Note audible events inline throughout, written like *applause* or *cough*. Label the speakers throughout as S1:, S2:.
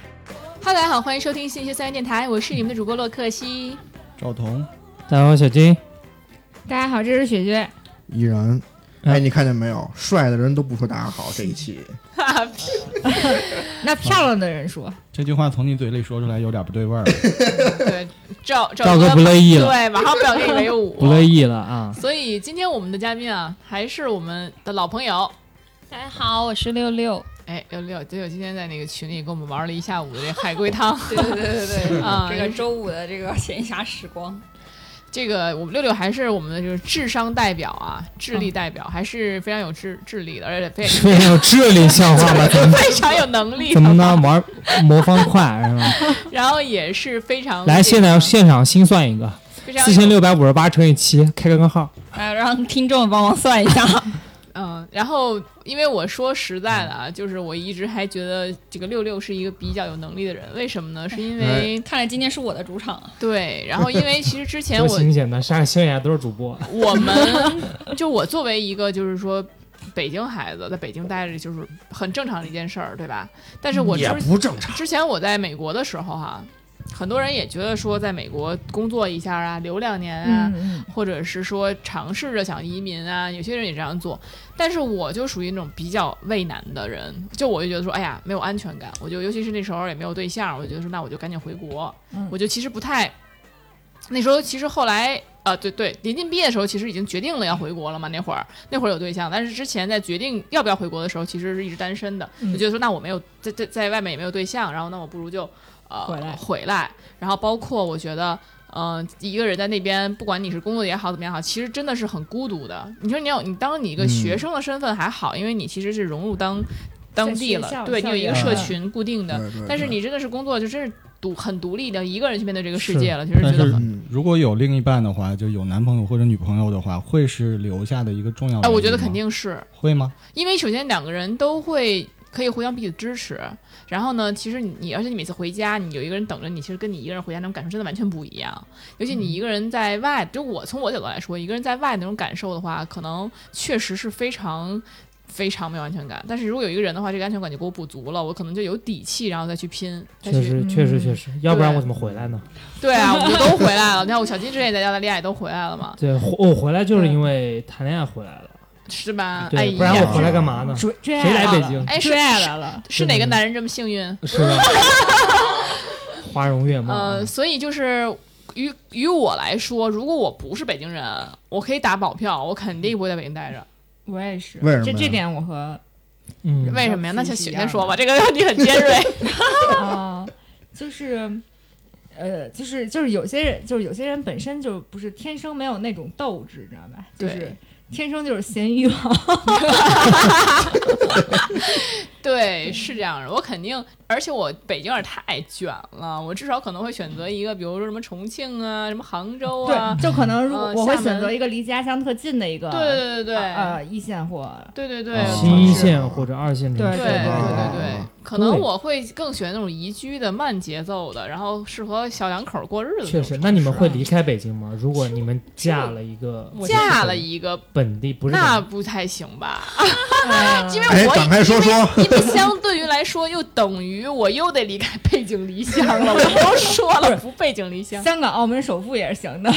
S1: 哈喽，大家好，欢迎收听信息三元电台，我是你们的主播洛克西。
S2: 赵彤
S3: 大家好，小金。
S4: 大家好，这是雪雪。
S2: 依然，
S3: 嗯
S2: 哎，你看见没有？帅的人都不说大家好，这一期
S4: 那漂亮的人说，
S5: 这句话从你嘴里说出来有点不对味儿。
S1: 对，赵
S3: 赵哥不乐意了，
S1: 对，马上表弟为伍。
S3: *laughs* *laughs* 不乐意了啊！
S1: 所以今天我们的嘉宾啊，还是我们的老朋友，
S4: 大家好，我是六六。
S1: 哎，六六，六六今天在那个群里跟我们玩了一下午的这海龟汤 *laughs*
S6: 对对对对对，
S1: 啊，
S6: 这个周五的这个闲暇时光，
S1: 这个我们六六还是我们的就是智商代表啊，智力代表，
S3: 嗯
S1: 还是非常有智智力的，而且非
S3: 非常有智力，像话吗？怎么
S1: *laughs* 非常有能力的
S3: 怎么呢？玩魔方块是吧？
S1: *laughs* 然后也是非常
S3: 来，
S1: 这
S3: 现
S1: 个
S3: 场现场心算一个，
S1: 非常
S3: 四千六百五十八乘以七，开个根号。
S6: 哎，让听众帮忙算一下。
S1: 嗯，然后因为我说实在的啊，就是我一直还觉得这个六六是一个比较有能力的人，为什么呢？是因
S4: 哎
S1: 为
S6: 看来今天是我的主场啊，
S1: 对，然后因为其实之前
S3: 多
S5: *laughs*
S1: 我
S3: 新鲜的，上星爷都是主播，
S1: 我们就我作为一个就是说北京孩子，在北京待着就是很正常的一件事儿，对吧？但是我之
S2: 也不正常。
S1: 之前我在美国的时候哈、很多人也觉得说在美国工作一下啊，留两年啊，
S4: 嗯
S1: 或者是说尝试着想移民啊，有些人也这样做，但是我就属于那种比较畏难的人，就我就觉得说，哎呀，没有安全感，我就尤其是那时候也没有对象，我就觉得说，那我就赶紧回国，
S4: 嗯
S1: 我就其实不太，那时候其实后来。啊，对对，临近毕业的时候，其实已经决定了要回国了嘛。那会儿，那会儿有对象，但是之前在决定要不要回国的时候，其实是一直单身的。
S4: 嗯
S1: 就觉得说，那我没有在在在外面也没有对象，然后那我不如就呃
S4: 回来
S1: 回来。然后包括我觉得，嗯、一个人在那边，不管你是工作也好，怎么样也好，其实真的是很孤独的。你说你有你当你一个
S2: 嗯
S1: 学生的身份还好，因为你其实是融入当当地
S4: 在学
S1: 了，
S4: 校啊
S1: 对你有一个
S2: 校
S1: 社
S2: 园
S1: 群固定
S5: 嗯
S1: 的。
S2: 对对
S1: 但是
S2: 对
S1: 你真的是工作，就真是独很独立的，一个人去面对这个世界了，其实
S5: 但
S1: 觉得
S5: 是
S1: 很。
S2: 嗯，
S5: *laughs* 如果有另一半的话，就有男朋友或者女朋友的话，会是留下的一个重要原因
S1: 哎，
S5: 吗。
S1: 我觉得肯定是，
S5: 会吗？
S1: 因为首先两个人都会可以互相彼此支持，然后呢，其实你你而且你每次回家，你有一个人等着你，其实跟你一个人回家那种感受真的完全不一样。尤其你一个人在外，就我从我角度来说，一个人在外那种感受的话，可能确实是非常。非常没有安全感，但是如果有一个人的话，这个安全感就给我补足了，我可能就有底气，然后再去拼，再
S3: 确
S1: 去
S3: 实确实确实，
S1: 嗯
S3: 要不然我怎么回来呢？
S1: 对啊，我们就都回来了。你看我小金之前也在澳大利亚也都回来了嘛，
S3: 对，我我回来就是因为谈恋爱回来了，
S1: 是吧？哎
S3: 对，
S1: 呀，
S3: 不然我回来干嘛呢？
S1: *laughs*
S4: 追追
S3: 谁
S4: 爱
S3: 来
S4: 了，
S3: 北京？
S1: 哎，是
S4: 追爱来了。
S1: 是哪个男人这么幸运？
S3: 是吧？ *laughs* 花容月貌啊
S1: 呃，，所以就是于于我来说，如果我不是北京人，我可以打保票，我肯定不会在北京待着。
S4: 我也是
S2: 为什么
S4: 这
S2: 呀
S4: 这点我和
S3: 嗯，
S1: 为什么呀？那
S4: 自
S1: 先
S4: 己
S1: 雪
S4: 一样
S1: 先说吧，这个问题很尖锐。
S3: *laughs*
S4: 啊，就是。呃，就是就是有些人，就是有些人本身就不是天生没有那种斗志，你知道吧？就
S1: 对
S4: 是天生就是咸鱼王。
S1: 对，是这样的，我肯定，而且我北京有点太卷了，我至少可能会选择一个，比如说什么重庆啊，什么杭州啊
S4: 对，，就可能如果
S1: 呃
S4: 我会
S1: 厦门
S4: 选择一个离家乡特近的一个，
S1: 对对对对
S3: 啊
S4: 呃，一
S1: *laughs*
S4: 线或
S1: 对对对
S2: 啊
S1: 对，
S3: 新一
S1: 城市
S3: 线或者二线城市，
S1: 对
S4: 对
S1: 对对
S2: 啊
S1: 对对，可能我会更喜欢那种宜居的、慢节奏的，然后适合小两口过日子的
S3: 确
S1: 种城市。
S3: 实，那你们
S1: 啊
S3: 会离开北京吗？如果你们嫁了一个
S1: 嫁了一个，
S3: 本地，不是
S1: 那
S3: 本地
S1: 不太行吧？
S4: 呃
S1: 因
S2: 哎
S1: 为，我
S2: 展开说说，
S1: 因为相对于来说，又等于我又得离开背井离乡了。我都说了不背井离乡
S4: 香港、澳门首富也是行的。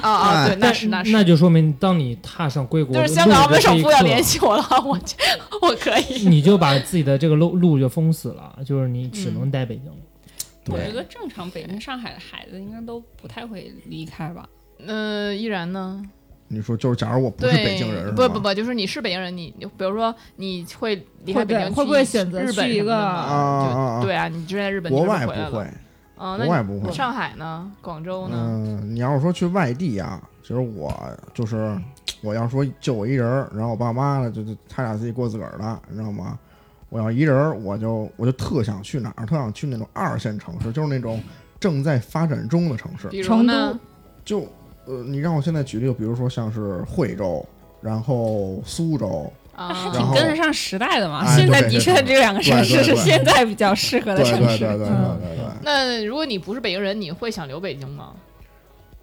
S1: 啊啊，
S2: 哎
S1: 对，那是那
S3: 那
S1: 是，
S3: 就说明当你踏上归国
S1: 就
S3: 的
S1: 是
S3: 路
S1: 香港澳门
S3: 的这
S1: 首
S3: 一
S1: 富要
S3: 刻
S1: 联系我了，我这我可
S3: *laughs*
S1: 以。
S3: 你就把自己的这个路路就封死了，就是你
S1: 嗯
S3: 只能待北京了。
S6: 我觉得正常北京、上海的孩子应该都不太会离开吧。
S1: 嗯、依然呢？
S2: 你说就是，假如我不
S1: 对，
S2: 是北京人，是
S1: 不
S2: 吧
S1: 不，不，就是你是北京人，你你比如说你会离开
S4: 会不
S1: 北
S4: 会
S1: 京去，
S4: 会不会选择
S1: 日本
S4: 去
S1: 什
S4: 一
S1: 么的
S4: 个
S1: 吗
S2: 啊
S1: 就
S2: 啊啊！
S1: 对啊，你之前在日本
S2: 国
S1: 就是
S2: 外
S1: 回来
S2: 不
S1: 了
S2: 会，
S1: 啊、那
S2: 国
S1: 你
S2: 外不会。
S1: 上海呢？广州呢？
S2: 嗯，你要是说去外地啊，其实我就是我要说就我一人儿，然后我爸妈呢，就就他俩自己过自个儿的，你知道吗？我要一人儿，我就我就特想去哪儿，特想去那种二线城市，就是那种正在发展中的城市。
S1: 比如
S4: 成
S1: 呢
S4: 都？
S2: 就呃，你让我现在举例，比如说像是惠州，然后苏州，
S1: 啊，
S2: 然
S6: 挺
S2: 后
S6: 跟得上时代的嘛。
S2: 哎
S6: 现在
S2: 对
S6: 的确
S2: 对对
S6: 这两个城市
S2: 对对
S6: 是
S2: 对
S6: 现在比较适合
S2: 对
S6: 的
S2: 对
S6: 城
S2: 对
S6: 市。
S2: 对对对
S4: 嗯
S2: 对对。
S1: 那如果你不是北京人，你会想留北京吗？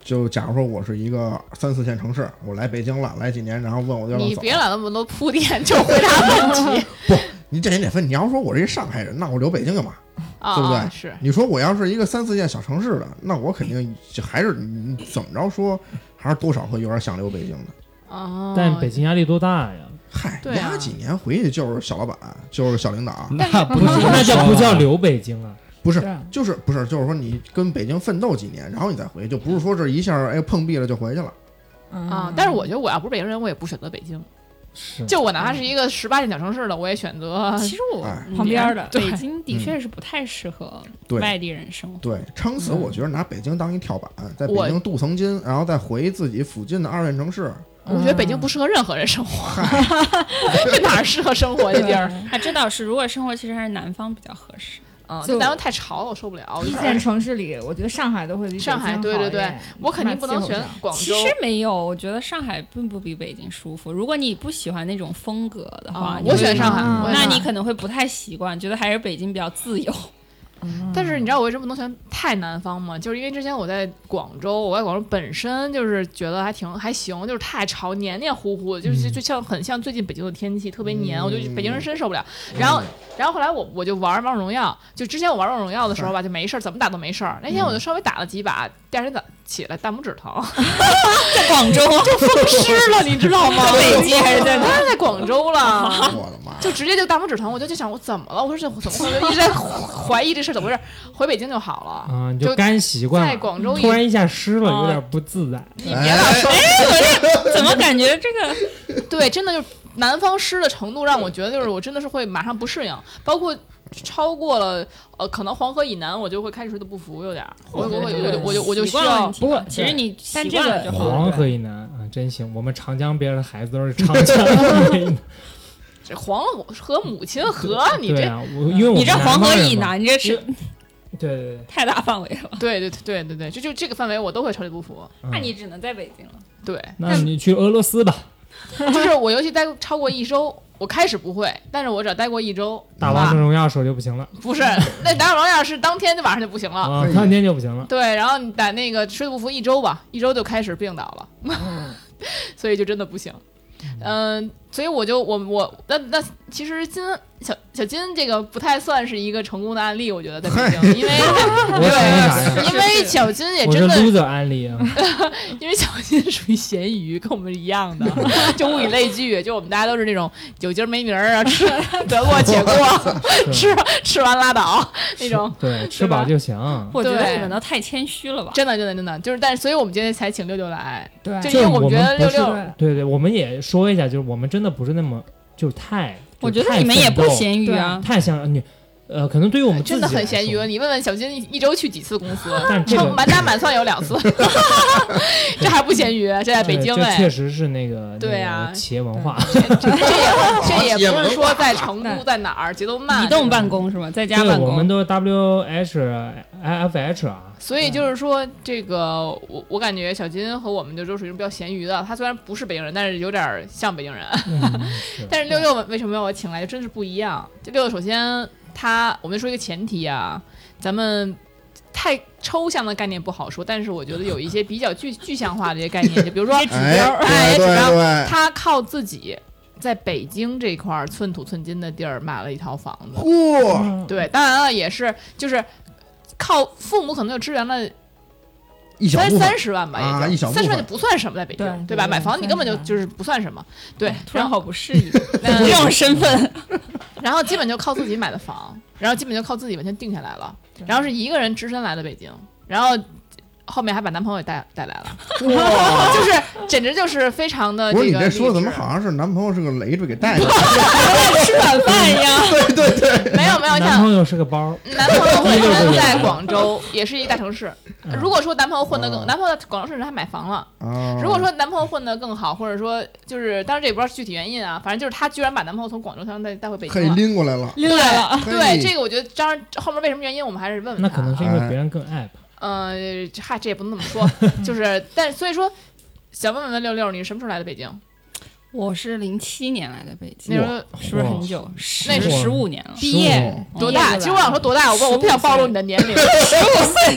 S2: 就假如说我是一个三四线城市，我来北京了，来几年，然后问我要不要
S1: 你
S2: 走，
S1: 别老那么多铺垫就回答问题
S2: *laughs* 你这也得分。你要说我是一上海人，那我留北京干嘛？
S1: 啊，
S2: 对不对
S1: 啊是，
S2: 你说我要是一个三四线小城市的，那我肯定就还是你怎么着说，还是多少会有点想留北京的。
S1: 哦，
S3: 但北京压力多大
S1: *laughs*
S3: 呀？
S2: 嗨，
S1: 对啊嗯
S2: 压几年回去就是小老板，就是小领导，
S5: 那不是
S3: 那叫
S5: 说
S3: 不
S5: 了
S3: 叫留北京啊？
S2: 不是
S4: 对啊
S2: 就是不是就是说你跟北京奋斗几年，然后你再回去，就不是说这一下哎碰壁了就回去了。
S1: 啊，但是我觉得我要不是北京人，我也不选择北京。
S3: 是，
S1: 就我哪怕是一个十八线小城市的，我也选择
S6: 其实我
S2: 哎嗯
S6: 嗯
S4: 旁边儿的
S6: 北
S1: 对
S6: 京的确是不太适合
S2: 对
S6: 外地人生活。
S2: 对，撑死
S4: 嗯
S2: 我觉得拿北京当一跳板，在北
S1: 我啊
S2: 京镀层金，然后再回自己附近的二线城市。
S1: 我觉得北京不适合任何人生活，这哪儿适合生活这地儿？
S6: 啊，这倒是，如果生活其实还是南方比较合 *laughs* 适。
S1: 嗯，
S4: 就
S1: 咱们太潮了，我受不了。
S4: 一
S1: 就是
S4: 线城市里，我觉得上海都会比北京
S1: 上海对
S4: 好
S1: 对
S4: 一
S1: 对
S4: 点
S1: 我肯定不能选
S4: 起码气候上
S1: 广
S6: 其
S1: 州
S6: 实。没有，我觉得上海并不比北京舒服。如果你不喜欢那种风格的话，
S1: 啊
S6: 你
S1: 我
S6: 会
S1: 选上海，
S4: 嗯
S1: 我选
S6: 那
S1: 上海
S6: 你可能会不太习惯，觉得还是北京比较自 *laughs* 由。
S4: 嗯
S1: 但是你知道我为什么不能选太南方吗？就是因为之前我在广州，我在广州本身就是觉得还挺还行，就是太潮，黏黏糊糊，就是就像很像最近北京的天气特别黏，我就北京人真受不了。然后，然后后来我我就玩王者荣耀，就之前我玩王者荣耀的时候吧，就没事儿，怎么打都没事儿。那天我就稍微打了几把，第二天早起来大拇指疼，
S6: *laughs* 在广
S1: *laughs*
S6: 州，
S1: 风湿了，你知道吗？
S6: *laughs* 在北京还是在哪
S1: 当 *laughs* 然在广州了。
S2: 我的妈！
S1: 就直接就大拇指疼，我就就想我怎么了？我说这怎么回事？一直在怀疑这事儿怎么回事？回北京就好了。
S3: 啊，你
S1: 就
S3: 就干习惯
S1: 在
S3: 了。
S1: 广州一
S3: 突然一下湿了，
S1: 啊
S3: 有点不自在。
S1: 你别老说，
S6: 怎么感觉这个
S1: 对，真的就是南方湿的程度让我觉得就是我真的是会马上不适应，包括超过了呃可能黄河以南，我就会开始觉得不服，有点儿，我我我我我就我就
S6: 习
S1: 需
S6: 惯了
S1: 要
S6: 问。题嘛
S4: 不过
S6: 其实你习
S4: 但
S6: 惯了
S4: 这个
S6: 就好了。
S3: 黄河以南啊，真行！我们长江边的孩子都是长江边以南。
S1: 这黄河母亲河， *laughs* 你
S3: 对
S1: 这
S3: 啊，我因为我
S6: 你这
S3: 们
S6: 黄河
S3: 南方人
S6: 以
S3: 嘛，
S6: 南，你这是
S3: 嗯对对对，
S6: 太大范围了，
S1: 对对对对对，就就这个范围我都会超级不服。
S3: 嗯
S6: 那你只能在北京了。
S1: 对，
S3: 那你去俄罗斯吧，
S1: 就是我尤其待超过一周，我开始不会，但是我只要待过一周，
S3: 打王者荣耀手就不行了
S1: 不是， *laughs* 那打王者是当天就晚上就不行了。
S3: 啊
S2: 可，以
S3: 当天就不行了。
S1: 对，然后你打那个水土不服一周吧，一周就开始病倒了，
S3: 嗯
S1: *laughs* 所以就真的不行。嗯、所以我就我我那那其实金小小金这个不太算是一个成功的案例，我觉得在北京，
S3: *laughs*
S1: 因为
S3: 我想那啥呀？
S1: 因为小金也
S3: 我是
S1: 真的
S3: loser 案例啊，
S1: 因为小金属于咸鱼，跟我们是一样
S3: *laughs*
S1: 的，就物以类聚，就我们大家都是那种有今儿没名儿啊，
S3: *laughs*
S1: 吃得过且过，吃吃完拉倒那种。
S3: 对，吃饱就行。
S6: 我觉得
S1: 对
S6: 你们都太谦虚了吧？
S1: 真的，真的，真的，就是，但是，所以我们今天才请六六来，
S4: 对
S1: 就因
S3: 就
S1: 为
S3: 是
S1: 我们
S3: 我
S1: 觉得
S3: 们不
S1: 六
S3: 是
S1: 六
S3: 对对，我们也说一下，就是我们真的不是那么就是太，
S6: 我
S3: 就
S6: 觉
S3: 是
S6: 得
S3: 太
S6: 你们也
S3: 奋
S6: 不
S3: 斗
S6: 咸鱼啊，
S3: 太像你，呃，可能对于我们
S1: 真
S3: 自己
S1: 的很
S3: 来
S1: 咸鱼
S3: 说。。
S1: 你问问小金一一周去几次公司，
S3: *laughs* 但这
S1: 成
S3: 个
S1: 满打满算有两次， *laughs* 这还不咸鱼，这在北京
S3: 这
S1: 哎
S3: 确，实是那个
S1: 对啊
S3: 那个企业文化，
S2: *laughs*
S1: 这也
S2: 也
S1: 不
S2: 不
S1: 是
S2: 能
S1: 说在
S3: *laughs*
S1: 成都在哪儿节奏慢
S6: 移，动办公是吧？在家
S3: 对，
S6: 办
S3: 我们
S6: 公，
S3: 都是 W H F
S1: *laughs*
S3: H 啊，
S1: 所以就是说，这个我我感觉小金和我们就都属于比较咸鱼的。他虽然不是北京人，但是有点儿像北京人。
S3: 嗯是
S1: 但是六六为什么要我请来，就真是不一样。这六六首先他，我们说一个前提啊，咱们太抽象的概念不好说，但是我觉得有一些比较具具象化的一些概念，就比如说，
S2: 哎，
S1: 哎
S2: 对
S1: 指标
S2: 对
S1: 他靠自己在北京这块儿寸土寸金的地儿买了一套房子
S2: 对，。嚯！
S1: 对，当然了，也是就是靠父母可能就支援了
S2: 一小
S1: 三
S2: 部分
S1: 三十万吧，
S2: 啊
S1: 也
S2: 一
S1: 就
S2: 小部
S1: 三
S2: 分
S1: 十万就不算什么，在北京，
S4: 对
S1: 吧？
S4: 对
S1: 买房你根本就
S4: 30万
S1: 就是不算什么，对。
S6: 突
S1: 然
S6: 然
S1: 后
S6: 好不适
S1: *laughs*
S6: 应这
S1: 嗯
S6: 种身份。
S1: 然后基本就靠自己买的房，然后基本就靠自己完全定下来了，然后是一个人只身来的北京，然后后面还把男朋友也带带来了，*laughs*
S2: 哇！
S1: 就是简直就是非常的
S2: 不
S1: 这
S2: 是你
S1: 个
S2: 这
S1: 励
S2: 说怎么
S1: 志
S2: 好像是男朋友是个累赘给带过来
S6: 吃软饭一
S2: *laughs*
S6: 样。
S1: 没有没有
S3: 男
S1: 像
S3: 朋友是个包，
S1: 男朋友本
S3: 对对
S1: 身
S3: 对
S1: 在广州也是一大城市，
S3: 嗯
S1: 如果说男朋友混得更，
S2: 哦
S1: 男朋友在广州甚至还买房了。
S2: 的？啊
S1: 如果说男朋友混得更好，或者说就是，当然这也不知道是具体原因啊，反正就是她居然把男朋友从广州相带带回北
S2: 可以
S1: 京了。
S2: 拎过来了，
S1: 对
S6: 来了
S1: 对
S2: 嘿
S1: 这个我觉得当然后面为什么原因，我们还是问问
S3: 那
S1: 她。
S3: 可能是因为别人更爱吧。
S1: 呃，这嗨，这也不能那么
S3: *laughs*
S1: 说，就是，但所以说，想问问六六，你什么时候来的北京？
S6: 我是零七年来的北
S1: 那
S6: 京
S1: 时，候
S6: 是不是很久？十
S1: 那是
S6: 十五年了。
S1: 毕业
S2: 15
S3: 哦
S1: 多大？其实我想说多大，我不我不想暴露你的年
S3: *laughs*
S1: 龄，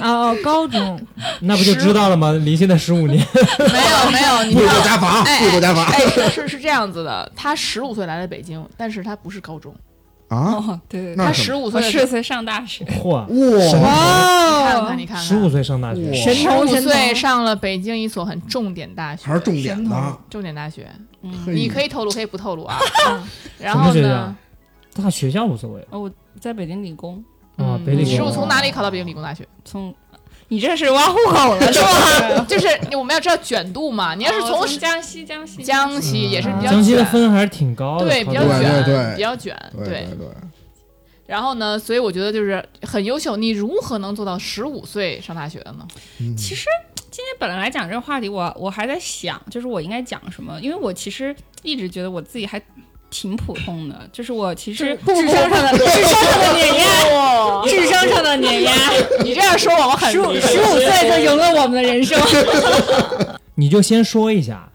S4: 哦，高中 *laughs*
S3: 那不就知道了吗？离现在十五年，
S1: 没有没有，你知道。
S2: 家访
S1: 哎哎
S2: 家访
S1: 哎，是是这样子的，他十五岁来的北京，但是他不是高中，
S2: 啊，
S6: 哦，对对
S2: 那
S6: 对，
S1: 他哦
S2: 什
S1: 十
S2: 么
S1: 五
S6: 我
S1: 岁的时
S6: 是
S1: 候，
S6: 才上大学，
S3: 嚯，
S2: 哇，
S1: 你看
S4: 哦
S1: 看，，你看看，
S3: 十五岁上大学
S2: 哇，
S4: 神
S1: 十
S4: 童
S1: 五
S4: 神
S1: 岁
S4: 童，
S1: 上了北京一所很重点大学，
S2: 还是重点
S4: 神
S2: 的
S4: 童，
S1: 重点大学，
S6: 嗯，
S2: 嘿
S1: 你可以透露，可以不透露
S3: *laughs*
S1: 啊。
S4: 嗯
S1: 然后
S3: 哎怎么啊这
S1: 呢嗯
S3: 样？大学校无所谓
S6: 哦，我在北京理工，
S3: 啊
S1: 嗯，
S3: 北理
S1: 你
S3: 工哦
S1: 是不是从哪里考到北京理工大学？
S6: 从你这是挖户口
S1: *laughs*
S6: 了是吧？
S1: 就是我们要知道卷度嘛，你要是
S6: 哦
S1: 从
S6: 江西江西
S1: 江西也是比较
S3: 嗯江西的
S1: 卷，
S3: 分还是挺高的，
S1: 对，比较
S2: 对对
S1: 卷，
S2: 对
S1: 比较卷，
S2: 对对对，
S1: 然后呢，所以我觉得就是很优秀。你如何能做到十五岁上大学的呢？
S2: 嗯
S6: 其实今天本来来讲这个话题，我我还在想，就是我应该讲什么，因为我其实一直觉得我自己还挺普通的，就是我其实
S4: 智商上的智商上的碾压，智商上的碾压，
S1: 你这样说我们很
S4: 十五十五岁就赢了我们的人生。
S3: 你就先说一下，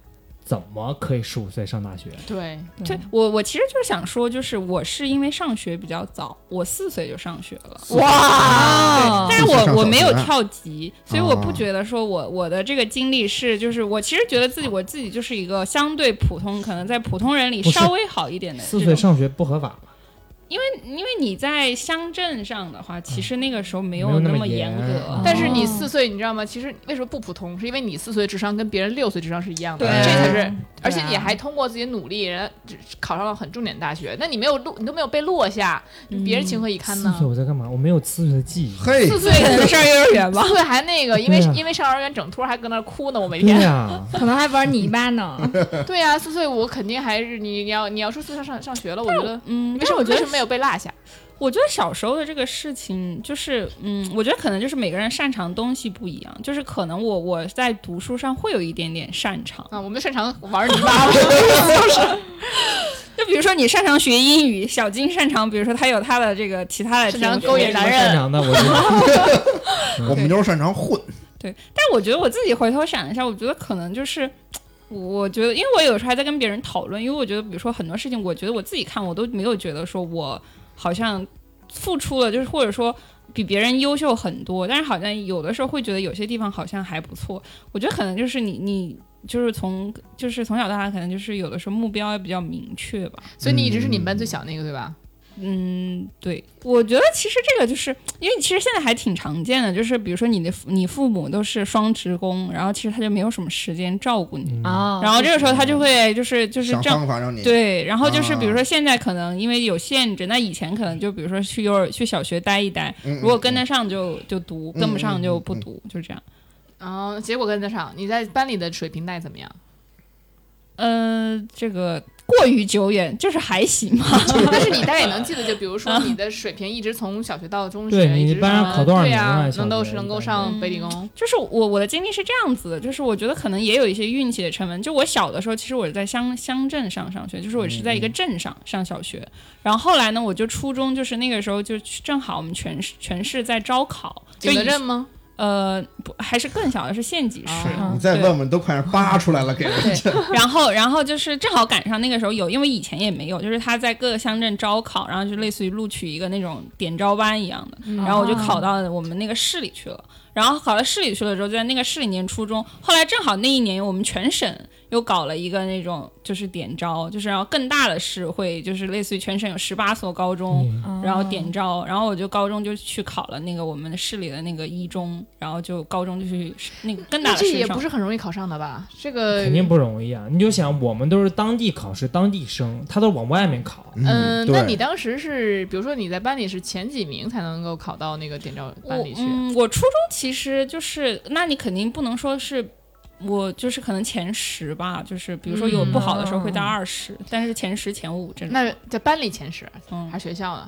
S3: 怎么可以十五岁上大学？
S1: 对，
S6: 对我我其实就是想说，就是我是因为上学比较早，我四岁就上学了。
S1: 啊
S4: 哇
S6: 但是
S2: 四岁上
S6: 我我
S2: 小
S6: 没有
S2: 学
S6: 跳级，所以我不
S3: 哦
S2: 啊
S6: 觉得说我我的这个经历是，就是我其实觉得自己我自己就是一个相对普通，可能在普通人里
S3: 不是
S6: 稍微好一点的
S3: 四
S6: 这
S3: 岁
S6: 种
S3: 上学不合法吧？
S6: 因为你在乡镇上的话，其实那个时候
S3: 嗯没
S6: 没
S3: 有那
S6: 那
S3: 么
S6: 么严
S3: 严
S6: 格
S3: 啊，
S1: 但是你
S4: 哦
S1: 四岁，你知道吗？其实为什么不普通？是因为你四岁的智商跟别人六岁智商是一样的，
S6: 对
S1: 这才是
S4: 嗯，
S1: 而且你还通过自己努力，人家只考上了很重点大学。那你没有落，你都没有被落下，别人情何以堪
S3: 四
S1: 呢
S3: 岁？我在干嘛？我没有四岁的记忆。
S2: 嘿，
S1: 四岁
S6: *laughs*
S3: 嗯
S6: 可能上幼
S1: *laughs*
S6: 儿园吧
S1: 四。岁还那个，因为
S3: 对啊
S1: 因为上幼儿园整托还搁那儿哭呢，我每
S3: 对
S1: 天。
S3: 呀、
S4: *laughs* 可能还玩你妈
S6: *laughs*
S4: 呢，
S3: 啊
S1: 对呀，四岁我肯定还是你你要你要说四岁上上学了，我觉得
S6: 嗯，
S1: 为
S6: 但
S1: 什
S6: 是
S1: 么
S6: 我觉
S1: 为什
S6: 得
S1: 么没有被落下？
S6: 我觉得小时候的这个事情，就是，嗯，我觉得可能就是每个人擅长的东西不一样，就是可能我我在读书上会有一点点擅长，
S1: 啊，我们擅长玩泥巴 *laughs*
S3: 嗯
S1: 了。
S6: 就比如说你擅长学英语，小金擅长，比如说他有他的这个其他的
S1: 擅长
S6: 天赋
S1: 勾
S3: 我
S1: 引
S3: 什
S1: 男
S3: 么
S1: 人
S3: 擅长的，
S1: *laughs*
S3: 我就
S2: 我们就是擅长混，
S6: 但我觉得我自己回头想一下，我觉得可能就是，我觉得，因为我有时候还在跟别人讨论，因为我觉得，比如说很多事情，我觉得我自己看，我都没有觉得说我好像付出了，就是或者说比别人优秀很多，但是好像有的时候会觉得有些地方好像还不错。我觉得可能就是你你。就是从就是从小到大，可能就是有的时候目标也比较明确吧。
S1: 所以你一直是你们班最小那个，对吧？
S6: 嗯，对，我觉得其实这个就是因为其实现在还挺常见的，就是比如说你的父你父母都是双职工，然后其实他就没有什么时间照顾你，
S1: 哦
S3: 啊，
S4: 啊
S6: 哦然后这个时候他就会就是就是
S2: 想
S6: 这样。
S2: 方法让你
S6: 对，然后就是
S2: 啊
S6: 比如说现在可能因为有限制，那以前可能就比如说去幼儿去小学待一待，
S2: 嗯嗯
S6: 如果跟得上就就读，跟不上就不
S2: 嗯嗯嗯嗯
S6: 读，就这样。
S1: 嗯，结果跟得上。你在班里的水平带怎么 *laughs* 样？
S6: 呃，这个过于久远，就是还行吧。
S1: 但是你大概也能记得，就比如说你的水平一直从小学到中学，
S3: 对啊你
S1: 一直是
S3: 班上
S1: 什么
S3: 考多少名啊
S1: 对呀、
S3: 小
S1: 能都
S3: 学
S1: 是能够
S3: 一般
S1: 上北理
S6: 嗯
S1: 工。
S6: 就是我我的经历是这样子的，就是我觉得可能也有一些运气的成分。就我小的时候，其实我是在乡乡镇上上学，就是我是在一个镇上上小学。然后后来呢，我就初中，就是那个时候就正好我们全市全市在招考，就
S1: 景德
S6: 以
S1: 镇吗？
S6: 呃不还是更小的是县级市。
S1: 啊
S2: 你再问问都快扒出来了，给人家 *laughs*
S6: 然后，然后就是正好赶上那个时候有，因为以前也没有，就是他在各个乡镇招考，然后就类似于录取一个那种点招班一样的，
S4: 哦
S6: 然后我
S1: 哦
S6: 就考到我们那个市里去了。然后考到市里去了之后，就在那个市里念初中。后来正好那一年我们全省又搞了一个那种就是点招，就是然后更大的市会就是类似于全省有十八所高中，
S3: 嗯
S4: 哦嗯
S6: 然后
S1: 哦
S6: 点招，然后我就高中就去考了那个我们市里的那个一中，然后就高中就去那个更大
S1: 那
S6: 的
S1: 这
S6: 市
S1: 也
S6: 上
S1: 不是很容易考上的吧？这个
S3: 肯定不容易啊！你就想，我们都是当地考试，当地生，他都往外面考，
S1: 嗯，那
S2: 对
S1: 你当时是，比如说你在班里是前几名才能够考到那个点招班里去？
S6: 嗯，我初中其实就是，那你肯定不能说是。我就是可能前十吧，就是比如说有不
S1: 嗯
S6: 好的时候会
S1: 哦
S6: 到二十、但是前十前五
S2: 嗯
S6: 这种。
S1: 那在班里前十，
S6: 嗯
S1: 还，是学校呢？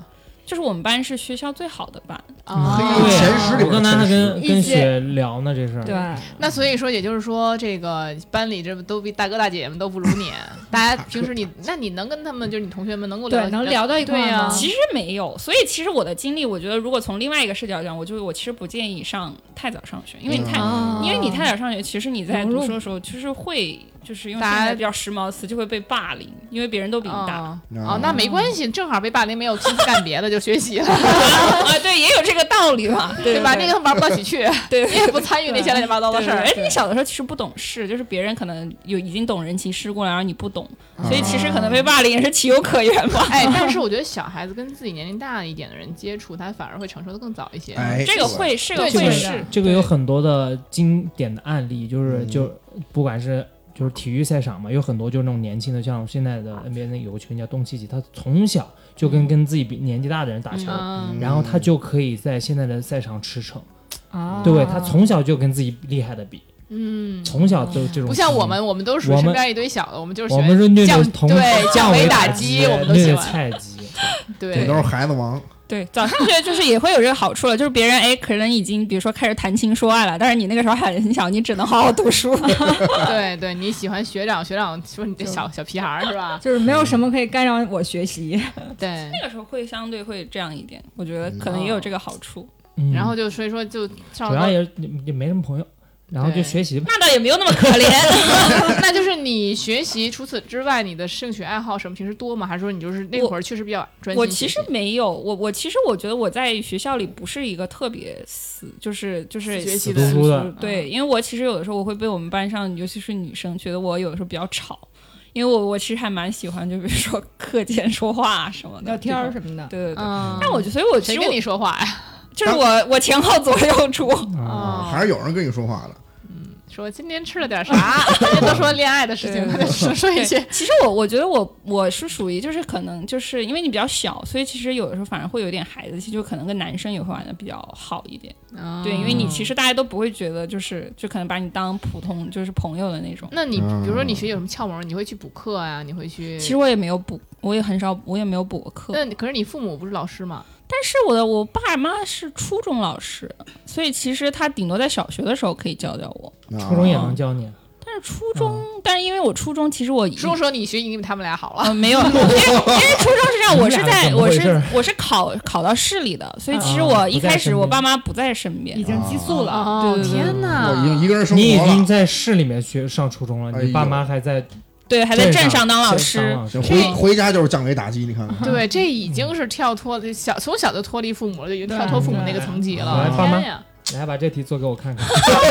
S6: 就是我们班是学校最好的班，
S1: 啊、
S2: 嘿
S3: 对啊
S2: 嗯前十里边
S3: 我刚才还跟
S4: 前十
S3: 跟雪聊呢这事儿，
S4: 对，
S1: 那所以说，也就是说，这个班里这都比大哥大姐们都不如
S2: *laughs*
S1: 你。大家平时你，那你能跟他们，就是你同学们能够聊
S4: 对，能聊到一块
S1: 对
S4: 儿
S1: 呀
S4: 吗？
S6: 其实没有。所以其实我的经历，我觉得如果从另外一个视角讲，我就我其实不建议上太早上学，因
S1: 嗯
S6: 为你
S2: 嗯
S6: 太、
S4: 啊
S6: 因为你太早上学，其实你在
S4: 融入
S6: 读书的时候就是会就是用
S1: 大
S6: 现
S1: 家
S6: 在比较时髦的词就会被霸凌，因为别人都比你大。
S1: 哦
S2: 嗯
S1: 哦，那没关系，正好被霸凌没有心思干别的，就学习了。
S6: *laughs* 啊，对，也有这个道道理吧？
S1: *laughs* 对吧？那
S6: 对
S1: 个玩不到一起去， *laughs*
S6: 对
S1: 你也不参与那些乱七八糟的
S6: 对
S1: 事儿
S6: 而。且你小的时候其实不懂事，就是别人可能有已经懂人情世故了，然后你不懂，
S2: 嗯
S6: 所以其实可能被霸凌也是情有可原吧。
S1: 哎，但是我觉得小孩子跟自己年龄大一点的人接触，他反而会承受的更早一些。
S2: 哎，
S6: 这个会，这个
S1: 对
S6: 会
S1: 对
S6: 是
S1: 对
S3: 这个有很多的经典的案例，就是
S2: 嗯
S3: 就不管是就是体育赛场嘛，有很多就是那种年轻的，像现在的 NBA 那有个球员叫东契奇，他从小就跟跟自己比年纪大的人打球，
S1: 嗯，
S3: 然后他就可以在现在的赛场驰骋，
S4: 啊，
S3: 对他从小就跟自己厉害的比，
S1: 嗯，
S3: 从小就这种
S1: 不像我
S3: 嗯
S1: 们，我们都属于
S3: 我们
S1: 身边一堆小的，我们就是喜
S3: 我
S1: 欢
S3: 们是虐
S1: 降
S3: 虐童
S1: 对
S3: 降 *laughs*
S1: 降维
S3: 打
S1: 打击，我们都
S3: 虐
S1: 喜
S3: 虐
S1: 欢。
S3: 菜
S1: *laughs*
S3: 鸡，
S2: 这
S1: 对
S2: 都，
S6: *laughs*
S2: 是孩子王，
S6: 对早上学就是也会有这个好处了，就是别人哎可能已经比如说开始谈情说爱了，但是你那个时候还很小，你只能好好读 *laughs* 书。
S1: 对对，你喜欢学长，学长说你这小小屁孩儿是
S3: *laughs*
S1: 吧？
S4: 就是没有什么可以干扰我学习。
S1: 对，
S3: 嗯
S6: 那个时候会相对会这样一点，我觉得可能也有这个好处。
S3: 嗯
S1: 然后就所以说就上
S3: 主要
S1: 了
S3: 也也没什么朋友，然后就
S1: 对
S3: 学习吧。
S6: 那倒也没有那么可 *laughs* 怜，
S1: 那就是你学习除此之外，你的兴趣爱好什么平时多吗？还是说你就是那
S6: 我
S1: 会儿确实比较专心学习？
S6: 我其实没有，我我其实我觉得我在学校里不是一个特别死，就是就是
S1: 学习
S3: 死读书
S1: 的
S3: 的，
S6: 对，因为我其实有的时候我会被我们班上，尤其是女生，觉得我有的时候比较吵，因为我我其实还蛮喜欢，就比如说课间说话啊什么的
S4: 聊天儿
S6: 么。
S4: 什么的，
S6: 对对对。
S1: 嗯，
S6: 但我就所以我其
S1: 谁
S6: 实
S1: 跟
S6: 我
S1: 你说话呀？
S6: 就是我我前后左右出，
S3: 啊，
S1: 哦
S2: 还是有人跟你说话的。
S1: 说今天吃了
S6: *laughs*
S1: 点啥？人家都说恋爱的事情，
S6: 对
S1: 他就说说一些。
S6: *laughs* 其实我我觉得我我是属于就是可能就是因为你比较小，所以其实有的时候反而会有点孩子气，就可能跟男生也会玩的比较好一点。对，因为你其
S1: 实，
S6: 实大家都不会觉得就是就可能把你当普通就是朋友的那种。
S1: 那你比如说
S2: 嗯
S1: 你学习有什么窍门儿，你会去补课呀？你会去？
S6: 其实我也没有补，我也很少，我也没有补过课。
S1: 那可是你父母不是老师吗？
S6: 但是我的我爸妈是初中老师，所以其实他顶多在小学的时候可以教教我。
S2: 啊
S3: 初中也能教
S2: 哦
S3: 你，
S6: 但是初中，但是因为我嗯初中其实我
S1: 初中时候你学已经比他们俩好
S6: *laughs*
S1: 了。
S6: 呃没有，因为因为初中是这样，我是
S3: 你们俩
S6: 在
S3: 怎么
S6: 我
S3: 回事
S6: 是我是考考到市里的，所以其实
S3: 啊
S6: 我
S3: 不
S6: 一
S3: 在
S6: 开始
S3: 身
S6: 我
S3: 边
S6: 爸妈不在身边
S4: 已。经激素了。
S1: 哦
S6: 啊对对对
S1: 天哪！
S2: 我已经一个人生
S3: 你已
S2: 活
S3: 经
S2: 了，
S3: 在市里面学上初中了，
S2: 哎
S3: 你
S2: 呦
S3: 爸妈还在
S6: 对，还在镇上
S3: 上
S6: 当老
S3: 镇
S6: 师
S3: 当。老
S2: 行
S3: 师
S2: 回回家就是降维打击，你看看。
S1: *laughs*
S6: 嗯
S1: 对，这已经是跳脱的小，从小就脱离父母了，就已经跳脱父母那个层级了。
S3: 对爸妈
S1: 天呀！
S3: 来把这题做给我看看。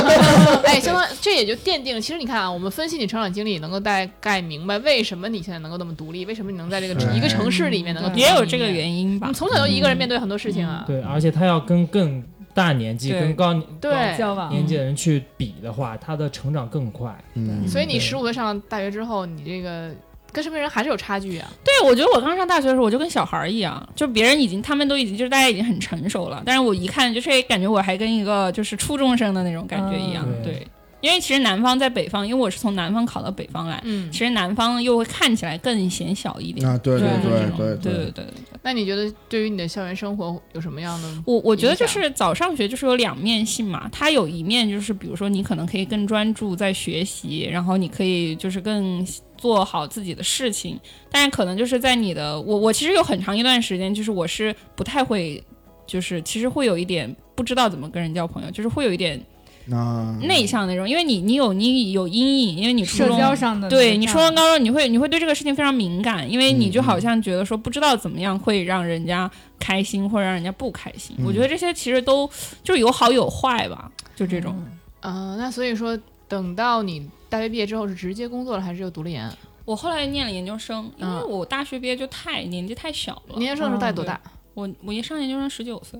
S3: *laughs*
S1: 哎，相当这也就奠定了，其实你看啊，我们分析你成长经历，能够大概明白为什么你现在能够那么独立，为什么你能在这个
S2: 是
S1: 一个城市里面能够
S4: 嗯
S1: 独
S6: 也有这个
S1: 因。
S6: 原因
S1: 我
S6: 吧
S1: 们。从小就一个人面对很多事情啊，
S3: 对，而且他要跟更大年纪、
S6: 嗯对
S3: 更高
S1: 对，
S4: 交往
S3: 年纪的人去比的话，他的成长更快。
S2: 嗯，
S1: 所以你
S3: 对
S1: 十五岁上大学之后，你这个跟身边人还是有差距啊。
S6: 对，我觉得我刚上大学的时候，我就跟小孩儿一样，就别人已经他们都已经就是大家已经很成熟了，但是我一看就是哎感觉我还跟一个就是初中生的那种感觉一样。
S3: 嗯
S6: 对，因为其实南方在北方，因为我是从南方考到北方来，
S1: 嗯
S6: 其，实南方又会看起来更显小一点。
S2: 啊，对
S4: 对
S3: 嗯
S6: 就是这
S2: 对
S6: 种
S2: 对
S6: 对对
S2: 对，
S6: 对对
S1: 那你觉得对于你的校园生活有什么样的？
S6: 我我觉得就
S1: 影响
S6: 是早上学就是有两面性嘛，它有一面就是比如说你可能可以更专注在学习，然后你可以就是更做好自己的事情，但是可能就是在你的我我其实有很长一段时间就是我是不太会，就是其实会有一点不知道怎么跟人交朋友，就是会有一点
S2: 那
S6: 内向那种，因为你你有你有阴影，因为你
S4: 嗯
S6: 初
S4: 社
S6: 中
S4: 交上的
S6: 对你初中
S4: 说
S6: 高中，你会你会对这个事情非常敏感，因为你就
S2: 嗯
S6: 好像觉得说不知道怎么样会让人家开心，或者让人家不开心。我觉
S3: 嗯
S6: 得这些其实都就是有好有坏吧，就这种。
S1: 嗯、那所以说，等到你大学毕业之后是直接工作了，还是又读了研？
S6: 我后来念了研究生，因为
S1: 嗯
S6: 我大学毕业就太年纪太小了，
S1: 你研究生的时候大概多大？
S6: 我我一上研究生十九岁，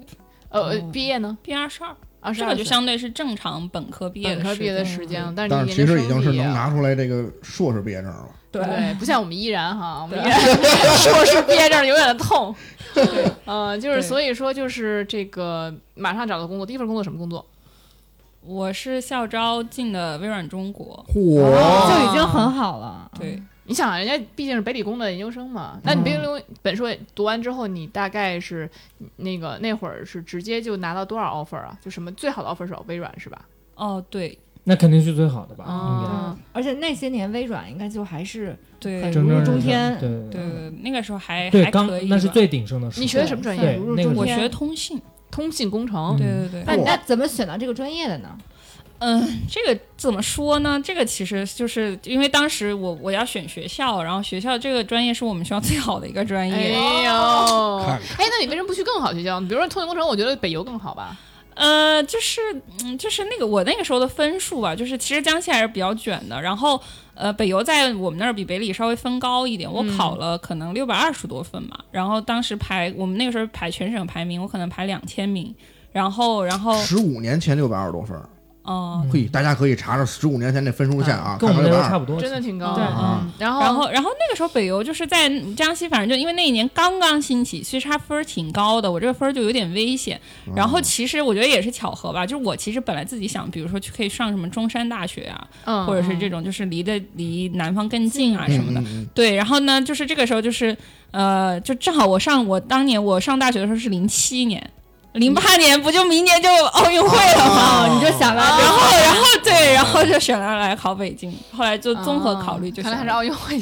S1: 呃，毕业呢？
S6: 毕业二十二，
S1: 二十
S6: 这
S1: 二
S6: 个
S1: 岁
S6: 就。相对是正常本科毕业
S1: 本
S6: 的
S1: 科
S6: 时
S1: 毕业的
S6: 间。
S1: 时间了，但是
S2: 但
S1: 你
S2: 是
S1: 研究
S2: 其
S1: 生啊
S2: 实已经是
S1: 毕业
S2: 能
S1: 了
S2: 拿出来这个硕士毕业证了。
S1: 对，不像我们依然哈，我们依然硕士毕业证永远的痛。嗯，就是
S6: *laughs* 对
S1: 所以说就是这个马上找到工作，第一份工作什么工作？
S6: 我是校招进的微软中国，
S2: 嚯，
S4: 就已经很好了。
S6: 对，
S1: 你想啊，人家毕竟是北理工的研究生嘛，那你
S6: 嗯
S1: 北理工本硕读完之后，你大概是那个那会儿是直接就拿到多少 offer 啊？就什么最好的 offer 是微软是吧？
S6: 哦对
S3: 那肯定是最好的吧？应该
S1: 啊，
S4: 嗯而且那些年微软应该就还是
S6: 对
S4: 很
S6: 对
S3: 蒸蒸日
S4: 中
S3: 上
S4: 天
S3: 对
S6: 对，对那个时候还
S3: 对
S6: 还
S3: 刚
S6: 可以吧，
S3: 那是最鼎盛的时候。
S1: 你学的什么专业？
S3: 对
S4: 如入
S3: 那个
S4: 中
S3: 时候
S6: 我
S4: 天
S6: 学通信，
S1: 通信工程。
S6: 对对对。
S4: 那那怎么选到这个专业的呢？
S6: 嗯，这个怎么说呢？这个其实就是因为当时我我要选学校，然后学校这个专业是我们学校最好的一个专业。
S1: 哎呦，
S2: 看
S1: 哎，那你为什么不去更好学校？比如说通信工程，我觉得北邮更好吧？
S6: 呃，就是，嗯，就是那个我那个时候的分数吧，就是其实江西还是比较卷的。然后，呃，北邮在我们那儿比北理稍微分高一点，我考了可能六百二十多分嘛。然后当时排我们那个时候排全省排名，我可能排两千名。然后，然后，
S2: 十五年前六百二十多分儿，
S6: 嗯、
S2: 可以，大家可以查查十五年前那分数线啊，
S3: 跟我
S2: 看
S3: 们
S2: 看
S3: 那
S2: 六
S3: 时
S2: 百
S3: 候差
S2: 二。
S3: 不多。
S1: 真的挺高
S6: 对
S1: 的。嗯
S2: 啊，
S1: 然
S6: 然
S1: 后
S6: 后，然后那个时候北邮就是在江西，反正就因为那一年刚刚兴起，所以差分儿挺高的，我这个分儿就有点危险。
S2: 嗯
S6: 然后其实我觉得也是巧合吧，就是我其实本来自己想，比如说去可以上什么中山大学啊，
S1: 嗯，
S6: 或者是这
S1: 种
S6: 种就是离得离南方更近啊
S2: 嗯
S6: 什么的。
S2: 嗯嗯
S6: 对，然后呢，就是这个时候就是呃，就正好我上我当年我上大学的时候是零七年。零八年不就明年就奥运会了吗？
S2: 哦
S6: 你就想来，然后然后对，然后就选了来考北京，后来就综合考虑
S1: 嗯
S6: 就
S2: 哦
S1: 看来
S6: 选
S1: 还是
S6: 了。
S1: 奥运会
S2: *laughs*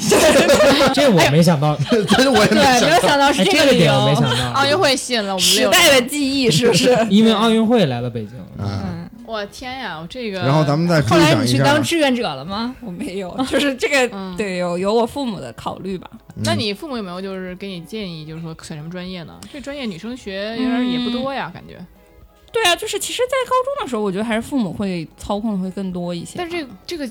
S3: 这
S1: 哎
S3: 我没
S1: *laughs*
S3: 想 *laughs* 到，
S2: 嗯这我也
S4: 对，
S2: 没想
S4: 没有想到
S3: 哎，
S4: 是
S3: 这
S4: 个理
S3: 点我没
S4: 由。
S3: 想到。
S1: 奥运会吸引了我们
S6: 时
S1: 六个
S6: 代的记忆是
S1: *laughs*
S6: 不是？
S3: 因为奥运会来了北京，
S2: 哎
S4: 嗯，
S1: 我天呀，我这个。
S2: 然后咱们再追
S4: 后来
S2: 想
S4: 你
S2: 一
S4: 去
S2: 下
S4: 当，志愿者了吗？
S6: 我没有， *laughs* 就是这个、
S1: 嗯
S6: 对有有我父母的考虑吧。
S1: 那你父母有没有就是给你建议，就是说选什么专业呢？这专业女生学有点
S6: 嗯
S1: 也不多呀，感觉。
S6: 对啊，就是其实，在高中的时候，我觉得还是父母会操控会更多一些。
S1: 但是这个这个，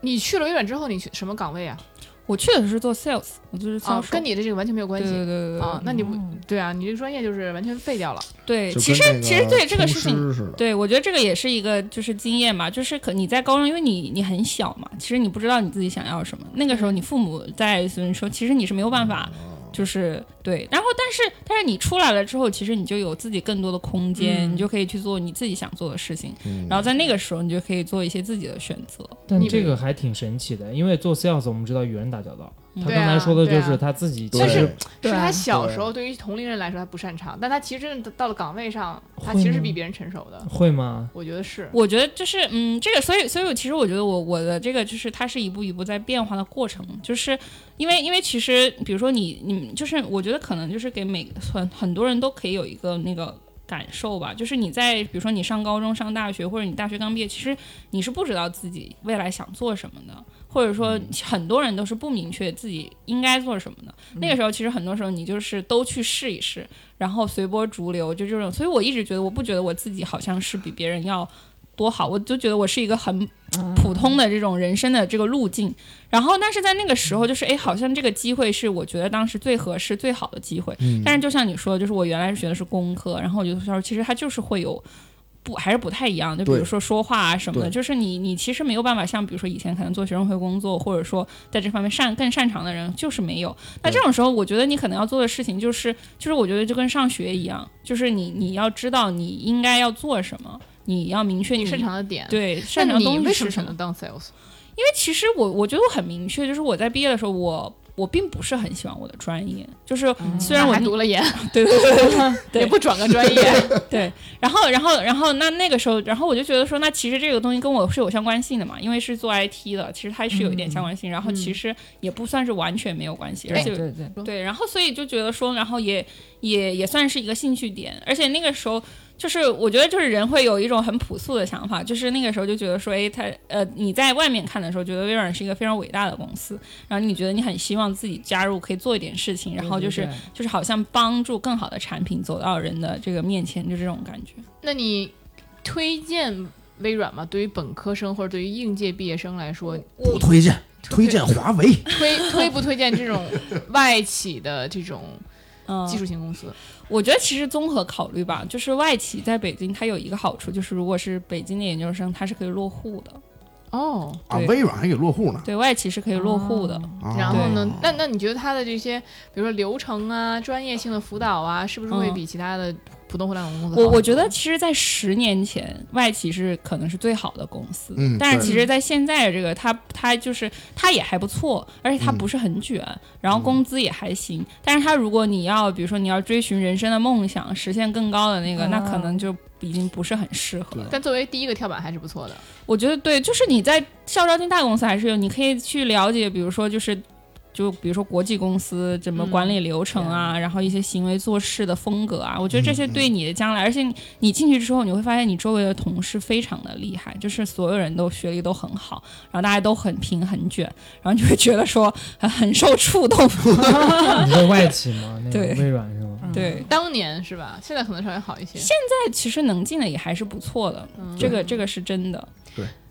S1: 你去了微软之后，你去什么岗位啊？
S6: 我去的是做 sales，我就是销
S1: 啊
S6: 售，，
S1: 跟你的这个完全没有
S6: 对
S1: 关
S6: 对对
S1: 系
S6: 对对嗯
S1: 啊。那你不
S4: 嗯
S1: 对啊，你这个专业就是完全废掉了。
S6: 对，
S2: 就
S6: 其实
S2: 跟那
S6: 其实对这个
S2: 厨
S6: 事情。
S2: 师似的，
S6: 对，我觉得这个也是一个就是经验吧，就是可你在高中，因为你你很小嘛，其实你不知道你自己想要什么。那个时候你父母在所以说，其实你是没有办法，
S2: 哦
S6: 就是对。然后但是但是你出来了之后，其实你就有自己更多的空间，
S1: 嗯
S6: 你就可以去做你自己想做的事情。
S2: 嗯
S6: 然后在那个时候，你就可以做一些自己的选择。
S3: 但
S1: 你
S3: 这个还挺神奇的，因为做 sales 我们知道与人打交道，
S6: 嗯
S3: 他
S1: 对
S3: 刚
S1: 啊
S3: 才说的就
S1: 对
S3: 是
S1: 啊
S3: 他自己其
S2: 对
S3: 实
S1: 是
S6: 啊
S4: 对
S1: 他小时候对于同龄人来说他不擅长，但他其实真的到了岗位上，他
S3: 会
S1: 其实是
S3: 吗
S1: 比别人成熟的。*laughs*
S3: 会吗？
S1: 我觉得是，
S6: 我觉得就是嗯，这个，所以所以我其实我觉得我我的这个就是它是一步一步在变化的过程，就是因为因为其实比如说你你就是我觉得可能就是给每很很多人都可以有一个那个。感受吧，就是你在比如说你上高中、上大学，或者你大学刚毕业，其实你是不知道自己未来想做什么的，或者说很多人都是不明确自己应该做什么的。那个时候，其实很多时候你就是都去试一试，然后随波逐流，就这种。所以我一直觉得，我不觉得我自己好像是比别人要多好，我就觉得我是一个很普通的这种人生的这个路径。然后，但是在那个时候，就是哎，好像这个机会是我觉得当时最合适、最好的机会。
S2: 嗯
S6: 但是就像你说，就是我原来是学的是工科，然后我就说，其实它就是会有。不还是不太一样，就比如
S2: 对
S6: 说说话啊什么的，
S2: 对
S6: 就是你你其实没有办法像比如说以前可能做学生会工作，或者说在这方面擅更擅长的人，就是没有。那这种时候，我觉得你可能要做的事情就是，就是我觉得就跟上学一样，就是你你要知道你应该要做什么，你要明确
S1: 你
S6: 你
S1: 擅长的点。，
S6: 对
S1: 那
S6: 擅长的
S1: 你
S6: 东
S1: 为什
S6: 西是
S1: 么
S6: 什
S1: 想
S6: 么
S1: 能。当 sales？
S6: 因为其实我我觉得我很明确，就是我在毕业的时候，我我并不是很喜欢我的专业，就是虽然我
S1: 嗯还
S6: 读
S1: 读了研，
S6: *laughs*
S1: *laughs*
S6: 对对对对
S1: 也不转个专业，
S6: 对，然后然后然后那那个时候，然后我就觉得说，那其实这个东西跟我是有相关性的嘛，因为是做 IT 的，其实它是有一点
S3: 嗯
S6: 相关性，然后其实也不算是完全没有关系，而
S4: 哎对
S6: 且
S4: 对对，
S6: 对，然后所以就觉得说，然后也也也算是一个兴趣点，而且那个时候就是我觉得就是人会有一种很朴素的想法，就是那个时候就觉得说，哎，他呃你在外面看的时候，觉得微软是一个非常伟大的公司，然后你觉得你很希望自己加入可以做一点事情，然后就是
S3: 对
S6: 就是好像帮助更好的产品走到人的这个面前，就这种感觉。
S1: 那你推荐微软吗？对于本科生或者对于应届毕业生来说，
S2: 不推荐，推荐华为。
S1: 推
S2: *laughs*
S1: 推不推荐这种外企的这种
S6: 嗯，
S1: 技术型公司？
S6: 我觉得其实综合考虑吧，就是外企在北京它有一个好处，就是如果是北京的研究生，它是可以落户的，
S1: 哦，
S2: 啊，
S6: 对
S2: 微软还给落户呢。
S6: 对外企是可以落户的。
S2: 啊
S1: 然后呢？那那你觉得它的这些，比如说流程啊、专业性的辅导啊，是不是会
S6: 嗯
S1: 比其他的普通互联网公司好？
S6: 我我觉得，其实，在十年前，外企是可能是最好的公司，
S2: 嗯
S6: 但是
S2: 对
S6: 其实，在现在这个，它它就是它也还不错，而且它
S2: 嗯
S6: 不是很卷，然后工资也还行。但是它如果你要，比如说你要追寻人生的梦想，实现更高的那个，
S4: 啊
S6: 那可能就已经不是很适合了。
S1: 但作为第一个跳板还是不错的。
S6: 我觉得对，就是你在校招进大公司还是有，你可以去了解，比如说就是。就比如说国际公司怎么管理流程啊，然后一些行为做事的风格啊，我觉得这些对你的将来，而且你你进去之后，你会发现你周围的同事非常的厉害，就是所有人都学历都很好，然后大家都很拼很卷，然后你会觉得说呃很受触动。
S3: 你在外企吗？那个
S6: 对
S3: 微软是吗？
S1: 嗯
S4: 嗯
S6: 对，
S1: 当年是吧？现在可能稍微好一些。
S6: 现在其实能进的也还是不错的，
S1: 嗯
S6: 这个这个是真的。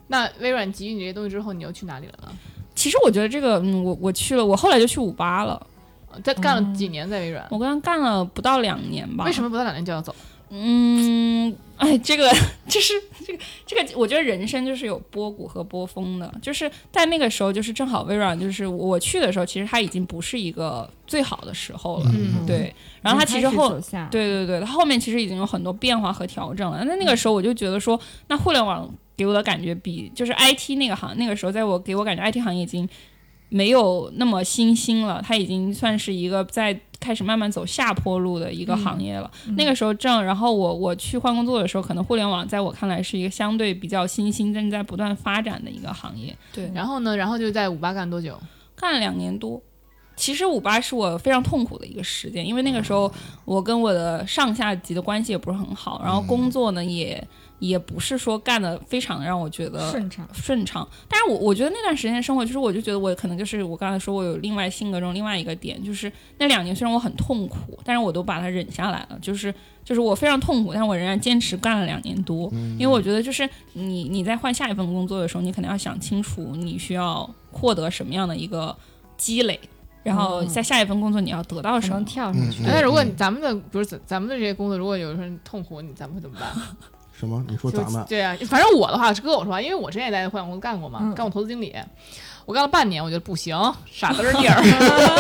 S1: 那微软给予你这些东西之后，你又去哪里了呢？
S6: 其实我觉得这个，嗯，我我去了，我后来就去五八了，
S1: 哦在干
S6: 嗯
S1: 了几年在微软，
S6: 我刚干了不到两年吧。
S1: 为什么不到两年就要走？
S6: 嗯， *laughs* 哎，这个这是这个这个，我觉得人生就是有波谷和波峰的，就是在那个时候，就是正好微软，就是我去的时候，其实它已经不是一个最好的时候了，
S1: 嗯，
S6: 对。然后它其实后，
S4: 对
S6: 对对对，它后面其实已经有很多变化和调整了。那那个时候我就觉得说，那互联网给我的感觉比就是 IT 那个行，那个时候在我给我感觉 IT 行业已经没有那么新兴了，它已经算是一个在开始慢慢走下坡路的一个行业了。那个时候正，然后我我去换工作的时候，可能互联网在我看来是一个相对比较新兴，正在不断发展的一个行业。
S1: 对。然后呢？然后就在五八干多久？
S6: 干了两年多。其实五八是我非常痛苦的一个时间，因为那个时候我跟我的上下级的关系也不是很好，然后工作呢也也不是说干的非常让我觉得
S4: 顺畅，
S6: 顺畅。但是我我觉得那段时间的生活，就是我就觉得我可能就是我刚才说我有另外性格中另外一个点，就是那两年虽然我很痛苦，但是我都把它忍下来了，就是就是我非常痛苦，但我仍然坚持干了两年多，
S2: 嗯
S6: 因为我觉得就是你你在换下一份工作的时候，你可能要想清楚你需要获得什么样的一个积累。然后在下一份工作你要得到
S4: 可
S6: 什么
S4: 能？跳上去
S2: 嗯。
S1: 哎那如果你咱们的，比如咱咱们的这些工作，如果有人痛苦，你咱们会怎么办？
S2: 什么？你说
S1: 就
S2: 咱们
S1: 对啊，反正我的话，哥我说话，因为我之前也在互联网公司干过嘛，
S4: 嗯
S1: 干过投资经理，我干了半年，我觉得不行，傻子儿地儿，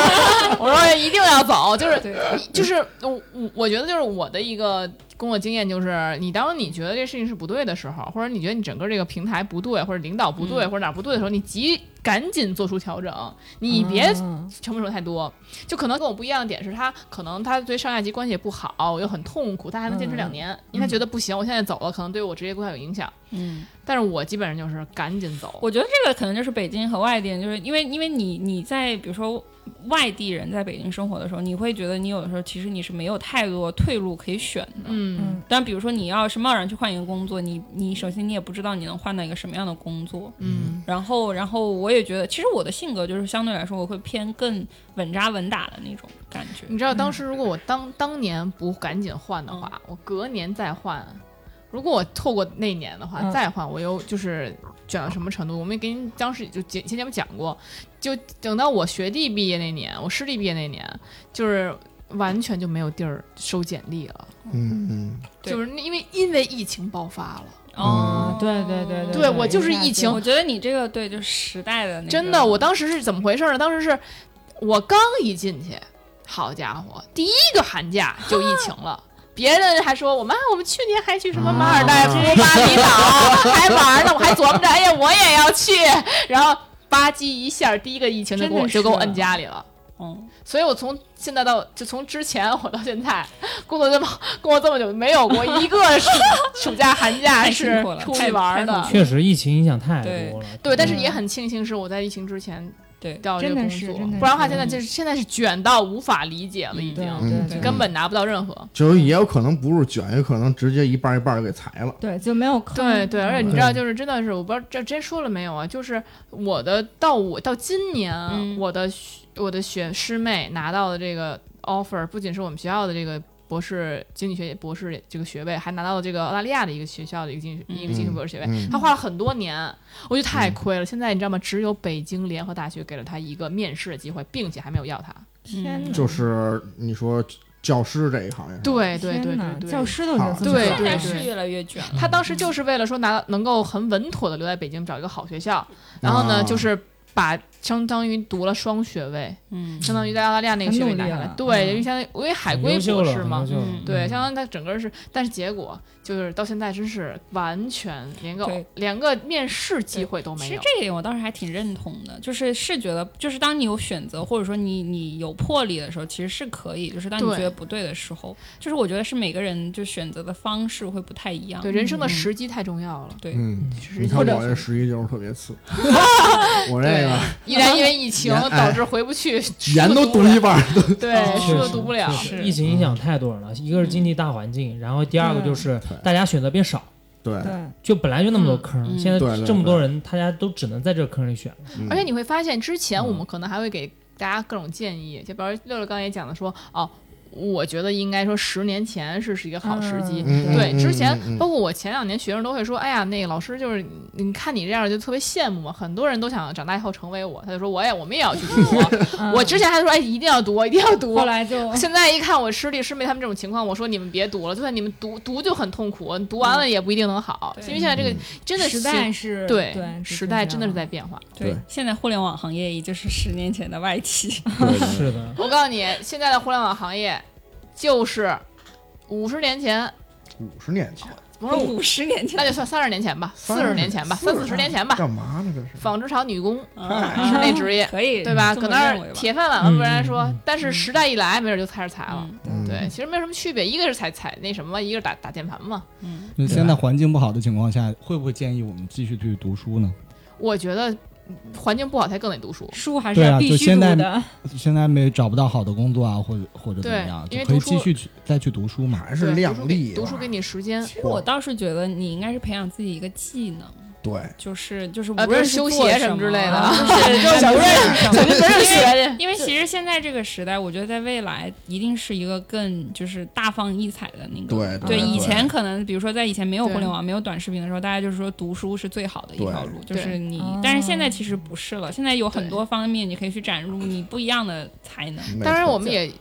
S1: *laughs* 我说一定要走，就是
S6: 对，
S1: 就是我我我觉得就是我的一个工作经验就是，你当你觉得这事情是不对的时候，或者你觉得你整个这个平台不对，或者领导不对，
S6: 嗯
S1: 或者哪儿不对的时候，你急赶紧做出调整，你别
S6: 啊
S4: 嗯
S1: 成本受太多，就可能跟我不一样的点是他可能他对上下级关系也不好，又很痛苦，他还能坚持两年，因为他觉得不行，我现在走了可能对我职业规划有影响。
S6: 嗯，
S1: 但是我基本上就是赶紧走，
S6: 我觉得这个可能就是北京和外地人，就是因为因为你你在比如说外地人在北京生活的时候，你会觉得你有的时候其实你是没有太多退路可以选的。
S1: 嗯，
S4: 嗯
S6: 但比如说你要是贸然去换一个工作，你你首先你也不知道你能换到一个什么样的工作，
S1: 嗯，
S6: 然后然后我也觉得，其实我的性格就是相对来说我会偏更稳扎稳打的那种感觉。
S1: 你知道当时如果我当当年不赶紧换的话，我隔年再换。如果我错过那一年的话，
S4: 嗯
S1: 再换我又就是卷到什么程度？我们也给你当时就前前节目讲过，就等到我学弟毕业那年，我师弟毕业那年，就是完全就没有地儿收简历了。
S2: 嗯嗯，
S6: 对
S1: 就是因为因为疫情爆发了，
S6: 哦
S4: 嗯，对对对
S1: 对我就是疫情
S6: 我觉得你这个对就是时代的那个
S1: 真的，我当时是怎么回事呢？当时是我刚一进去，好家伙，第一个寒
S6: *laughs*
S1: 假就疫情了。别人还说我们啊，我们去年还去什
S6: 啊
S1: 么马尔代夫、巴厘岛还玩呢，我还琢
S6: *laughs*
S1: 磨着，哎呀，我也要去。然后吧唧一下，第一个疫情就给我
S4: 真的是
S6: 啊
S1: 就给我摁家里了。
S6: 嗯
S1: 所以我从现在到就从之前我到现在工作这么工作这么久，没有过一个
S6: *laughs*
S1: 暑暑假寒假
S6: 太
S1: 是
S6: 辛苦了
S1: 出
S6: 太
S1: 去玩
S6: 太
S1: 的
S6: 苦。
S3: 确实，疫情影响太多了。
S1: 对，但是也很庆幸是我在疫情之前
S6: 对
S1: 调这个工
S4: 真的是
S1: 作，
S4: 真的是
S1: 不然的话现在就是现在是卷到无法理解了，已
S4: 对
S1: 经、
S4: 对对
S2: 嗯
S1: 根本拿不到任何。
S2: 就是也有可能不是卷，也可能直接一半一半就给裁了。
S4: 对，就没有坑。
S1: 对对，而且你知
S3: 对
S1: 道，就是真的是，我不知道这之前说了没有啊？就是我的到我到今年，
S6: 嗯
S1: 我的学我的学师妹拿到的这个 offer，不仅是我们学校的这个博士经济学博士这个学位，还拿到了这个澳大利亚的一个学校的一个经济、一个经济博士学位。
S2: 嗯
S1: 她花了很多年，我觉得太亏了。现在你知道吗？只有北京联合大学给了她一个面试的机会，并且还没有要她。嗯
S4: 天哪，
S2: 就是你说教师这一行业，，
S1: 对对
S4: 天
S1: 对
S4: 哪
S1: 对对，
S4: 教师都已经这么
S1: 对
S4: 卷
S6: 现
S1: 对
S6: 在
S4: 了
S1: 对
S6: 是越来越卷了。
S1: 他当时就是为了说拿能够很稳妥的留在北京找一个好学校，然后呢，
S2: 啊
S1: 就是把相当于读了双学位，
S6: 嗯
S1: 相当于在澳大利亚那个学位拿下
S4: 很努
S1: 来
S4: 力了，
S1: 对，
S6: 嗯
S1: 因为相当于因为海
S3: 很
S1: 归
S3: 优秀
S1: 博
S3: 了
S1: 士
S3: 很
S1: 嘛
S3: 优。秀了
S6: 嗯
S1: 对，相当于他整个是，但是结果就是到现在真是完全连个
S6: 对
S1: 连个面试机会都没
S6: 其实
S1: 有。
S6: 这一点我倒是还挺认同的，就是是觉得，就是当你有选择或者说你你有魄力的时候，其实是可以；就是当你
S1: 对
S6: 觉得不对的时候，就是我觉得是每个人就选择的方式会不太一样。
S1: 对，人生的时机太重要了。
S6: 对
S2: 嗯，
S1: 时机
S2: 你看我
S1: 太重
S2: 这
S1: 要
S2: 十一就是特别次，我这那个
S1: 依然因为疫情
S2: 哎
S1: 导致回不去，
S2: 盐都
S1: 读
S2: 读一半儿，
S1: 了，对，
S6: 哦
S1: 书都
S3: 确实
S1: 读不了，
S3: 确实疫情影
S2: 嗯
S3: 响太多人了，一个是经济大环境，然后第二个就是大家选择变少，
S2: *laughs* 对，
S4: 对，
S3: 就本来就那么多坑，
S6: 嗯嗯
S3: 现在
S2: 对对
S3: 这么多人，大家都只能在这个坑里选了。
S2: 嗯
S1: 而且你会发现，之前我们可能还会给大家各种建议，就比如六六刚才也讲的说，哦，我觉得应该说十年前是是一个好时机。
S2: 嗯嗯
S1: 对，
S2: 嗯
S1: 之前
S2: 嗯嗯
S1: 包括我前两年学生都会说，哎呀，那个老师就是你看你这样就特别羡慕嘛，很多人都想长大以后成为我，他就说我也我们也要去读我。
S4: 嗯
S1: 我之前还说哎一定要读，我一定要读
S4: 后。来
S1: *laughs*
S4: 就
S1: 现在一看我师弟师妹他们这种情况，我说你们别读了，就算你们读读就很痛苦，你读完了也不一定能好，
S6: 对
S1: 因为现在这
S2: 嗯
S1: 个真的
S4: 时
S1: 是
S4: 代是啊
S1: 对
S4: 对
S1: 时代真的是在
S4: 变。
S1: 变化。
S6: 啊
S2: 对
S6: 现在互联网行业也就是十年前的外企，
S2: 对对
S1: *laughs*
S3: 是的，
S1: 我告诉你，现在的互联网行业就是五十年前，
S2: 五十年前
S1: 不是五，
S6: 五十年前
S1: 那就算三十年前吧，四十年前吧，三四十年前吧。
S2: 干嘛呢？这是
S1: 纺织厂女工
S6: 啊
S1: 是那职业，
S6: 可以
S1: 对吧？
S6: 这
S1: 搁
S6: 么
S1: 那
S6: 认为
S1: 儿
S6: 吧
S1: 铁饭碗了，不然
S3: 嗯
S1: 说
S3: 嗯。
S1: 但是时代一来，没准就开始裁了。
S6: 嗯
S2: 嗯
S1: 对，其实没有什么区别，一个是踩踩那什么，一个是打打键盘嘛。
S6: 嗯，
S5: 那现在环境不好的情况下，会不会建议我们继续去读书呢？
S1: 我觉得环境不好才更得读书。
S4: 书还
S5: 对
S4: 是
S5: 啊
S4: 必
S5: 就
S4: 须
S5: 现
S4: 读
S5: 在
S4: 的，
S5: 现在没找不到好的工作啊，或者或者怎么样，
S1: 对因
S5: 就
S1: 为
S5: 可
S1: 读
S5: 以
S1: 书
S5: 继续去再去读书嘛。
S2: 还是
S1: 对
S2: 量
S1: 读书给
S2: 力吧，
S1: 读书给你时
S2: *laughs*
S1: 间。
S6: 其实我倒是觉得你应该是培养自己一个技能，
S2: 对，
S6: 就是就是无
S1: 呃，比
S6: 论
S1: 如
S6: 是
S1: 修
S6: 做
S1: 鞋
S6: 什
S1: 什么之类的
S6: 么
S1: 啊， *laughs*
S6: 就是就是无论是什么，
S1: 肯定不是学的。
S6: 因为其实现在这个时代，我觉得在未来一定是一个更就是大放异彩的那个。
S2: 对
S6: 对，以
S2: 对
S6: 前可能比如说在以前没有互
S1: 对
S6: 联网、没有短视频的时候，大家就是说读书是最好的一条路，就
S1: 对
S6: 是你
S4: 哦。
S6: 但是现在其实不是了，现在有很
S1: 对
S6: 多方面你可以去展露你不一样的才能。
S1: *laughs*
S2: 没
S1: 当然，
S2: 错
S1: 我们也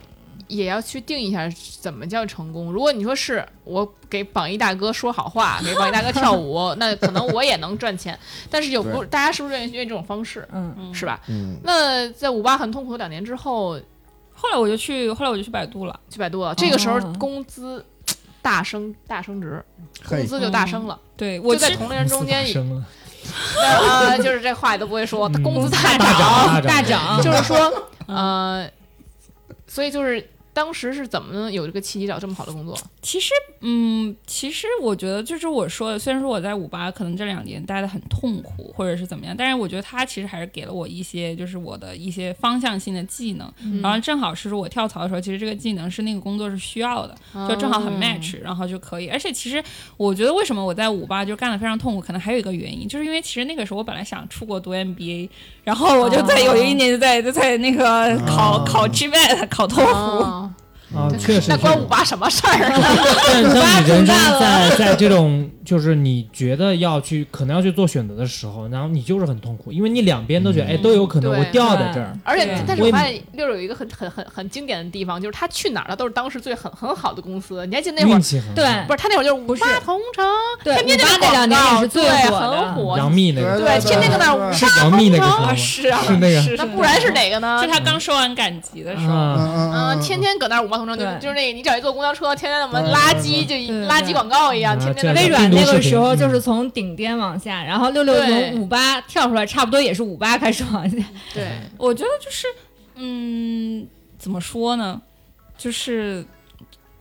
S1: 也要去定一下怎么叫成功。如果你说是我给榜一大哥说好话，
S2: *laughs*
S1: 给榜一大哥跳舞，那可能我也能赚钱。 *laughs* 但是有不，
S2: 对
S1: 大家是不是愿意愿意这种方式，
S4: 嗯，
S6: 嗯
S1: 是吧？
S2: 嗯，
S1: 那在五八很痛苦的两年之后，
S6: 后来我就去，后来我就去百度了。
S1: 去百度
S2: 啊
S1: 了，这个时候
S4: 哦
S1: 工资。大升大升值，工
S2: 嘿，
S1: 资就大升了，
S6: 对嗯我
S1: 就在
S6: 是
S1: 同龄人中
S2: *laughs*
S1: 间，
S3: 生了，
S1: 呃，就是这话也都不会说，
S3: 嗯
S1: 工资
S3: 大
S1: 涨，
S3: 涨
S4: 大涨
S3: 涨，
S1: 就是
S3: *laughs*
S1: 说，呃，所以就是当时是怎么能有这个契机找这么好的工作？
S6: 其实，嗯，其实我觉得就是我说的，虽然说我在五八可能这两年待的很痛苦，或者是怎么样，但是我觉得它其实还是给了我一些就是我的一些方向性的技能。
S1: 嗯
S6: 然
S4: 啊
S6: 后正好是说我跳槽的时候，其实这个技能是那个工作是需要的，
S1: 哦
S6: 就正好很
S1: 嗯
S6: match，、然后就可以。而且其实我觉得为什么我在五八就干得非常痛苦，可能还有一个原因，就是因为其实那个时候我本来想出国读 MBA，然后我就
S1: 哦
S6: 在有一年就在就在那个考、考 GMAT 考托福。
S1: 哦。
S2: 嗯
S3: 啊，确实
S1: 那
S3: *laughs* 是。
S1: 关五八什么事儿
S3: *laughs*
S1: 啊？
S3: 但当你人生在在这种就是你觉得要去可能要去做选择的时候，然后你就是很痛苦，因为你两边都觉得哎都有可
S1: 嗯
S3: 能
S1: 对
S3: 我掉在这儿，
S1: 而且
S6: 对，
S1: 但是
S3: 我
S1: 我
S3: 也
S1: 发现六六有一个很很很很经典的地方，就是他去哪儿了都是当时最很很好的公司。你还记得那会儿
S3: 运？气很
S4: 对
S3: 好。
S1: 不是他那会儿就是五
S4: 不是
S1: 八同城，
S4: 对，
S1: 天天
S4: 五
S1: 那
S4: 八
S1: 个
S4: 那两年也是最
S1: 对，
S4: 火的
S1: 很，火。
S3: 杨幂那个
S1: 对，天天搁那儿五
S3: 是
S1: 八
S3: 杨幂那个时候
S1: 同
S3: 吗
S1: 城，是啊，
S3: 是那个
S1: 那不然是哪个呢
S6: 就？他刚说完赶集的时候，
S2: 嗯
S3: 啊，
S2: 嗯
S1: 嗯，
S2: 嗯，
S1: 天天搁那儿五八同城，就是
S4: 对
S1: 就是那个你找一坐公交车，天天那么垃圾就
S4: 对
S1: 垃圾广告一样，
S3: 对
S1: 天天
S3: 对
S4: 微
S1: 那种
S3: 对
S4: 软那
S3: 病
S4: 个
S3: 毒视频
S4: 时候
S3: 嗯
S4: 就是从顶巅往下，然后六六
S1: 对
S4: 从五八跳出来，差不多也是五八开始往下。
S1: 对。
S6: 我觉得就是，嗯，怎么说呢？就是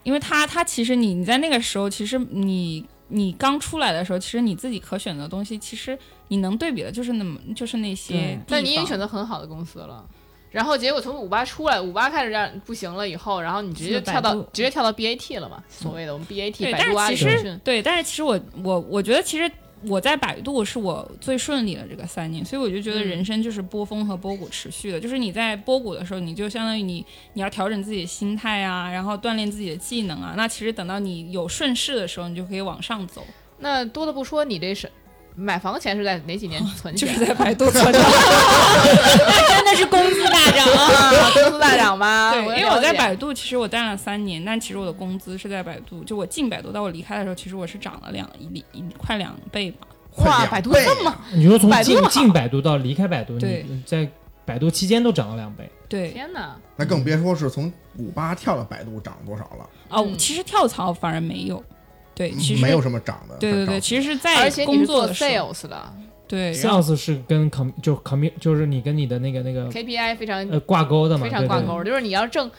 S6: 因为他他其实你你在那个时候，其实你你刚出来的时候，其实你自己可选择的东西，其实你能对比的就是那么就是那些
S3: 对。
S1: 但你已经选择
S6: 择。
S1: 很好的公司了，然后结果从五八出来，五八开始让不行了以后，然后你直接
S4: 是
S1: 就
S4: 百
S1: 跳到
S4: 度
S1: 直接跳到 BAT 了嘛，所谓的我
S6: 嗯
S1: 们 BAT
S6: 对，
S1: 百度啊，
S6: 但是
S1: 腾
S6: 其
S1: 讯
S6: 实。对，但是其实我我我觉得其实。我在百度是我最顺利的这个三年，所以我就觉得
S1: 嗯
S6: 人生就是波峰和波谷持续的，就是你在波谷的时候，你就相当于你你要调整自己的心态啊，然后锻炼自己的技能啊。那其实等到你有顺势的时候，你就可以往上走，
S1: 那多的不说，你这是买房钱是在哪几年存
S6: 哦就
S1: 起来
S6: 是
S1: 的？
S6: 在百 *laughs* 度存的。
S4: 真的是工资大涨 *laughs* 啊！
S1: 啊，公司大涨吧？
S6: 对，啊因为我
S1: 了
S6: 在
S1: 解
S6: 百度，其实我待了三年，但其实我的工资是在百度，就我进百度到我离开的时候，其实我是涨了两一一快两倍吧。
S1: 哇，
S2: 快
S1: 百度
S2: 两倍
S1: 这么
S3: 你说从
S1: 百度
S3: 进
S1: 好
S3: 进百度到离开百度，
S6: 对
S3: 你在百度期间都涨了两倍，
S6: 对，
S1: 天哪！
S2: 那更别说是从五八跳到百度涨多少了，
S6: 啊，我
S1: 嗯
S6: 其实跳槽反而没有，对，其实
S2: 嗯没有什么涨的，
S6: 对对对，
S2: 涨
S6: 其实是
S1: 而
S6: 在
S1: 且你
S6: 工
S1: 是
S6: 作
S1: 做
S6: 的时候，
S1: sales 的
S6: 对，然后
S3: sales 是跟 com 就是 com 就是你跟你的那个那个
S1: KPI 非常
S3: 呃挂钩的嘛，
S1: 非
S3: 对
S1: 常
S3: 对
S1: 挂
S3: 对
S1: 钩，就是你要挣，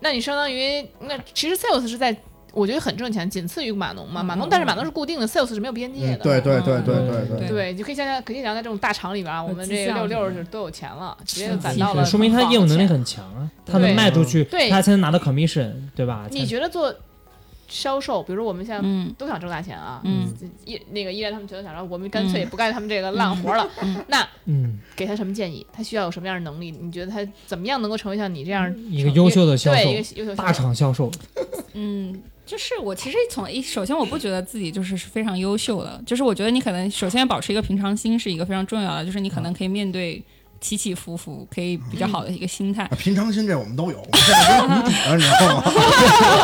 S1: 那你相当于那其实 sales 是在我觉得很挣钱，仅次于码农嘛。码农，
S4: 嗯
S1: 但是码农是固定的，sales 是没有边界
S2: 嗯
S1: 的。
S2: 对对对
S4: 嗯
S2: 对对
S3: 对
S1: 对，你就可以想想，可以想想在这种大厂里边啊，我们这
S4: 吉
S1: 六
S4: 祥
S1: 六是都有钱了，直接就
S4: 嗯
S1: 攒
S4: 其
S1: 到
S4: 实
S1: 了。
S3: 说明他业务能力。很强啊，他能
S1: 对嗯
S3: 卖出去，
S1: 对
S3: 他才能拿到 commission，对吧？
S1: 你
S3: 才
S1: 觉得做销售，比如说我们现在
S6: 嗯
S1: 都想挣大钱啊，
S6: 嗯
S1: 依那个依然他们觉得想说，我们干脆也不干他们这个烂活了。那
S3: 嗯，
S1: 给他什么建议？他需要有什么样的能力？你觉得他怎么样能够成为像你这样
S3: 一个优秀的嗯销售
S1: 对，一个优秀销售
S3: 大厂销售，
S6: 嗯，就是我其实从一首先我不觉得自己就是是非常优秀的，就是我觉得你可能首先保持一个平常心是一个非常重要的，就是你可能可以面对起起伏伏，可以比较好的一个心态。
S2: 啊平常心这我们都有，这个没有底了，你知
S1: *laughs*
S2: 道吗？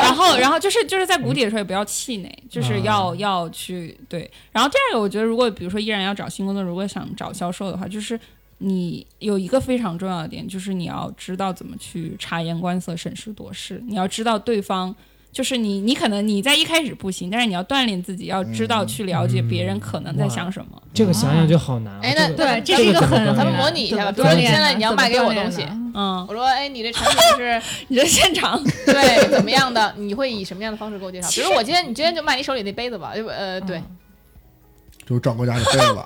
S6: 然后，然后就是就是在谷底的时候也不要气馁，就是要、要去对。然后第二个，我觉得如果比如说依然要找新工作，如果想找销售的话，就是你有一个非常重要的点，就是你要知道怎么去察言观色、审时度势，你要知道对方。就是你，你可能你在一开始不行，但是你要锻炼自己，要知道去了解别人可能在想什么。
S3: 这个想想就好难啊。
S1: 哎，
S3: 这
S1: 那
S3: 个
S4: 对，
S1: 这
S4: 是一个
S3: 这个怎么
S4: 很
S3: 锻炼啊
S1: 咱们模拟一下吧。比
S4: 怎
S1: 如
S4: 么
S1: 说
S4: 锻
S1: 你
S4: 炼
S1: 现
S4: 呢
S1: 在你要
S4: 怎么
S1: 卖给我
S4: 锻炼啊
S1: 东西，
S4: 呢
S6: 嗯，
S1: 我说，哎，你这产品是
S6: 你在现场
S1: 对怎么样的？你会以什么样的方式给我介绍？比如我今天，你今天就卖你手里那杯子吧，就
S4: 嗯
S1: 呃，对，
S2: 就赵哥家这杯子，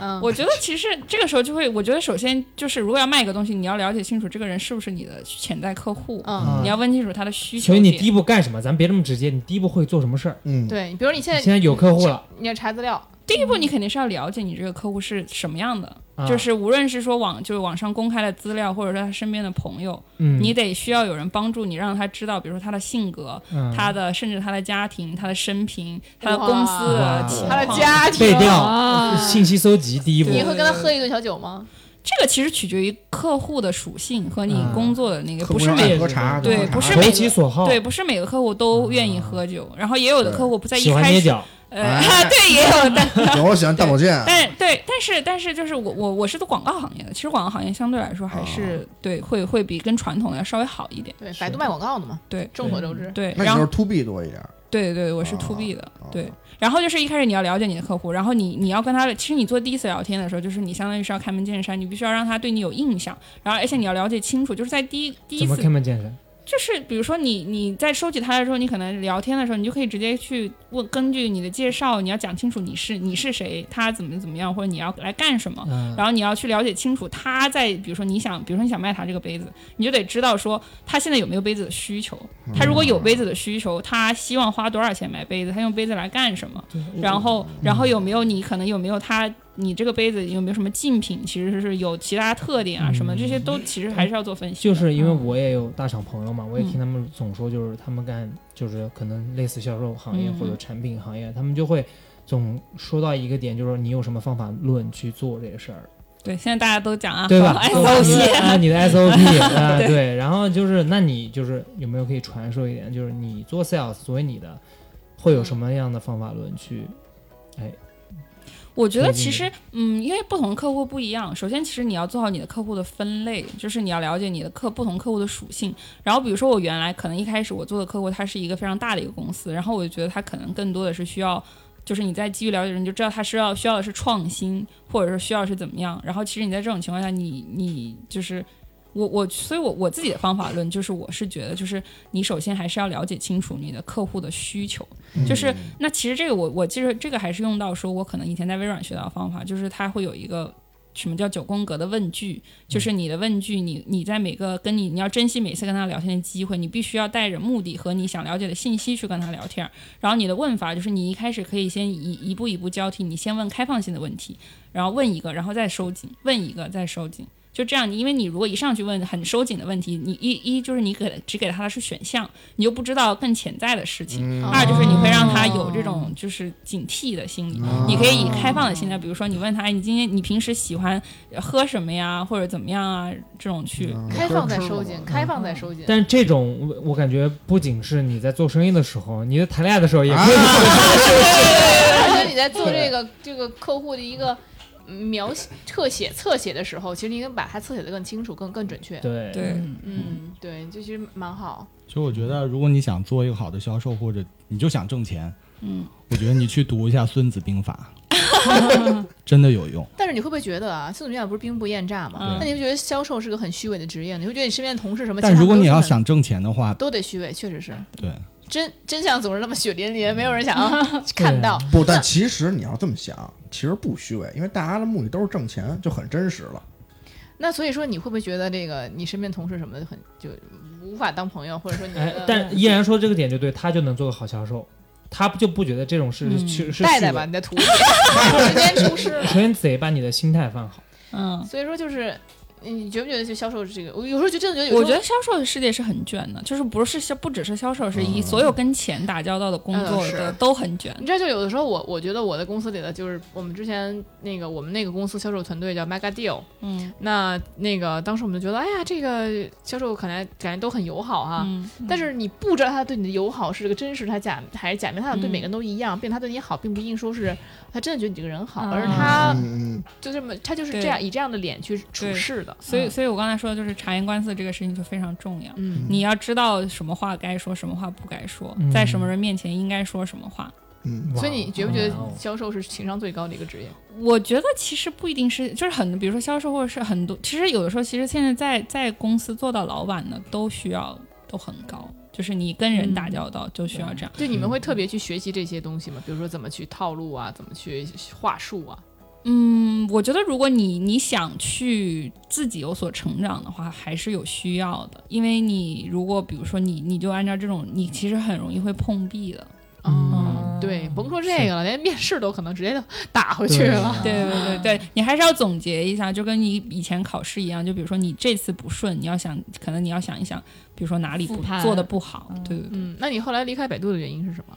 S1: 嗯，
S6: 我觉得其实这个时候就会，我觉得首先就是如果要卖一个东西，你要了解清楚这个人是不是你的潜在客户，
S1: 嗯，
S3: 啊
S6: 你要问清楚他的需求
S3: 所以
S6: 点。
S3: 你第一步干什么？咱别这么直接，你第一步会做什么事儿？
S2: 嗯，
S1: 对，比如你现
S3: 你
S1: 在
S3: 现在有客户了，
S1: 你要查资料，
S6: 第一步，你肯定是要了解你这个客户是什么样的，
S3: 啊
S6: 就是无论是说网就是网上公开的资料，或者说他身边的朋友，
S3: 嗯，
S6: 你得需要有人帮助你，让他知道，比如说他的性格，
S3: 嗯
S6: 他的甚至他的家庭、他的生平、他的公司
S3: 哇
S6: 的情
S1: 他
S6: 况。
S1: 的家庭
S3: 背调
S4: 啊，
S3: 信息搜集第一步
S1: 你会跟他喝一顿小酒吗？
S6: 这个其实取决于客户的属性和你
S3: 嗯
S6: 工作的那个，
S2: 客
S6: 不
S2: 户
S6: 是
S2: 要
S6: 每
S2: 爱
S3: 每
S2: 喝茶，
S6: 对
S2: 喝茶
S6: 不是每
S3: 投
S6: 个
S3: 其所好，
S6: 对，不是每个客户都愿意喝酒，然后也有的客户不在一
S3: 嗯喜欢
S6: 开
S3: 捏
S6: 始，
S3: 脚，
S6: 呃， *laughs*
S2: 哎
S6: 对，也有的，
S2: 有我喜欢大
S1: *laughs*
S2: 保健，
S6: 但对，但是但是就是我我我是做广告行业的，其实广告行业相对来说还是、
S2: 哦
S6: 对会会比跟传统的要稍微好一点，
S1: 对，百度卖广告的嘛，
S6: 对
S1: 众所周知。
S6: 对，
S2: 那
S6: 然
S2: 你就
S6: 后
S2: 是 to B 多一点，
S6: 对对，我是 to
S2: 啊
S6: B 的，
S2: 啊
S6: 对。然后就是一开始你要了解你的客户，然后你你要跟他，其实你做第一次聊天的时候，就是你相当于是要开门见山，你必须要让他对你有印象，然后而且你要了解清楚，就是在第一第一
S3: 怎么
S6: 次
S3: 开门见山？
S6: 就是比如说你你在收集他的时候，你可能聊天的时候，你就可以直接去问，根据你的介绍，你要讲清楚你是你是谁，他怎么怎么样，或者你要来干什么。
S3: 嗯，
S6: 哦然后你要去了解清楚他在，比如说你想，比如说你想卖他这个杯子，你就得知道说他现在有没有杯子的需求。他如果
S2: 嗯
S6: 有杯子的需求，他希望花多少钱买杯子，他用杯子来干什么？
S3: 嗯
S6: 然
S2: 嗯
S6: 后，然后有没有你可能有没有他你这个杯子有没有什么竞品，其实是有其他特点啊什么，这些都其实还是要做分析
S3: 就
S6: 的。
S3: 是因为
S6: 嗯
S3: 我也有大厂朋友嘛，我也听
S6: 嗯
S3: 他们总说，就是他们干就是可能类似销售行业
S6: 嗯
S3: 或者产品行业，他们就会总说到一个点，就是说你有什么方法论去做这个事儿，
S6: 对，现在大家都讲啊，
S3: 对吧
S6: SOP，
S3: 啊，你的
S1: *laughs*
S3: SOP 啊，对，然后就是那你就是有没有可以传授一点，就是你做 sales 作为你的会有什么样的方法论去？
S6: 我觉得
S3: 对
S6: 其实，嗯，因为不同的客户不一样。首先，其实你要做好你的客户的分类，就是你要了解你的客不同客户的属性。然后，比如说我原来可能一开始我做的客户，他是一个非常大的一个公司，然后我就觉得他可能更多的是需要，就是你在基于了解人，你就知道他是要需要的是创新，或者是需要是怎么样。然后，其实你在这种情况下，你你就是。我我，所以我我自己的方法论就是，我是觉得，就是你首先还是要了解清楚你的客户的需求，就是
S1: 嗯
S6: 那其实这个我我记着这个还是用到说，我可能以前在微软学到的方法，就是它会有一个。什么叫九宫格的问句？就是你的问句，你你在每个跟你你要珍惜每次跟他聊天的机会，你必须要带着目的和你想了解的信息去跟他聊天儿。然后你的问法就是你一开始可以先一一步一步交替，你先问开放性的问题，然后问一个，然后再收紧，问一个再收紧，就这样。你因为你如果一上去问很收紧的问题，你一一就是你给只给他的是选项，你就不知道更潜在的事情。
S2: 嗯
S6: 二就是你会让他有
S1: 哦
S6: 这种就是警惕的心理，
S2: 哦
S6: 你可以以开放的心态，比如说你问他，哎，你今天你平时喜欢喝什么呀，或者怎么样啊，这种去，
S2: 嗯
S1: 开放再收
S6: 嗯
S1: 紧，开放再收紧。
S3: 但这种我我感觉不仅是你在做生意的时候，你在谈恋爱的时候
S1: 啊
S3: 也可以。
S1: 而且你在做这个这个客户的一个描写、特写、侧写的时候，其实你应该把它侧写的更清楚、更更准确。
S3: 对
S6: 对，
S1: 嗯，对，这其实蛮好。
S5: 其实我觉得，如果你想做一个好的销售，或者你就想挣钱，
S6: 嗯，
S5: 我觉得你去读一下《孙子兵法》，真的有用。
S1: 但是你会不会觉得啊，孙子兵法不是兵不厌诈吗？
S6: 嗯
S1: 那你会觉得销售是个很虚伪的职业？你会觉得你身边的同事什么？
S5: 但如果你要想挣钱的话，
S1: 都得虚伪，确实是。
S5: 对，
S1: 真真相总是那么血淋淋，没有人想要看到。
S2: 不，但其实你要这么想，其实不虚伪，因为大家的目的都是挣钱，就很真实了。
S1: 那所以说，你会不会觉得这个你身边同事什么的很就无法当朋友，或者说你觉
S3: 哎
S1: 得，
S3: 但依然说这个点就对，他就能做个好销售，他就不觉得这种事是虚是
S1: 带
S3: 虚
S1: 带
S3: 伪
S1: 吧，你的徒弟时间出师了。
S3: 首先得把你的心态放好。
S6: 嗯，
S1: 所以说就是，你觉不觉得就销售这个，我有时候就真的觉得有
S6: 我
S1: 时候，
S6: 觉得销售的世界是很卷的，就是不是销不只是销售，是一所有跟钱打交道的工作
S1: 嗯是
S6: 的都很卷。
S1: 你知道，就有的时候我我觉得我的公司里的就是我们之前那个我们那个公司销售团队叫 Mega Deal，
S6: 嗯
S1: 那那个当时我们就觉得，哎呀，这个销售可能感觉都很友好哈、
S6: 嗯，
S1: 但是你不知道他对你的友好是个真实还是假还是假面，他想对每个人都一样，并且他对你好，并不一定说是他真的觉得你这个人好，
S4: 啊
S1: 而是他
S2: 嗯嗯，
S1: 就这么他就是
S6: 对
S1: 这样以这样的脸去处事的，
S6: 所以所以我刚才说的就是察言观色这个事情就非常重要。
S1: 嗯
S6: 你要知道什么话该说，什么话不该说，
S3: 嗯
S6: 在什么人面前应该说什么话。
S2: 嗯，
S1: 所以你觉不觉得
S3: 哇哦
S1: 销售是情商最高的一个职业？
S6: 我觉得其实不一定是，就是很，比如说销售或者是很多，其实有的时候，其实现在在在公司做到老板的都需要都很高，就是你跟人打交道就需要这样。
S1: 就你们会特别去学习这些东西吗？比如说怎么去套路啊，怎么去话术啊？
S6: 嗯，我觉得如果你你想去自己有所成长的话，还是有需要的，因为你如果比如说你你就按照这种，你其实很容易会碰壁的。
S1: 嗯，对，甭说这个了，连面试都可能直接就打回去
S3: 对
S1: 了。
S6: 对对对对，啊你还是要总结一下，就跟你以前考试一样，就比如说你这次不顺，你要想，可能你要想一想，比如说哪里
S4: 复
S6: 不
S4: 盘
S6: 做的不好，
S4: 嗯
S6: 对对对。
S1: 嗯，那你后来离开百度的原因是什么？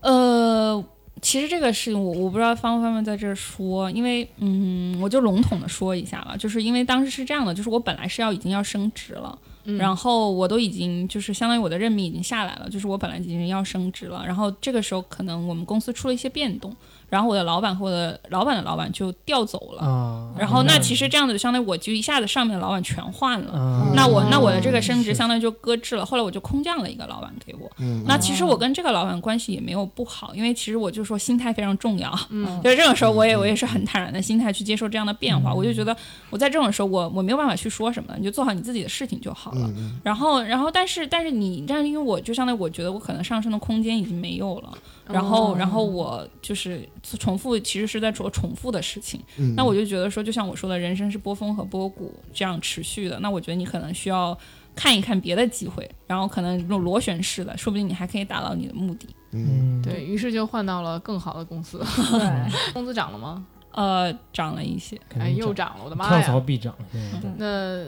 S6: 呃，其实这个事情我我不知道方不方便在这儿说，因为嗯，我就笼统的说一下吧，就是因为当时是这样的，就是我本来是要已经要升职了，
S1: 嗯
S6: 然后我都已经就是相当于我的任命已经下来了，就是我本来已经要升职了，然后这个时候可能我们公司出了一些变动，然后我的老板或者老板的老板就调走了，
S1: 嗯
S3: 啊？
S6: 然后那
S3: 明白
S6: 其实这样子就相当于我就一下子上面的老板全换了。
S3: 啊，
S6: 那我那我的这个升职
S3: 是
S6: 相当于就搁置了，后来我就空降了一个老板给我，
S2: 嗯
S6: 那其实我跟这个老板关系也没有不好，因为其实我就说心态非常重要， *laughs*
S1: 嗯嗯
S6: 就是这种时候我也我也是很坦然的心态去接受这样的变化，我就觉得我在这种时候我我没有办法去说什么，你就做好你自己的事情就好
S2: 嗯
S6: 了。然后然后但是但是你但是因为我就相当于我觉得我可能上升的空间已经没有了，
S1: 哦
S6: 然后然后我就是重复其实是在做重复的事情，
S2: 嗯，
S6: 那我就觉得说，就像我说的，人生是波峰和波谷这样持续的。那我觉得你可能需要看一看别的机会，然后可能这种螺旋式的，说不定你还可以达到你的目的。
S2: 嗯
S3: 嗯，
S1: 对于是就换到了更好的公司，
S4: 对，
S1: *laughs* 工资涨了吗？
S6: 呃，涨了一些，
S3: 肯
S1: 哎，
S3: 定
S1: 又
S3: 涨，
S1: 涨了，我的妈
S3: 跳槽
S1: 呀！
S3: 必涨。嗯对
S1: 那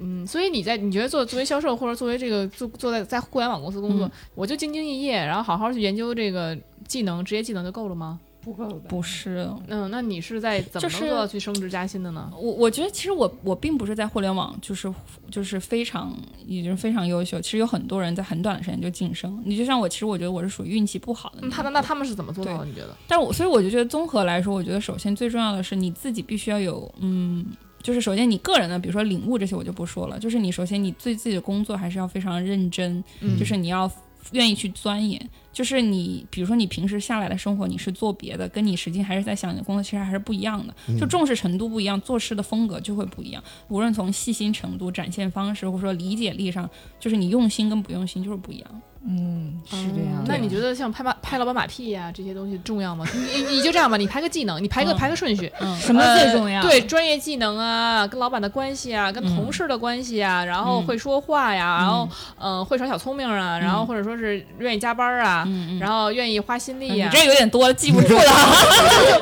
S1: 嗯，所以你在你觉得做作为销售或者作为这个做做在在互联网公司工作，
S6: 嗯
S1: 我就兢兢业业，然后好好去研究这个技能、职业技能就够了吗？
S4: 不够吧？
S6: 不是。
S1: 嗯，那你是在怎么
S6: 就是
S1: 能做到去升职加薪的呢？
S6: 我我觉得其实我我并不是在互联网，就是就是非常已经非常优秀。其实有很多人在很短的时间就晋升。你就像我，其实我觉得我是属于运气不好的
S1: 嗯
S6: 那种。
S1: 他们那他们是怎么做到的？你觉得？
S6: 但我所以我就觉得综合来说，我觉得首先最重要的是你自己必须要有，嗯，就是首先你个人的，比如说领悟这些我就不说了，就是你首先你对自己的工作还是要非常认真，
S1: 嗯
S6: 就是你要愿意去钻研。就是你，比如说你平时下来的生活，你是做别的，跟你实际还是在想你的工作，其实还是不一样的。就重视程度不一样，做事的风格就会不一样。无论从细心程度、展现方式，或者说理解力上，就是你用心跟不用心就是不一样。
S4: 嗯，是这样
S1: 嗯
S4: 的。
S1: 那你觉得像拍马拍老板马屁呀、这些东西重要吗？你你你就这样吧，你排个技能，你排个、
S6: 嗯
S1: 排个顺序。
S6: 嗯，
S4: 什么最重要？
S1: 呃对，专业技能啊，跟老板的关系啊，跟
S6: 嗯
S1: 同事的关系啊，然后会说话呀，然后嗯、呃会耍小聪明啊，然后或者说是愿意加班啊，
S6: 嗯嗯嗯嗯哎
S1: 然后愿意花心力啊呀、
S6: 你这有点多了，记不 *laughs* 住了。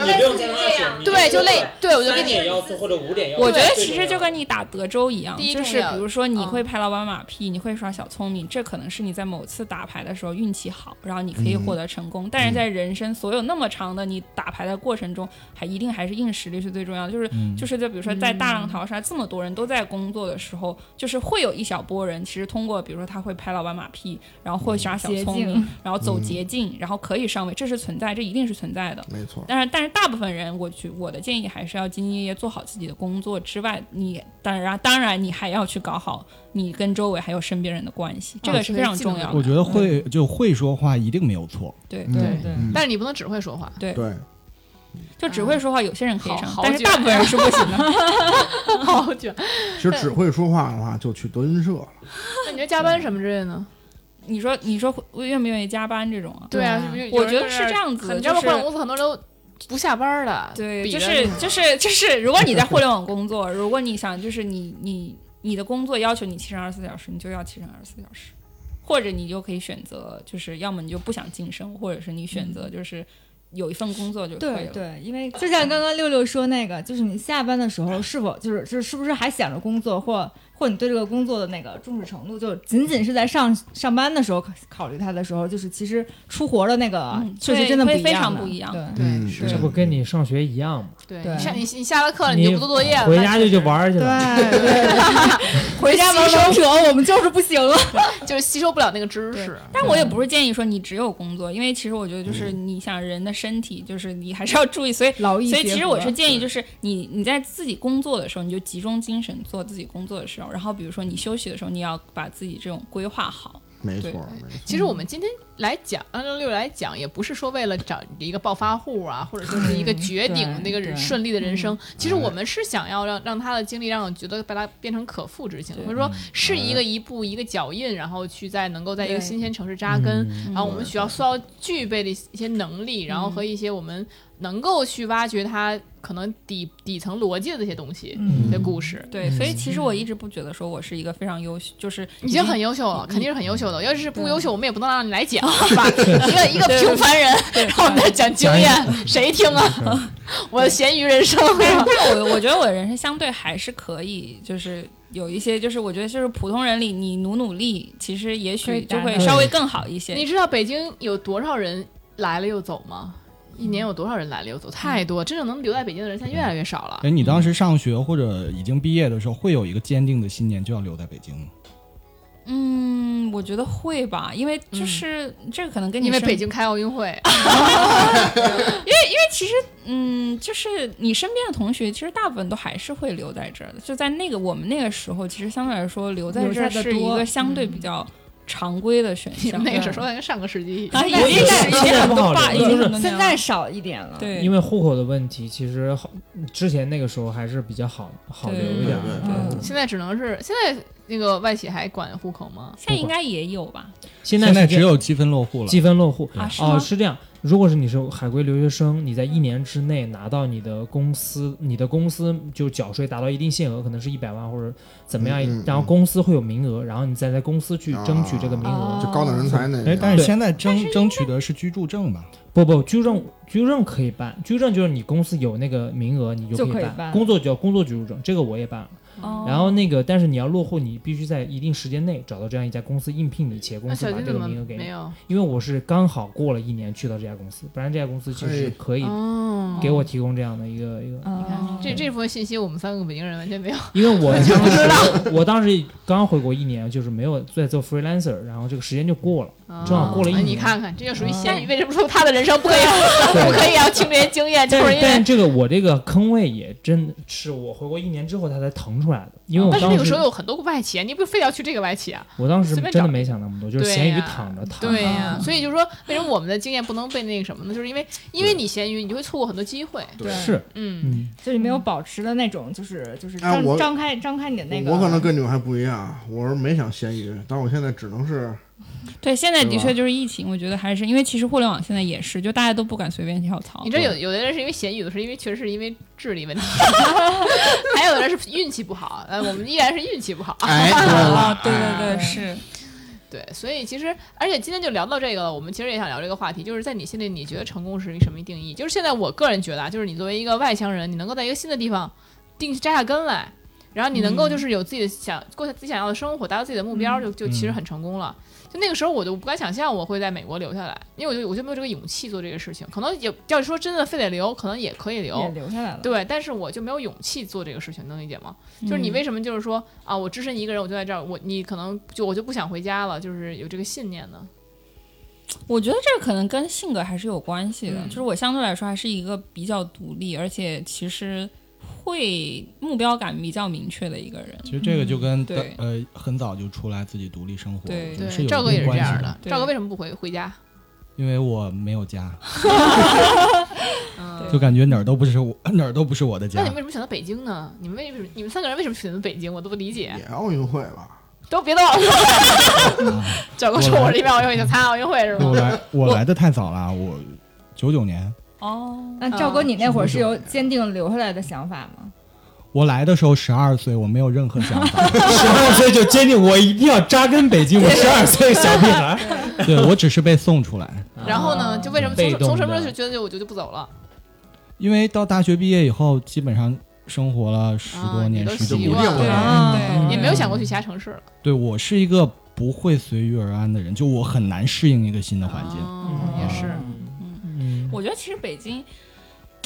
S7: 你不用跟他讲，
S1: 对，就类对，我就给
S7: 三点
S1: 你
S7: 要做或者五点要做。
S6: 我觉得其实就跟你打德州一样，
S1: 第一
S6: 就
S1: 重
S6: 是
S1: 要
S6: 比如说你
S1: 嗯
S6: 会拍老板马屁，你会耍小聪明，这可能是你在某次打牌的时候运气好，然后你可以获得成功。但是在人生所有那么长的你打牌的过程中，还一定还是硬实力是最重要的。就是、
S5: 嗯
S6: 就是在比如说在大
S1: 嗯
S6: 浪淘沙，这么多人都在工作的时候，就是会有一小波人，其实通过比如说他会拍老板马屁，然后会耍小
S4: 捷
S6: 聪
S4: 径
S6: 明，然后走捷径，然后可以上位，这是存在，这一定是存在的。
S2: 没错，
S6: 但是，但是大部分人，我觉我的建议还是要兢兢业业做好自己的工作之外，你当然当然你还要去搞好你跟周围还有身边人的关系，这
S1: 啊
S6: 个是非常重要的。
S5: 我觉得会就会说话一定没有错。
S6: 对，
S1: 嗯
S4: 对对，
S1: 但是你不能只会说
S6: *laughs*
S1: 话。
S2: 嗯对，
S6: 就只会说话，有些人可以上
S1: 好，好
S6: 但是
S1: 久
S6: 大部分人是不行的。 *laughs*
S1: 好卷。
S2: 其实只会说话的话，就去德云社了。
S1: 那你觉得加班什么之类的呢？
S6: 你说你说愿不愿意加班这种啊？
S1: 对啊，
S6: 我觉得是这样子
S1: 你知道吗？互
S6: 就是
S1: 联网公司很多人都不下班的，
S6: 对，
S1: 比
S6: 就
S1: 着
S6: 是
S1: 呢
S6: 就是就是，如果你在互联网工作，如果你想就是你你你的工作要求你提升二十四小时，你就要提升二十四小时，或者你就可以选择，就是要么你就不想晋升，或者是你选择就是有一份工作就可以
S4: 嗯对
S6: 了。
S4: 对，因为就像刚刚六六说那个，就是你下班的时候是否就是就是是不是还想着工作，或或你对这个工作的那个重视程度，就仅仅是在上上班的时候考考虑它的时候，就是其实出活的那个
S6: 嗯
S4: 确实
S6: 对
S4: 真的不
S6: 会
S4: 一样的，
S6: 非常不一样
S4: 对，
S1: 对
S2: 嗯
S1: 是
S3: 这不跟你上学一样吗？
S1: 对
S4: 对
S1: 你上你你下了课了，你
S3: 你
S1: 就不做作业了，
S6: 啊
S3: 回家就去玩儿去了。
S4: 对 *laughs* 对，回家玩王者，我们就是不行了。
S1: 那就是吸收不了那个知识。
S6: 但我也不是建议说你只有工作，因为其实我觉得就是
S4: 嗯
S6: 你想人的身体，就是你还是要注意，所以
S4: 劳逸
S6: 所以
S4: 结
S6: 其实
S4: 合
S6: 我是建议，就是你你在自己工作的时候，你就集中精神做自己工作的时候，然后比如说你休息的时候，你要把自己这种规划好。
S2: 没
S6: 对
S2: 错，没错
S1: 其实我们今天来讲，按照六六来讲，也不是说为了找一个暴发户啊，或者说是一个绝顶的
S4: 对
S1: 那个人
S4: 对
S1: 顺利的人生。其实我们是想要让让他的经历让我觉得把它变成可复制性的，
S6: 对
S1: 或者说是一个一步一个脚印，然后去在能够在一个
S6: 对
S1: 新鲜城市扎根。
S3: 嗯
S1: 然后我们需要需要具备的一些能力，然后和一些我们能够去挖掘它可能底底层逻辑的这些东西
S4: 嗯
S1: 的故事。
S6: 对，所以其实我一直不觉得说我是一个非常优秀，就是
S1: 已经
S6: *laughs*
S1: 嗯很优秀了，肯定是很优秀的。要是不优秀，我们也不能让你来 *laughs* 讲，是吧？一个一个平凡人， *laughs* 然后我们在讲经验，谁听
S3: 嗯
S1: 啊？ *laughs* 我的咸鱼人生，啊
S6: 但但我我觉得我的人生相对还是可以，就是有一些就是我觉得就是普通人里你努努力，其实也
S4: 可
S6: 许
S4: 以
S6: 就
S4: 达
S6: 会
S3: 到
S6: 稍微更好一些。
S1: 你知道北京有多少人来了又走吗？一年有多少人来了又走？太多，真正能留在北京的人现在越来越少了。
S3: 嗯
S5: 哎，你当时上学或者已经毕业的时候，会有一个坚定的信念，就要留在北京吗？
S6: 嗯，我觉得会吧，因为就是、这个可能跟你
S1: 因为
S6: 身
S1: 北京开奥运会，
S6: 其实，嗯，就是你身边的同学，其实大部分都还是会留在这儿的。就在那个我们那个时候，其实相对来说留在这儿
S4: 留下的
S6: 是一
S4: 多
S6: 个相对比较常规的选
S1: 你
S6: 项。
S1: 们那个时候跟上个嗯世纪一样。
S6: 啊，已
S4: 现在
S6: 经是已经很多吧，已
S3: 现在
S6: 经很多
S4: 现
S6: 年
S4: 在
S6: 了
S4: 少一点了，
S6: 对，
S3: 因为户口的问题，其实好，之前那个时候还是比较好好留一点儿嗯
S5: 对对
S3: 的。
S4: 对
S1: 现在只能是现在那个外企还管户口吗？
S6: 现在应该也有吧？
S3: 现
S5: 现在
S3: 是
S5: 只
S3: 这样
S5: 有积分落户了。
S3: 积分落户
S5: 对
S6: 啊，是
S3: 哦，
S6: 吗？
S3: 是这样。如果是你是海归留学生，你在一年之内拿到你的公司，你的公司就缴税达到一定限额，可能是一百万或者怎么样，
S2: 嗯嗯嗯
S3: 然后公司会有名额，然后你再在公司去争取这个名额。
S1: 哦
S4: 啊
S2: 就高等人才那
S5: 哎，
S2: 个。
S5: 但是
S3: 对
S5: 现在争争取的是居住证吧？
S3: 不不，居证居证可以办，居证就是你公司有那个名额，你
S4: 就
S3: 可
S4: 可以
S3: 办。
S4: 办
S3: 工作叫工作居住证，这个我也办了。
S6: 哦
S3: 然后那个，但是你要落户，你必须在一定时间内找到这样一家公司应聘你，且公
S1: 那
S3: 司
S1: 啊小
S3: 把
S1: 金
S3: 这
S1: 怎
S3: 个
S1: 么
S3: 名额给
S1: 没
S3: 你。
S1: 有？
S3: 因为我是刚好过了一年去到这家公司，不然这家公司其实可以
S1: 哦，
S3: 给我提嗯供这样的一个一个。
S4: 你
S6: 哦
S4: 看
S1: 这这部分信息我们三个北京人完全没有。
S3: 因为我当时我当时刚回国一年，就是没有在做 freelancer，然后这个时间就过了。正好过了一
S1: 哎
S3: 年
S1: 你看看，这就属于咸鱼。
S6: 嗯
S1: 为什么说他的人生不可以不可以要听这些经 *laughs*
S3: *laughs*
S1: 验？就
S3: 但
S1: 是
S3: 是
S1: 因
S3: 但
S1: 为，
S3: 这个我这个坑位也真是我回国一年之后它才腾出来的，因为我
S1: 但是
S3: 当
S1: 那个时
S3: 时
S1: 候有很多个外企，啊，你不非要去这个外企啊？
S3: 我当时
S1: 随便
S3: 真的
S1: 找
S3: 没想那么多，就是
S1: 对
S3: 咸鱼
S1: 呀
S3: 躺着躺
S1: 对
S3: 着。
S1: 呀，啊所以就是说，为什么我们的经验不能被那个什么呢？就是因为因为你咸鱼，你就会错过很多机会。
S4: 对
S3: 是，
S1: 嗯，
S3: 嗯，
S4: 就是没有保持的那种，就是就是
S2: 哎
S4: 张
S2: 我
S4: 张开张开你的那个，
S2: 我可能跟你们还不一样，我是没想咸鱼，但我现在只能是
S6: 对，现在的
S2: 对吧
S6: 确就是疫情，我觉得还是因为其实互联网现在也是，就大家都不敢随便跳槽
S1: 你。知道有有的人是因为咸鱼，有的是因为确实是因为智力问题， *laughs* 还有的人是运气不好。呃，我们依然是运气不好。
S2: 哎，对
S6: 啊，
S2: 了，
S6: 对对对，是。
S1: 对，所以其实，而且今天就聊到这个了。我们其实也想聊这个话题，就是在你心里，你觉得成功是一什么定义？就是现在我个人觉得啊，就是你作为一个外乡人，你能够在一个新的地方定扎下根来，然后你能够就是有自己的想过自己想要的生活，达到自己的目标，就就其实很成功了。就那个时候，我就不敢想象我会在美国留下来，因为我就我就没有这个勇气做这个事情。可能也要是说真的非得留，可能也可以
S4: 也
S1: 留，
S4: 留下来了。
S1: 对，但是我就没有勇气做这个事情，能理解吗？就是你
S6: 嗯
S1: 为什么就是说啊，我只身一个人，我就在这儿，我你可能就我就不想回家了，就是有这个信念呢。
S6: 我觉得这可能跟性格还是有关系的，
S1: 嗯
S6: 就是我相对来说还是一个比较独立，而且其实会目标感比较明确的一个人。
S5: 其实这个就跟大
S6: 对
S5: 呃很早就出来自己独立生活，
S6: 对
S5: 我觉得是
S1: 嗯对，
S5: 有
S1: 赵哥
S5: 一
S1: 也
S5: 定
S1: 是这
S5: 关系
S1: 样的。。
S6: 对
S1: 赵哥为什么不回回家？
S5: 因为我没有
S1: *laughs*
S5: 家，
S1: 嗯
S6: 对
S5: 就感觉哪儿都不是我，哪儿都不是我的
S1: 那
S5: 家
S1: 你为。什么选择北京呢？你们为什么你们三个人为什么选择北京？我都不理解。
S2: 也奥运会了，
S1: *laughs* 都别动我
S5: *laughs*
S1: 说了，整个说我是因为奥运会想参加奥运会是
S5: 啊我
S1: 吗？ *laughs*
S5: 来我来的太早了，我九九年，
S6: 哦，
S4: 那赵哥，你那会儿是有坚定留下来的想法吗？
S5: 我来的时候十二岁，我没有任何想法，
S1: *laughs*
S3: 十二岁哦就坚定我一定要扎根北京，我十二岁小屁孩儿。
S5: 对我只是被送出来。
S1: *laughs* 然后
S6: 啊
S1: 呢，就为什么从
S3: 被动
S1: 从什么时
S3: 的
S1: 候就觉得我就就不走了？
S5: 因为到大学毕业以后，基本上生活了十
S1: 啊
S5: 多
S1: 你
S5: 年、
S1: 都
S5: 十几
S1: 习
S5: 年嗯
S1: 惯，了
S5: 对
S4: 啊
S6: 对
S1: 嗯
S3: 嗯
S1: 也没有想过去其他城市了。
S5: 对我是一个不会随遇而安的人，就我很难适应一个新的环境。
S1: 哦
S6: 嗯
S1: 也是，
S3: 嗯，
S6: 我觉得其实北京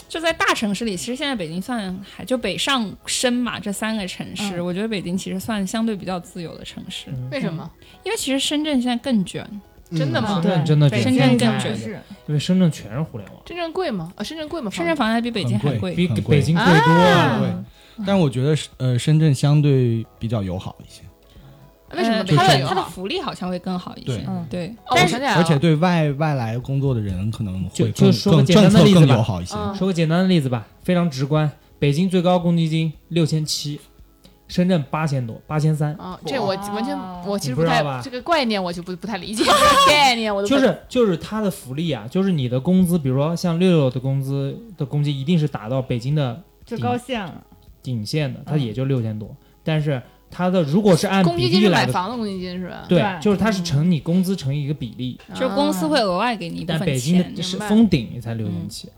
S6: 就在大城市里，其实现在北京算还就北上深嘛这三个城市，
S4: 嗯
S6: 我觉得北京其实算相对比较自由的城市，
S1: 为什么？
S6: 因为其实深圳现在更卷，
S1: 真
S2: 嗯
S1: 的吗
S3: 深？圳真的卷，
S6: 深圳
S4: 这
S6: 更
S4: 个
S6: 卷
S4: 城市
S3: 因为深圳全是互联网，
S1: 深圳贵吗？啊，深圳贵吗？
S6: 深圳
S1: 房
S6: 房价比北京还
S5: 很
S6: 贵。
S3: 比
S5: 很贵
S3: 北京贵多了。
S1: 啊
S5: 对，但我觉得是呃，深圳相对比较友好一些，
S1: 为什么
S6: 呃
S1: 北
S6: 它
S1: 京啊
S6: 的
S1: 有
S6: 它的
S1: 好？
S6: 福利好像会更好一些
S5: 对？
S4: 嗯
S6: 对，
S1: 哦，我想起来了，
S5: 而且对外外来工作的人可能
S3: 就
S5: 会
S3: 就
S5: 更
S3: 说个
S5: 更
S3: 简单
S5: 政
S3: 的
S5: 策
S3: 例子
S5: 更
S3: 吧
S5: 友好一些。
S1: 嗯
S3: 说个简单的例子吧，非常直观。北京最高公积金六千七，深圳八千多，八千三，
S1: 啊，这我完全
S4: 哇
S1: 我其实
S3: 你不知道吧
S1: 太这个概念，我就不不太理解这个概念，我都不
S3: 就是就是它的福利啊，就是你的工资，比如说像六六的工资的工资一定是打到北京的
S4: 就高兴了，
S3: 顶线的，它
S4: 嗯
S3: 也就六千多，但是它的如果是按
S1: 公积
S3: 比
S1: 金
S3: 例
S1: 是
S3: 来
S1: 买
S3: 的，
S1: 房嗯的公积金是吧？
S3: 对
S4: 对，
S3: 就是它是乘你工资乘以一个比例，
S1: 啊
S6: 就是公司会额外给你一部
S3: 但
S6: 分
S3: 北京
S6: 钱
S3: 的，是
S1: 明白嗯
S3: 封顶也才六千七，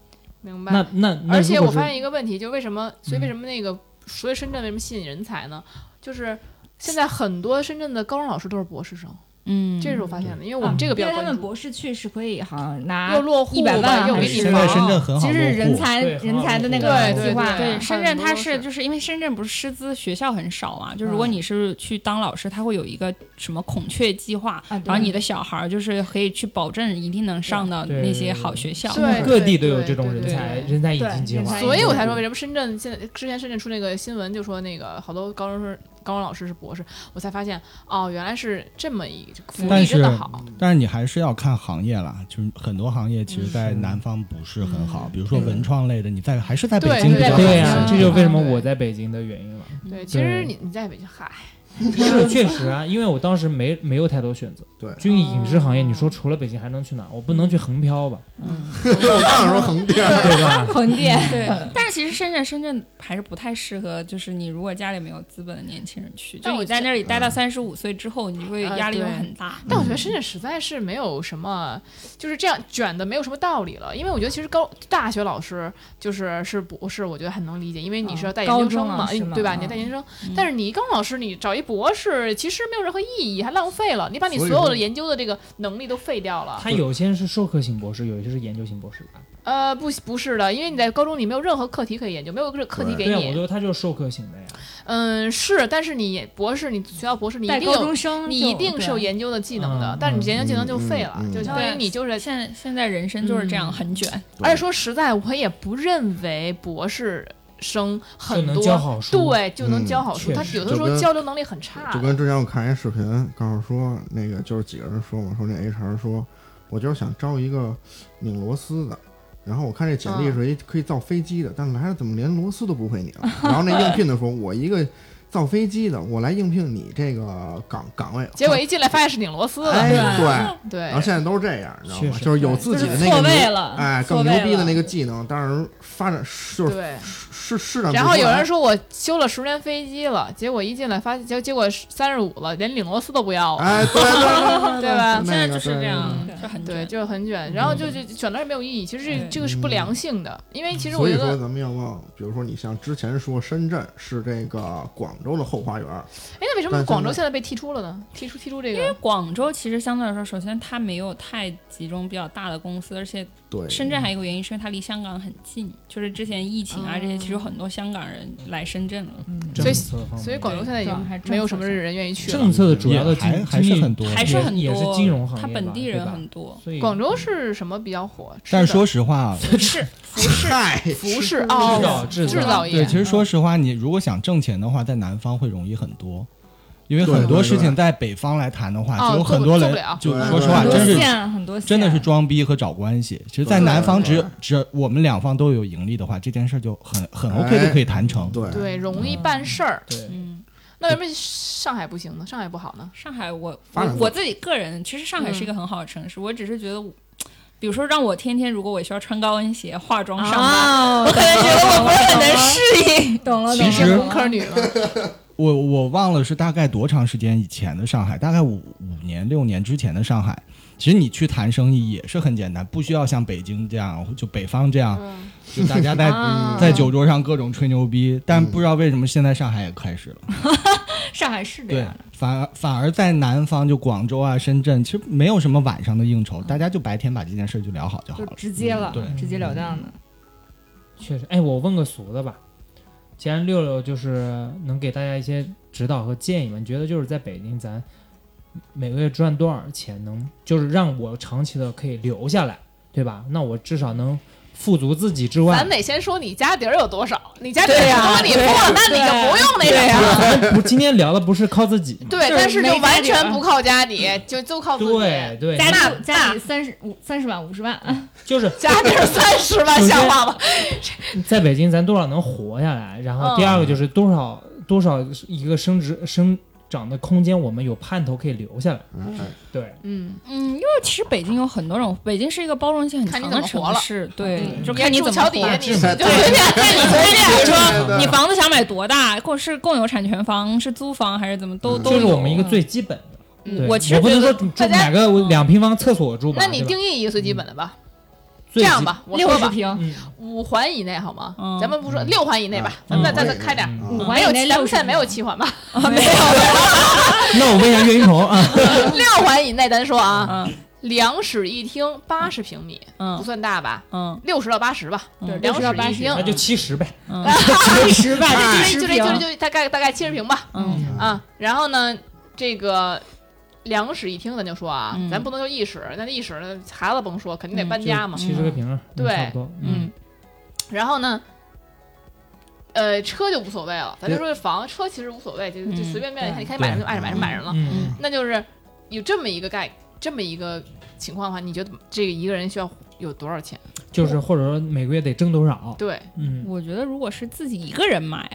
S1: 明白。
S3: 那那那
S1: 而且
S3: 如
S1: 我
S3: 果是
S1: 发现一个问题，就为什么，所以
S3: 嗯
S1: 为什么那个，所以深圳为什么吸引人才呢？就是现在很多深圳的高中老师都是博士生，
S6: 嗯，
S1: 这是我发现的，因为
S3: 啊
S1: 我们这个比
S4: 因
S1: 较
S4: 为他
S1: 关
S4: 们
S1: 注，
S4: 博士去是可以好像拿
S1: 又落户
S4: 100万
S1: 吧又
S4: 还
S1: 给
S4: 是
S1: 你
S5: 现在深
S1: 房，
S5: 圳很好
S4: 其
S5: 落户，
S4: 实是人才
S3: 对很
S4: 人
S3: 好
S4: 才的那个
S1: 对
S4: 计
S1: 对
S4: 划
S1: 对
S4: 呀，
S6: 对，
S1: 嗯
S6: 深
S1: 很
S6: 圳
S1: 多
S6: 它
S1: 都
S6: 是
S1: 是
S6: 就是因为深圳不是师资学校很少嘛，就如果
S4: 嗯
S6: 你是去当老师，他会有一个什么孔雀计划，
S4: 啊对
S6: 然后你的小孩儿就是可以去保证一定能上到
S3: 对
S6: 那些好学校。
S1: 对
S3: 各地都有这
S1: 对
S3: 种
S1: 对
S3: 人
S1: 对
S3: 才
S1: 对
S3: 人才引
S4: 对
S3: 进计
S4: 人
S3: 划，
S4: 才
S1: 所以我才说为什么深圳现在之前深圳出那个新闻，就说那个好多高中生高中老师是博士，我才发现哦，原来是这么一福利
S5: 但
S1: 真的
S5: 是
S4: 嗯
S1: 好，
S5: 但是你还是要看行业啦，就是很多行业其实，在
S3: 嗯
S5: 南方不是很
S1: 嗯
S5: 好，比如说文创类的，你在还是在北
S1: 对
S5: 京比
S1: 对
S5: 较好
S3: 对
S5: 一
S3: 呀、
S1: 啊
S5: 些。
S3: 这就是为什么
S1: 对
S3: 我在北京的原因了。
S1: 对，其实你你在北京，嗨，
S3: 是确实啊，因为我当时没没有太多选择。
S2: 对
S3: 就
S1: 哦
S3: 影视行业，你说除了北京还能去哪？我不能去横漂吧，
S4: 嗯
S2: 我刚想说横店，
S3: 对吧？
S4: 横店
S6: 对，但是其实深圳，深圳还是不太适合，就是你如果家里没有资本的年轻人去，
S1: 但
S6: 就
S1: 我
S6: 你在那里待
S3: 嗯
S6: 到三十五岁之后，你会
S1: 啊
S6: 压力会
S1: 对
S6: 很大。
S1: *laughs* 但我觉得深圳实在是没有什么，就是这样卷的没有什么道理了。因为我觉得其实高大学老师就是是博士，我觉得很能理解，因为你是要带研究生
S4: 啊高中
S1: 嘛
S4: 老，师嘛
S1: 对吧？
S4: 嗯
S1: 你要带研究生，但是你高中老师你找一博士，其实没有任何意义，还浪费了，你把你
S2: 所
S1: 所
S2: 以
S1: 有
S2: 说
S1: 的研究的这个能力都废掉了。
S3: 他有些是授课型博士，有些是研究型博士吧。
S1: 呃，不不是的，因为你在高中你没有任何课题可以研究，没有课题给
S3: 对啊，我觉
S1: 你。
S3: 得他就是授课型的呀。
S1: 嗯，是，但是你博士，你学校博士，你一
S4: 带
S1: 定
S4: 高中
S1: 有。
S4: 生，
S1: 你一定是有研究的技能的
S3: 嗯，
S1: 但是你研究技能就
S2: 嗯
S1: 废了，
S2: 嗯
S1: 就相当于你就是
S6: 现在现在人生就是这样，
S1: 嗯
S6: 很卷。
S1: 而且说实在，我也不认为博士生很
S3: 就
S1: 多
S3: 能教好书
S1: 对，就能
S2: 嗯
S1: 教好书。
S3: 确
S1: 他
S3: 实
S1: 有的时
S2: 就
S1: 候
S2: 跟
S1: 交流能力很差
S2: 就
S1: 的。
S2: 跟之前我看一视频，告诉说那个就是几个人说嘛，说那 HR 说，我就是想招一个拧螺丝的，然后我看这简历是一可以造飞机的，但来了怎么连螺丝都不会拧？啊 *laughs* 然后那应聘的说，我一个造飞机的，我来应聘你这个岗岗位，
S1: 结果一进来发现是拧螺丝的，
S2: 哎对，
S1: 对，
S2: 然后现在都是这样，你知道
S3: 确
S2: 吗？
S3: 实
S2: 就是有
S4: 就
S2: 自己
S4: 是
S2: 的那
S4: 错
S2: 个
S4: 位
S2: 牛
S4: 了，
S2: 哎
S4: 错
S2: 更牛
S4: 位
S2: 逼的那
S4: 了
S2: 个技能，但是发展就是
S1: 对。
S2: 施施展不出来。
S1: 然后有人说我修了十年飞机了，结果一进来发现，结结果三十五了，连拧螺丝都不要了，
S2: 哎，对对对
S1: 对吧？
S6: 现在就是这样
S4: 对，
S6: 就很
S1: 对，
S6: 卷。
S1: 就很
S5: 嗯
S1: 卷，然后就就选到也没有意义。其实这
S6: 嗯对
S1: 这个是不良性的，因为其实我
S2: 所以
S1: 觉
S2: 说，
S1: 得，
S2: 咱们要不要，比如说你像之前说深圳是这个广州的后花园，
S1: 哎，那为什么
S2: 但
S1: 广
S2: 现
S1: 州
S2: 在
S1: 现在被踢出了呢？踢出踢出这个，
S6: 广州其实相对来说，首先它没有太集中比较大的公司，而且
S2: 对，
S6: 深
S2: *laughs*
S6: 圳还有一个原因是因为它离香港很近，就是之前疫情啊
S1: 哦
S6: 这些，其实很多香港人来深圳了。
S1: 所以
S3: 政策方面
S1: 所以广州现在已
S4: 对还
S1: 经
S4: 政
S1: 没有
S4: 策
S1: 什么
S4: 上
S1: 人愿意去了。
S3: 政策的主要的
S5: 也
S3: 经
S5: 还还是很，多，
S6: 还是很多，
S3: 也是金融行业
S6: 它
S3: 吧
S6: 本地
S3: 对
S6: 人
S3: 吧
S6: 很多。
S3: 所以
S1: 广州是什么比较火？吃
S5: 但是
S1: 的
S5: 说实话，啊
S1: 服饰，服饰哦，
S3: 制造
S1: 制
S3: 制
S1: 造
S3: 造
S1: 业
S5: 对，其实说实话，你如果想挣钱的话，在南方会容易很多。因为很多事情在北方来谈的话，
S1: 哦
S5: 就有很多人
S1: 做
S5: 就
S2: 不了
S5: 说实话，
S4: 很
S5: 真
S4: 多
S5: 是
S4: 线很多线，
S5: 真的是装逼和找关系。其实，在南方只只我们两方都有盈利的话，这件事就很很 OK
S2: 哎
S5: 就可以谈成。
S2: 对
S1: 对，容易办事儿。
S3: 对
S6: 嗯，
S1: 那为什么上海不行呢？上海不好呢？
S6: 上海我
S2: 发展
S6: 我
S2: 过
S6: 我自己个人，其实上海
S3: 嗯
S6: 是一个很好的城市，我只是觉得我。比如说，让我天天如果我需要穿高跟鞋、化妆上
S3: 啊
S6: 班，
S4: 哦，我可
S6: 我
S4: 能
S6: 觉得我不是很能适应。
S4: 懂了，懂了。
S5: 其实
S1: 是工科女吗？
S5: 我我忘了是大概多长时间以前的上海，大概五五年六年之前的上海。其实你去谈生意也是很简单，不需要像北京这样，就北方这样，就大家在、
S4: 嗯 *laughs*
S2: 嗯
S4: 啊
S2: 哎
S5: 在酒桌上各种吹牛逼。但不知道为什么现在上海也开始了，
S4: 上海是这
S5: 对
S4: 样的，，
S5: 反而反而在南方，就广州啊、深圳，其实没有什么晚上的应酬，大家就白天把这件事儿就聊好就好
S4: 就
S5: 了。嗯
S4: 直接了，
S5: 对
S4: 直截了当的。
S3: 确实，哎，我问个俗的吧，既然六六就是能给大家一些指导和建议嘛，你觉得就是在北京咱每个月赚多少钱能，就是让我长期的可以留下来，对吧？那我至少能富足自己之外
S1: 咱，得先说你家底儿有多少，你家底儿
S6: 对呀
S1: 多你
S6: 对呀
S1: 破，那你就不用那
S6: 对
S1: 什么。
S3: 咱们不今天聊的不是靠自己嘛，
S1: 对，
S4: 就是
S1: 但是就
S4: 没家
S1: 完
S4: 底儿
S1: 全不靠家底，就就靠自己。
S3: 对对，
S4: 家
S1: 那
S4: 里家里三十五三十万五十万，
S3: 就是
S1: 家底儿三十万，像话吗？
S3: 在北京咱多少能活下来，然后第二个就是多少、多少一个升值生长的空间，我们有盼头可以留下来。
S2: 嗯，哎
S3: 对，
S1: 嗯，
S6: 嗯，因为其实北京有很多种，北京是一个包容性很
S1: 看你
S6: 强
S1: 怎
S6: 的
S1: 么活
S6: 城
S1: 了
S6: 市，对，就
S1: 别
S6: 看你
S1: 住
S6: 怎么
S1: 桥底
S6: 活
S1: 下，
S2: 哎
S1: 你就
S6: 对，随便看你随便
S2: 对对
S6: 说，你房子想买多大，或是共有产权房，是租房还是怎么，都
S2: 嗯
S6: 都
S3: 这是
S6: 有
S3: 我们一个最基本的。
S1: 嗯
S3: 对
S6: 我其实
S3: 不能
S6: 觉
S3: 说
S6: 得
S3: 就
S1: 大家
S3: 买个两平方厕所住吧，
S1: 那你
S3: 对吧嗯
S1: 定义一个最基本的吧，这
S3: 最
S1: 样，吧，我
S4: 六
S1: 说
S4: 十
S1: 吧，
S4: 平，
S3: 嗯，
S1: 五环以内好吗？
S6: 嗯
S1: 咱们不说六环以内吧，咱
S3: 嗯
S1: 们再
S2: 嗯
S1: 再再开点儿。
S2: 嗯
S4: 五
S1: 没
S4: 环
S1: 有，
S4: 以内
S1: 咱们
S4: 六
S1: 现在 *laughs*
S4: 十
S1: 没有七环吧？
S6: 啊没有，
S3: 那我问一下岳云鹏啊，
S1: *laughs* 六环以内，咱说啊，
S6: 嗯
S1: 两室一厅八十平米，不
S6: 嗯
S1: 算大吧？
S6: 嗯
S1: 六十到八十吧，
S6: 嗯
S1: 两
S4: 60到
S1: 室一
S4: 80
S1: 厅
S3: 那，就七十呗，
S6: 嗯
S1: *laughs*
S4: 七十万
S1: 就
S4: 七
S1: 这就这
S4: 十
S1: 就这
S4: 平，
S1: 就大概大概七十平吧。
S6: 嗯
S1: 啊，然后呢，这个两室一厅，咱就说啊，
S6: 嗯
S1: 咱不能就一室，那一室呢孩子甭说，肯定得
S3: 嗯
S1: 搬家嘛。
S3: 七十个平啊，嗯
S1: 对
S3: 差不多，
S6: 嗯，
S1: 然后呢，呃，车就无所谓了，咱就说这房车其实无所谓，就就
S6: 嗯
S1: 随便便，
S6: 对
S1: 你看你买什么就爱什么买什么买什么了。
S3: 嗯，
S1: 那就是有这么一个概，这么一个情况的话，你觉得这个一个人需要有多少钱？
S3: 就是或者说每个月得挣多少，
S1: 对，
S3: 嗯，
S6: 我觉得如果是自己一个人买，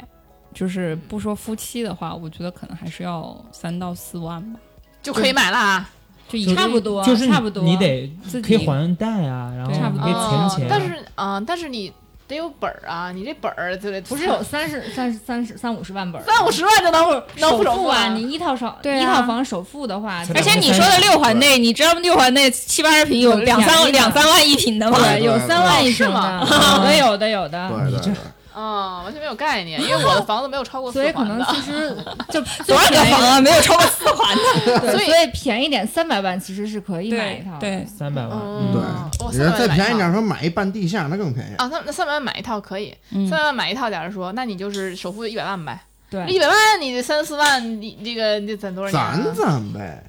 S6: 就是不说夫妻的话，我觉得可能还是要三到四万吧，
S1: 就可以买了啊。
S6: 就一
S3: 就是
S6: 个
S4: 差不多，
S3: 就是你
S4: 差不多。
S3: 你得
S6: 自己
S3: 可以还贷啊，然后
S6: 差不
S3: 你
S6: 多
S3: 可以存
S1: 哦
S3: 钱，
S1: 但是啊，但是你得有本儿啊，你这本儿就得
S4: 不是有三十三十三十三五十万本儿，
S1: 三五十万就能能
S4: 首
S1: 付首
S4: 付
S1: 啊？
S4: 啊，你一套房
S6: 对啊
S4: 一套房首付的话，
S3: 而
S6: 而且
S3: 且
S6: 你
S3: 你说
S6: 说的
S3: 的
S6: 六环内，你知道六环内七八十平有两
S4: 两
S6: 三
S4: 三
S6: 两三万一平的吗？ *laughs*
S4: 对有
S2: 对
S4: 三万
S6: 哦
S1: 对
S4: 一平
S1: 是吗
S4: 的，有的有的有的，
S2: 对对
S3: 你这
S2: 对，
S1: 啊、完全没有概念，因为我的房子没有超过四
S4: 所以可
S1: 环
S4: 能
S1: 的，
S6: *laughs*
S4: 其实就
S6: 多少个房啊？没有超过四环的。
S4: 对，
S1: 所以
S4: 所以便宜点三百万其实是可以买一套的。
S6: 对，
S3: 三百万，
S1: 嗯，
S2: 对
S1: 我
S2: 你
S1: 三
S2: 说
S1: 百万买一
S2: 再便宜
S1: 套
S2: 点儿，说买一半地下那更便宜。
S1: 啊，三那三百万买一套可以，
S6: 嗯
S1: 三百万买一套，假如说，那你就是首付一百万呗，
S4: 对
S1: *laughs* 一百万你这三四万，你这个你攒多少年、
S2: 攒
S1: 啊？
S2: 攒呗，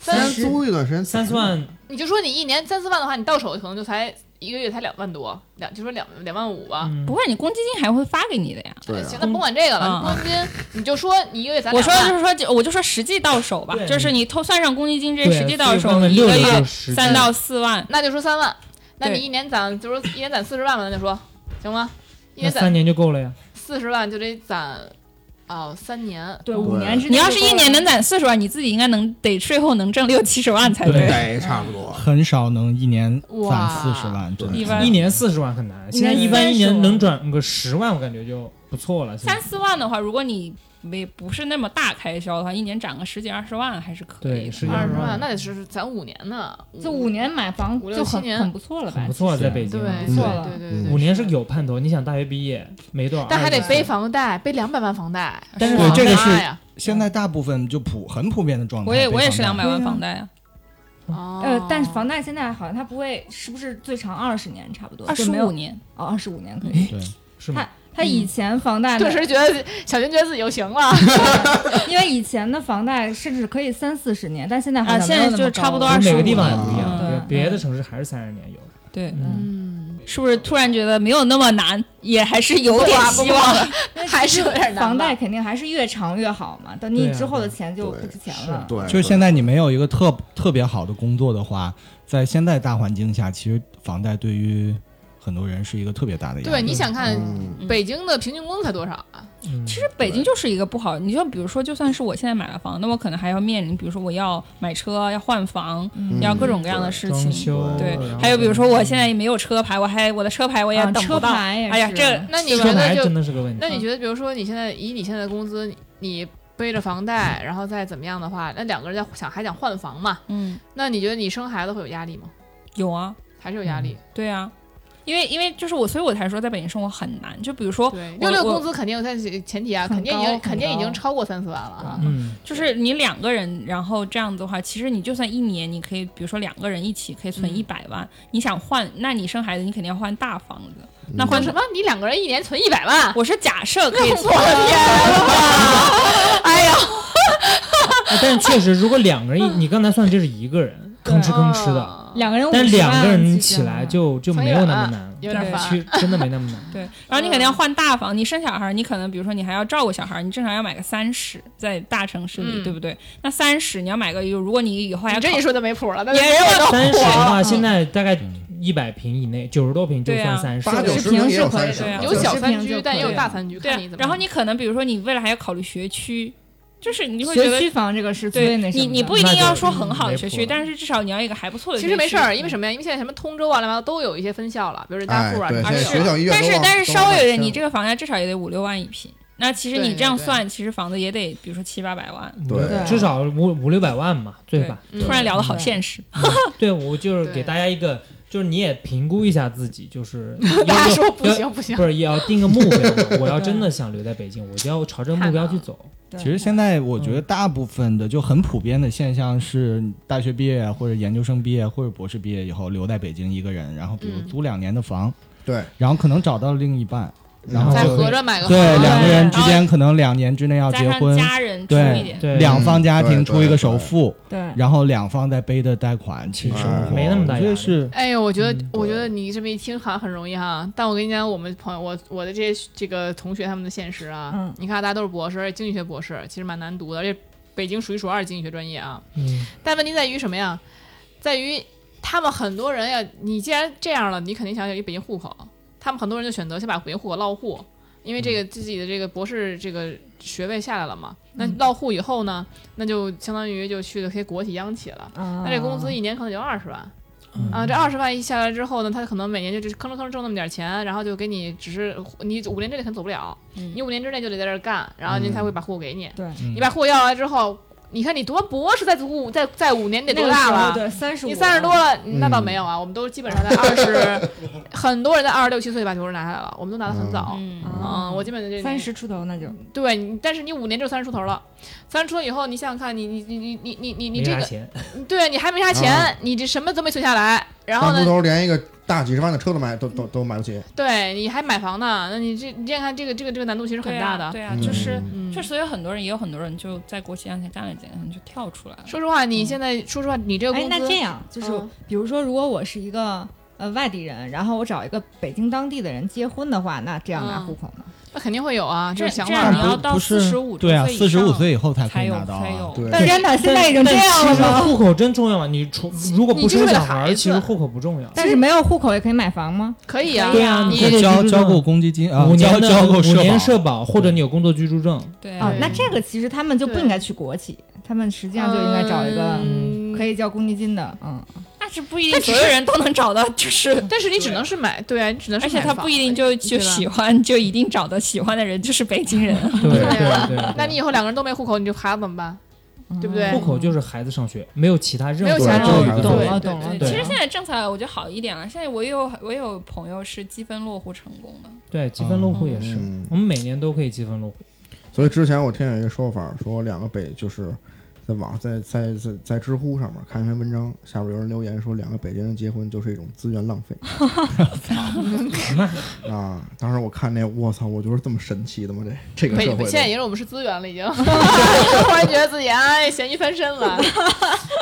S1: 三
S2: 先
S1: 十，
S2: 租一段时间，
S3: 三四万，
S1: 你就说你一年三四万的话，你到手可能就才一个月才两万多，两就说两两万五吧。
S3: 嗯
S6: 啊不会，你公积金还会发给你的呀。
S2: 对啊
S1: 行，那甭管这个了，
S6: 嗯
S1: 公积金你就说你一个月攒
S6: 我
S1: 两
S6: 说
S1: 万，
S6: 就是说就，我就说实际到手吧，
S3: 对
S6: 就是你偷算上公积金这
S3: 对
S6: 实际到
S3: 所以问
S6: 手，
S3: 问
S6: 一
S3: 六
S6: 个
S3: 六
S6: 月
S3: 就是
S6: 三到四万，
S1: 那就说三万，那你
S6: 对
S1: 一年攒就是一年攒四十万吧，咱就说行吗？一
S3: 那
S1: 年攒
S3: 三年就够了呀，
S1: 四十万就得攒哦三年，
S4: 对，五年之内
S6: 你要是一年
S4: 能
S6: 能攒四十万，你自己应该能得税后能挣六七十万才
S3: 对
S2: 得差不多。
S5: 很少能一年攒
S1: 哇
S5: 四十万，真的
S6: 一般
S3: 一年四十万很难，现在一般一年能转个十万，我感觉就不错了，现在
S6: 三四万的话，如果你没不是那么大开销的话，一年攒个十几二十万还是可以
S3: 对，
S6: 的。
S3: 是
S1: 二十万
S3: 万，
S1: 那得是攒五年呢，
S4: 就五年买房
S1: 五六
S4: 就
S1: 七
S4: 很
S1: 年
S4: 很不错了吧
S3: 很不？错，在北
S1: 对，
S3: 京
S1: 对
S4: 不错
S1: 对
S4: 了
S1: 对对
S2: 嗯
S1: 对，
S3: 五年
S1: 是
S3: 是，有盼头。你想，大学毕业没多少，
S1: 但还得
S3: 20
S1: 背房贷，背两百万房贷，
S3: 但是
S1: 哇
S5: 对这个
S1: 妈
S5: 是
S1: 呀
S5: 现在大部分就普很普遍的状态。
S6: 我也我也是
S5: 被
S6: 两
S5: 放大
S6: 百万房贷啊，
S1: 哦
S4: 呃，但是房贷现在好像它不会，是不是最长二十年差不多？
S6: 二十
S4: 就没有
S6: 五年。嗯
S4: 哦，二十五年可以。
S3: 是吗
S4: 它？它以前房贷
S1: *laughs* 顿
S4: 的，
S1: 时觉得小金觉得自己就行了，
S4: 因为以前的房贷甚至可以三四十年，但现在好
S6: 啊，
S4: 像没
S6: 现
S4: 有
S6: 在
S4: 那
S6: 就
S4: 么
S6: 差不
S4: 高
S6: 多
S4: 了
S6: 二
S3: 每
S6: 十
S3: 个
S6: 五
S3: 地方也
S6: 年。
S3: 不一
S6: 嗯
S3: 样，
S6: 对
S3: 别别的城市还是三十年有的。
S6: 对，
S3: 嗯，
S1: 嗯，
S6: 是不是突然觉得没有那么难，也还是有点希望的？
S1: *laughs* 还是有点难吧。
S4: 房贷肯定还是越长越好嘛，等
S3: 对
S4: 你
S3: 啊
S4: 之后的钱就不值钱
S3: 是
S4: 了。
S2: 对，
S5: 就是现在你没有一个特特别好的工作的话，在现在大环境下，其实房贷对于很多人是一个特别大的压力。
S1: 对，你想看
S2: 嗯，
S1: 北京的平均工才多少啊？
S3: 嗯
S6: 其实北京就是一个不好，你就比如说，就算是我现在买了房，那我可能还要面临，比如说我要买车、要换房、
S4: 嗯
S6: 要各种各样的事
S3: 装
S6: 情。
S3: 修，
S6: 对
S3: 然后，嗯
S6: 还有比如说我现在也没有车牌，我还我的车牌我也
S4: 啊
S6: 等
S4: 车
S6: 不到。
S4: 牌也
S6: 哎呀，
S4: 是
S6: 这
S1: 那你觉
S3: 车
S1: 得
S3: 牌
S1: 就
S3: 真的是个问
S1: 那
S3: 题。
S1: 你觉得，比如说你现在以你现在的工资，你背着房贷，然后再怎么样的话，那两个人在想还想换房嘛？
S6: 嗯，
S1: 那你觉得你生孩子会有压力吗？
S6: 有啊，
S1: 还是有压力？
S6: 对啊，因为因为就是我，所以我才说在北京生活很难。就比如说
S1: 对，
S6: 我
S1: 六六
S6: 我
S1: 工资肯定，但是前提啊，
S4: 很
S1: 肯定已
S4: 高
S1: 经
S4: 很
S1: 肯定已经
S4: 高
S1: 超过三四万了啊。
S3: 嗯，
S6: 就是你两个人，然后这样子的话，其实你就算一年，你可以比如说两个人一起可以存
S1: 嗯
S6: 一百万，你想换，那你生孩子你肯定要换大房子。
S2: 嗯
S6: 那换
S1: 换什么？你两个人一年存一百万？
S6: 我是假设可以
S1: *laughs*
S6: 存，
S1: 啊
S3: 哎但是确实，如果两个人一，你刚才算这是一个人吭哧吭哧的，
S1: 哦
S4: 两个人，
S3: 但两个人起
S4: 啊
S3: 来就就
S1: 所以
S3: 没有那么
S1: 啊
S3: 难，
S1: 有点
S6: 对
S1: 烦。
S3: 其实真的没那么难。
S6: 对，然后你肯定要换大房，你生小孩，你可能比如说你还要照顾小孩，你正常要买个三十，在大城市里，
S1: 嗯
S6: 对不对？那三十你要买个，如果你以后还
S1: 你
S6: 要
S1: 这
S6: 考
S1: 一说就没谱了，那
S6: 别人我都
S3: 三十的话，现在大概
S5: 嗯
S3: 一百平以内，九十多平就
S6: 对
S3: 算
S6: 啊
S3: 三十。
S2: 八九十
S4: 平
S2: 平也
S4: 是
S2: 有
S4: 可以
S2: 三十
S6: 的，
S1: 有小
S4: 90
S1: 三
S4: 平就
S1: 居，
S4: 可
S1: 但也有
S4: 以
S1: 大
S4: 了
S1: 三居，
S6: 对
S1: 看
S6: 啊
S1: 你怎么。
S6: 然后你可能比如说你未来还要考虑学区，就是你会觉
S4: 学
S6: 得
S4: 区房这个是
S6: 对
S4: 最那什么
S6: 你
S4: 的
S6: 你不一定
S3: 那就
S6: 要说很
S1: 嗯
S6: 好的
S3: 没
S6: 学
S3: 谱
S6: 区，
S3: 了
S6: 但是至少你要一个还不错的学
S1: 其
S6: 区。嗯
S1: 实没事儿，因为什么呀？因为现在什么通州啊、乱七八糟都有一些分校了，比如人大
S2: 哎，
S1: 附啊
S2: 对，
S1: 什么的。
S2: 现在
S6: 是
S2: 学校医院
S6: 但
S2: 都
S6: 是
S2: 往
S6: 但是稍微有点，你这
S2: 都
S6: 个房价至少也得五六万一平。那其实
S1: 对
S6: 你
S1: 对
S6: 这样
S1: 对
S6: 算，其实房子也得比如说七八百万。
S2: 对
S4: 对
S3: 至少五五六百万嘛，对吧？
S1: 嗯
S6: 突然聊的好现实，
S3: 对，我就是给
S1: 对
S3: 大家一个，就是你也评估一下自己，就是要
S1: 大家
S3: 要
S1: 说不
S3: 要
S1: 行不行
S3: 不，是也要定个目标。我要真的想留在北京，我就要朝这个目标去走。
S4: 对
S5: 其实现在我觉得大部分的就很普遍的现象是，大学毕业或者研究生毕业或者博士毕业以后留在北京一个人，然后比如
S1: 嗯
S5: 租两年的房，
S2: 对，
S5: 然后可能找到另一半，然后
S1: 再
S5: 就
S1: 合着买个
S5: 对
S1: 房
S5: 两个人之
S6: 然
S5: 间可能两年之内要
S6: 加
S5: 结
S6: 上
S5: 婚，
S6: 家人出
S5: 对
S6: 一点，
S3: 对，
S5: 两方家
S2: 嗯
S5: 庭
S2: 对
S5: 出一
S2: 对
S5: 个首
S2: 对
S5: 付，
S4: 对啊
S5: 然后两方再背着贷款去
S3: 其
S5: 生
S3: 实
S5: 活，
S3: 没那么大
S5: 我觉得
S3: 压力
S5: 是
S1: 哎呦，我觉得，
S3: 嗯
S1: 我觉得你这么一听好像很容易哈，但我跟你讲，我们朋友，我我的这些这个同学他们的现实啊，
S4: 嗯
S1: 你看大家都是博士，而且经济学博士，其实蛮难读的，而且北京数一数二经济学专业啊。
S3: 嗯，
S1: 但问题在于什么呀？在于他们很多人呀，你既然这样了，你肯定想有一北京户口，他们很多人就选择先把北京户口落户，因为这个自己的这个博士这个学位下来了嘛。那落户以后呢，那就相当于就去了些国企央企了，
S4: 那
S1: 那这
S4: 啊
S1: 工资一年可能就二十万。
S3: 嗯
S1: 啊，这二十万一下来之后呢，他可能每年就只吭哧吭哧挣那么点儿钱，然后就给你只是你五年之内可能走不了，
S6: 嗯
S1: 你五年之内就得在这儿干，然后您才会把户口给你。
S4: 对
S5: 嗯
S1: 你把户口要来之后，你看你读完博士再读再再五年，你得多大了？
S4: 对，三十五，
S1: 你三十多了，那倒没有啊，我们都基本上在二十，很多人在二十六七岁把博士拿下来了，我们都拿的很早。
S6: 嗯，
S1: 嗯，我基本就
S4: 三十出头那就
S1: 对，你但是你五年就三十出头了，三十出头以后，你想想看，你你你你你你你你
S3: 没
S1: 这
S3: 啥
S1: 个，
S3: 钱，
S1: 对你还没啥钱，
S2: 啊
S1: 你这什么都没存下来，然后
S2: 三
S1: 呢
S2: 出，头连一个大几十万的车都买都都都买不起，
S1: 对你还买房呢，那你这你这样看这个这个这个难度其实很
S6: 对
S1: 大
S6: 啊
S1: 的。
S6: 对啊，就是
S5: 嗯
S1: 嗯
S6: 就所以很多人也有很多人就在国企央企干了几年就跳出来了。
S1: 说实话，你现在说实话，你这个
S4: 哎，
S1: 工
S4: 那
S1: 资
S4: 这样就是
S1: 嗯，
S4: 比如说，如果我是一个呃外地人，然后我找一个北京当地的人结婚的话，那这样拿
S1: 嗯
S4: 户口呢？
S1: 那肯定会有啊，
S6: 这
S1: 种想
S6: 这
S1: 法
S6: 样
S5: 但
S6: 你要
S1: 啊。
S5: 不
S6: 到
S5: 不是
S6: 45
S5: 对啊，
S6: 岁以
S5: 四十五
S6: 上
S5: 岁以后才可
S6: 才
S5: 以
S6: 有
S5: 拿到
S6: 才
S5: 啊
S6: 有，
S2: 对，
S4: 天哪，现在已经这样
S3: 其实
S4: 了吗？
S3: 户口真重要吗？你除如果不
S1: 你这是
S3: 生
S1: 为了
S3: 小孩
S1: 孩
S3: 儿，
S1: 子
S3: 其实户口不重要。
S4: 但是没有户口也可以买房吗？
S1: 可以啊，
S6: 对
S3: 啊你
S1: 你
S3: 这
S5: 交
S3: 就是
S5: 交
S3: 这
S5: 够公积金啊，
S3: 五
S5: 交
S3: 年的
S5: 交够
S3: 五年
S5: 社
S3: 社保，或者你有工作居住证，
S6: 对
S4: 啊
S1: 对，
S4: 那这个其实他们就不
S1: 对
S4: 应该去国企，他们实际上就应该找一个
S1: 嗯
S4: 可以交公积金的，嗯，
S6: 那是不一定所有人都能找到，就是
S1: 但是你只能是买，对啊，你只能是
S6: 而且
S1: 买
S6: 他
S1: 房，
S6: 不一定就就
S1: 对吧
S6: 喜欢，就一定找到喜欢的人，就是北京人。
S3: 对
S1: 啊
S3: 对对。
S1: 那你以后两个人都没户口，你这孩子怎么办？
S4: 嗯
S1: 对不对
S3: 户口就是孩子上学，没有其他任何
S1: 没有其啊他
S2: 任何
S3: 教育的
S2: 对
S3: 作
S2: 对
S3: 用
S1: 啊对
S4: 懂了，
S3: 啊对啊
S6: 其实现在政策我觉得好一点了。现在我有我有朋友是积分落户成功的，
S3: 对，积分落户也是，
S2: 嗯
S3: 我们每年都可以积分落户。
S2: 所以之前我听有一个说法，说两个北就是在网在在在在知乎上面看一篇文章，下边有人留言说两个北京人结婚就是一种资源浪
S1: *laughs*
S2: 费。啊！当时我看那，我操，我觉得这么神奇的吗？这这个
S1: 北
S2: 社
S3: 啊
S2: 会
S1: 现在
S2: 的
S1: 也是我们是资源了，已经突然觉得自己哎咸鱼翻身了。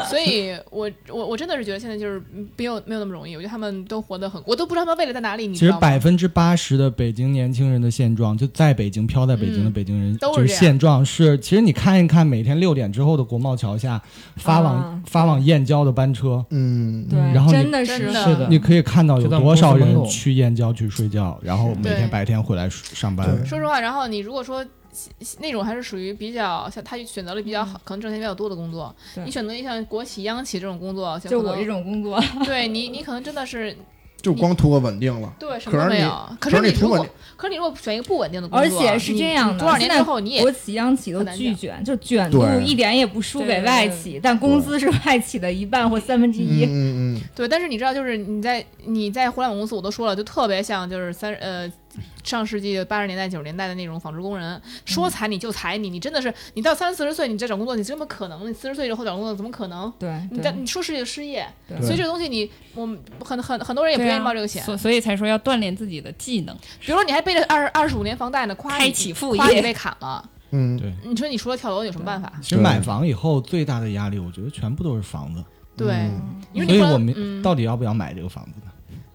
S1: 所以我我我真的是觉得现在就是没有没有那么容易，我觉得他们都活得很，我都不知道他们未来在哪里，你
S5: 其
S1: 知
S5: 实
S1: 道吗
S5: 百？分之八十的北京年轻人的现状，就在北京漂在北京的
S1: 嗯
S5: 北京人，
S1: 都是
S5: 就是
S1: 这样
S5: 现状是，其实你看一看每天六点之后的国贸桥下发往、
S4: 啊
S5: 发往燕郊的班车，
S2: 嗯，
S4: 对，
S5: 然后你
S4: 真的
S1: 真
S4: 是
S1: 的
S3: 是的
S5: 你可以看到有
S3: 就在我们
S5: 多少
S3: 公司门
S5: 人
S3: 口
S5: 去燕郊去睡觉，然后每
S1: 对
S5: 天白天回来上班。
S2: 对
S1: 说实话，然后你如果说那种还是属于比较像他选择了比较好，可能挣钱比较多的工作，
S4: 嗯对
S1: 你选择一项国企、央企这种工作，
S4: 就
S1: 可能
S4: 我这，种工作，
S1: 对你，你可能真的是
S2: 就光图个稳定了。
S1: 对什
S2: 可
S1: 么都
S2: 是
S1: 没
S2: 你
S1: 有。可
S2: 可是
S1: 你
S2: 你图
S1: 如果
S2: 稳，
S1: 可是你如果选一个不稳定的工作，
S4: 而且是这样
S1: 你
S4: 的，
S1: 多少年
S4: 现在
S1: 之后你也
S4: 国企、央企都
S1: 很难
S4: 巨
S1: 讲
S4: 卷，就卷
S2: 对
S4: 度一点也不输
S6: 对
S4: 给
S6: 对
S4: 外
S6: 对
S4: 企，但工资是外企的一半或三分之一。
S2: 嗯嗯
S1: 对，但是你知道，就是你在你在互联网公司，我都说了，就特别像就是三呃上世纪八十年代九十年代的那种纺织工
S4: 嗯
S1: 人，说裁你就裁你，你真的是你到三四十岁你再找工作，你怎么可能？你四十岁之后找工作怎么可能？
S4: 对，
S1: 你
S4: 对
S1: 在你说失业就失业，
S4: 对
S1: 所以这个东西你我们很很很多人也不愿意冒这个险。
S6: 啊所所以才说要锻炼自己的技能，
S1: 比如说你还背着二二十五年房贷呢，夸你
S6: 开启副
S1: 夸你
S6: 业。嗯
S1: 被砍了，
S2: 嗯
S5: 对
S1: 你说你除了跳楼有什么办法？
S5: 其实买房以后最大的压力，我觉得全部都是房子。
S1: 对，因为
S5: 所
S1: 你
S5: 以
S1: 不能
S5: 我们、
S1: 嗯，
S5: 到底要不要买这个房子呢？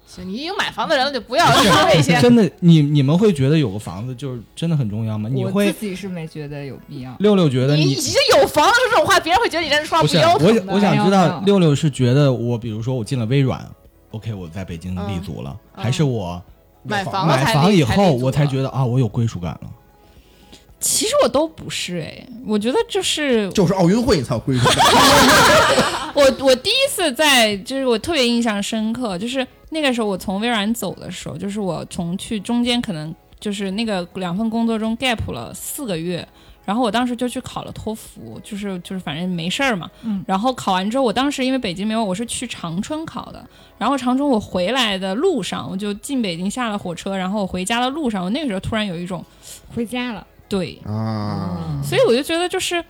S1: 行，你已经买房的人了，就不要说这些。
S5: 真的，你你们会觉得有个房子就是真的很重要吗？你
S4: 我
S5: 会
S4: 自己是没觉得有必要。
S5: 六六觉得
S1: 你
S5: 你
S1: 已经有房了，说这种话，别人会觉得你在这说话
S5: 不是
S1: 腰
S5: 我
S1: 疼
S5: 想
S1: 的。
S5: 我想知
S4: 没有没
S5: 道
S4: 有
S5: 六六是觉得我比如说我进了微软，OK 我在北京
S1: 嗯
S5: 立足了，
S1: 嗯
S5: 还是我
S1: 买房了
S5: 买
S1: 才
S5: 房
S1: 立
S5: 以
S1: 立
S5: 后
S1: 足
S5: 我才
S1: 了
S5: 觉得啊我有归属感了？
S6: 其实我都不是哎，我觉得就是
S2: 就是奥运会你才有
S1: *laughs*
S2: 归属感。
S6: 我我第一次在就是我特别印象深刻，就是那个时候我从微软走的时候，就是我从去中间可能就是那个两份工作中 gap 了四个月。然后我当时就去考了托福，就是就是反正没事儿嘛。
S4: 嗯
S6: 然后考完之后，我当时因为北京没有，我是去长春考的。然后长春我回来的路上，我就进北京下了火车，然后我回家的路上，我那个时候突然有一种
S4: 回家了，
S6: 对
S2: 啊，
S6: 所以我就觉得就是，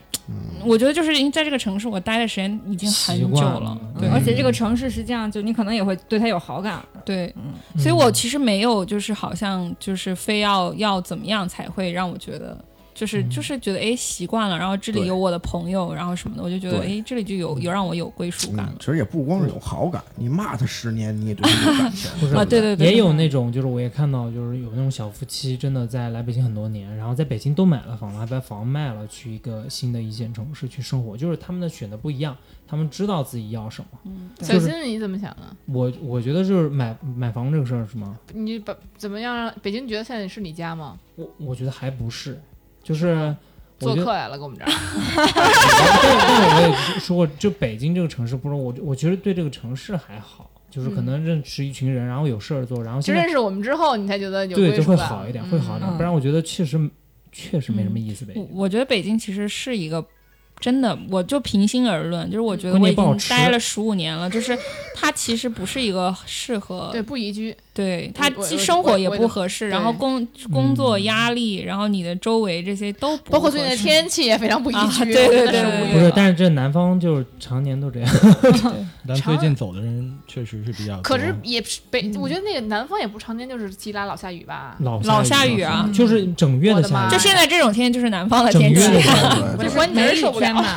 S6: 我觉得就是因为在这个城市我待的时间已经
S3: 嗯
S6: 很
S3: 习
S6: 久
S3: 惯
S6: 了
S3: 了，嗯
S6: 对，
S4: 而且这个城市实际上就你可能也会对它有好感。
S6: 对，
S4: 嗯
S6: 所以我其实没有就是好像就是非要要怎么样才会让我觉得。就是
S3: 嗯
S6: 就是觉得哎习惯了，然后这里
S2: 对
S6: 有我的朋友，然后什么的，我就觉得
S2: 对
S6: 哎这里就有
S3: 嗯
S6: 有让我有归属感
S2: 嗯
S6: 了，
S2: 其实也不光是有好感，你骂他十年，你也对他有感
S6: *laughs*
S2: 情。
S3: 嗯不是
S6: 啊！对对对，
S3: 也有那种，就是我也看到，就是有那种小夫妻真的在来北京很多年，然后在北京都买了房了，还把房卖了，去一个新的一线城市去生活，就是他们的选择不一样，他们知道自己要什么。
S6: 嗯
S1: 小
S3: 就是
S1: 新，你怎么想呢？
S3: 我我觉得就是买买房这个事儿是吗？
S1: 你把怎么样让北京觉得现在是你家吗？
S3: 我我觉得还不是，就是我
S1: 做
S3: 觉得
S1: 客来了，跟我们这儿。
S3: 但但我也说过，就北京这个城市，不是我，我其实对这个城市还好，就是可能认识一群人，然后有事儿做，然后
S1: 嗯就
S3: 现在
S1: 认识我们之后，你才觉得有
S3: 对
S1: 归
S3: 就
S1: 属
S3: 会
S1: 感嗯
S3: 好一点，会好一点，
S4: 嗯
S3: 不然我觉得确实确实没什么意思。北
S6: 我
S3: 京
S6: 我觉得北京其实是一个真的，我就平心而论，就是我觉得
S3: 关
S6: 我
S3: 键
S6: 已
S3: 不好
S6: 经
S3: 吃
S6: 待了十五年了，就是它其实不是一个适合
S1: 嗯对，不宜居。
S6: 对他
S1: 我
S6: 既
S1: 我
S6: 生
S1: 我
S6: 活也
S1: 我
S6: 不
S1: 就
S6: 合适，
S1: 对
S6: 然后工工作压力，然后你的周围这些都不
S1: 包括
S6: 合
S1: 最近的
S6: 适
S1: 天气也非常不宜
S6: 啊
S1: 居，
S6: 对
S1: 真
S6: 对
S1: 的是
S6: 对
S1: 无
S6: 对
S1: 语
S3: 不是，
S1: 了
S3: 但是这南方就是常年都
S1: *laughs*
S3: 这样，
S5: 但
S1: 长
S5: 最
S1: 安
S5: 近走的人确实是比较多，
S1: 可是也是
S4: 嗯
S1: 北，我觉得那个南方也不常年就是稀拉老下雨吧。
S3: 老
S6: 老
S3: 下
S6: 下雨啊
S3: 老就是整月
S1: 我
S3: 的
S1: 的
S3: 下
S1: 妈
S3: 雨，
S6: 就
S1: 呀
S6: 现在这种天就是南方的
S3: 整
S6: 天
S3: 月的
S6: 气，
S3: 下雨。
S1: 我
S2: 对
S1: 这关节
S4: 梅
S1: 儿
S4: 雨
S1: 受不
S4: 天
S1: 了。
S4: 嘛，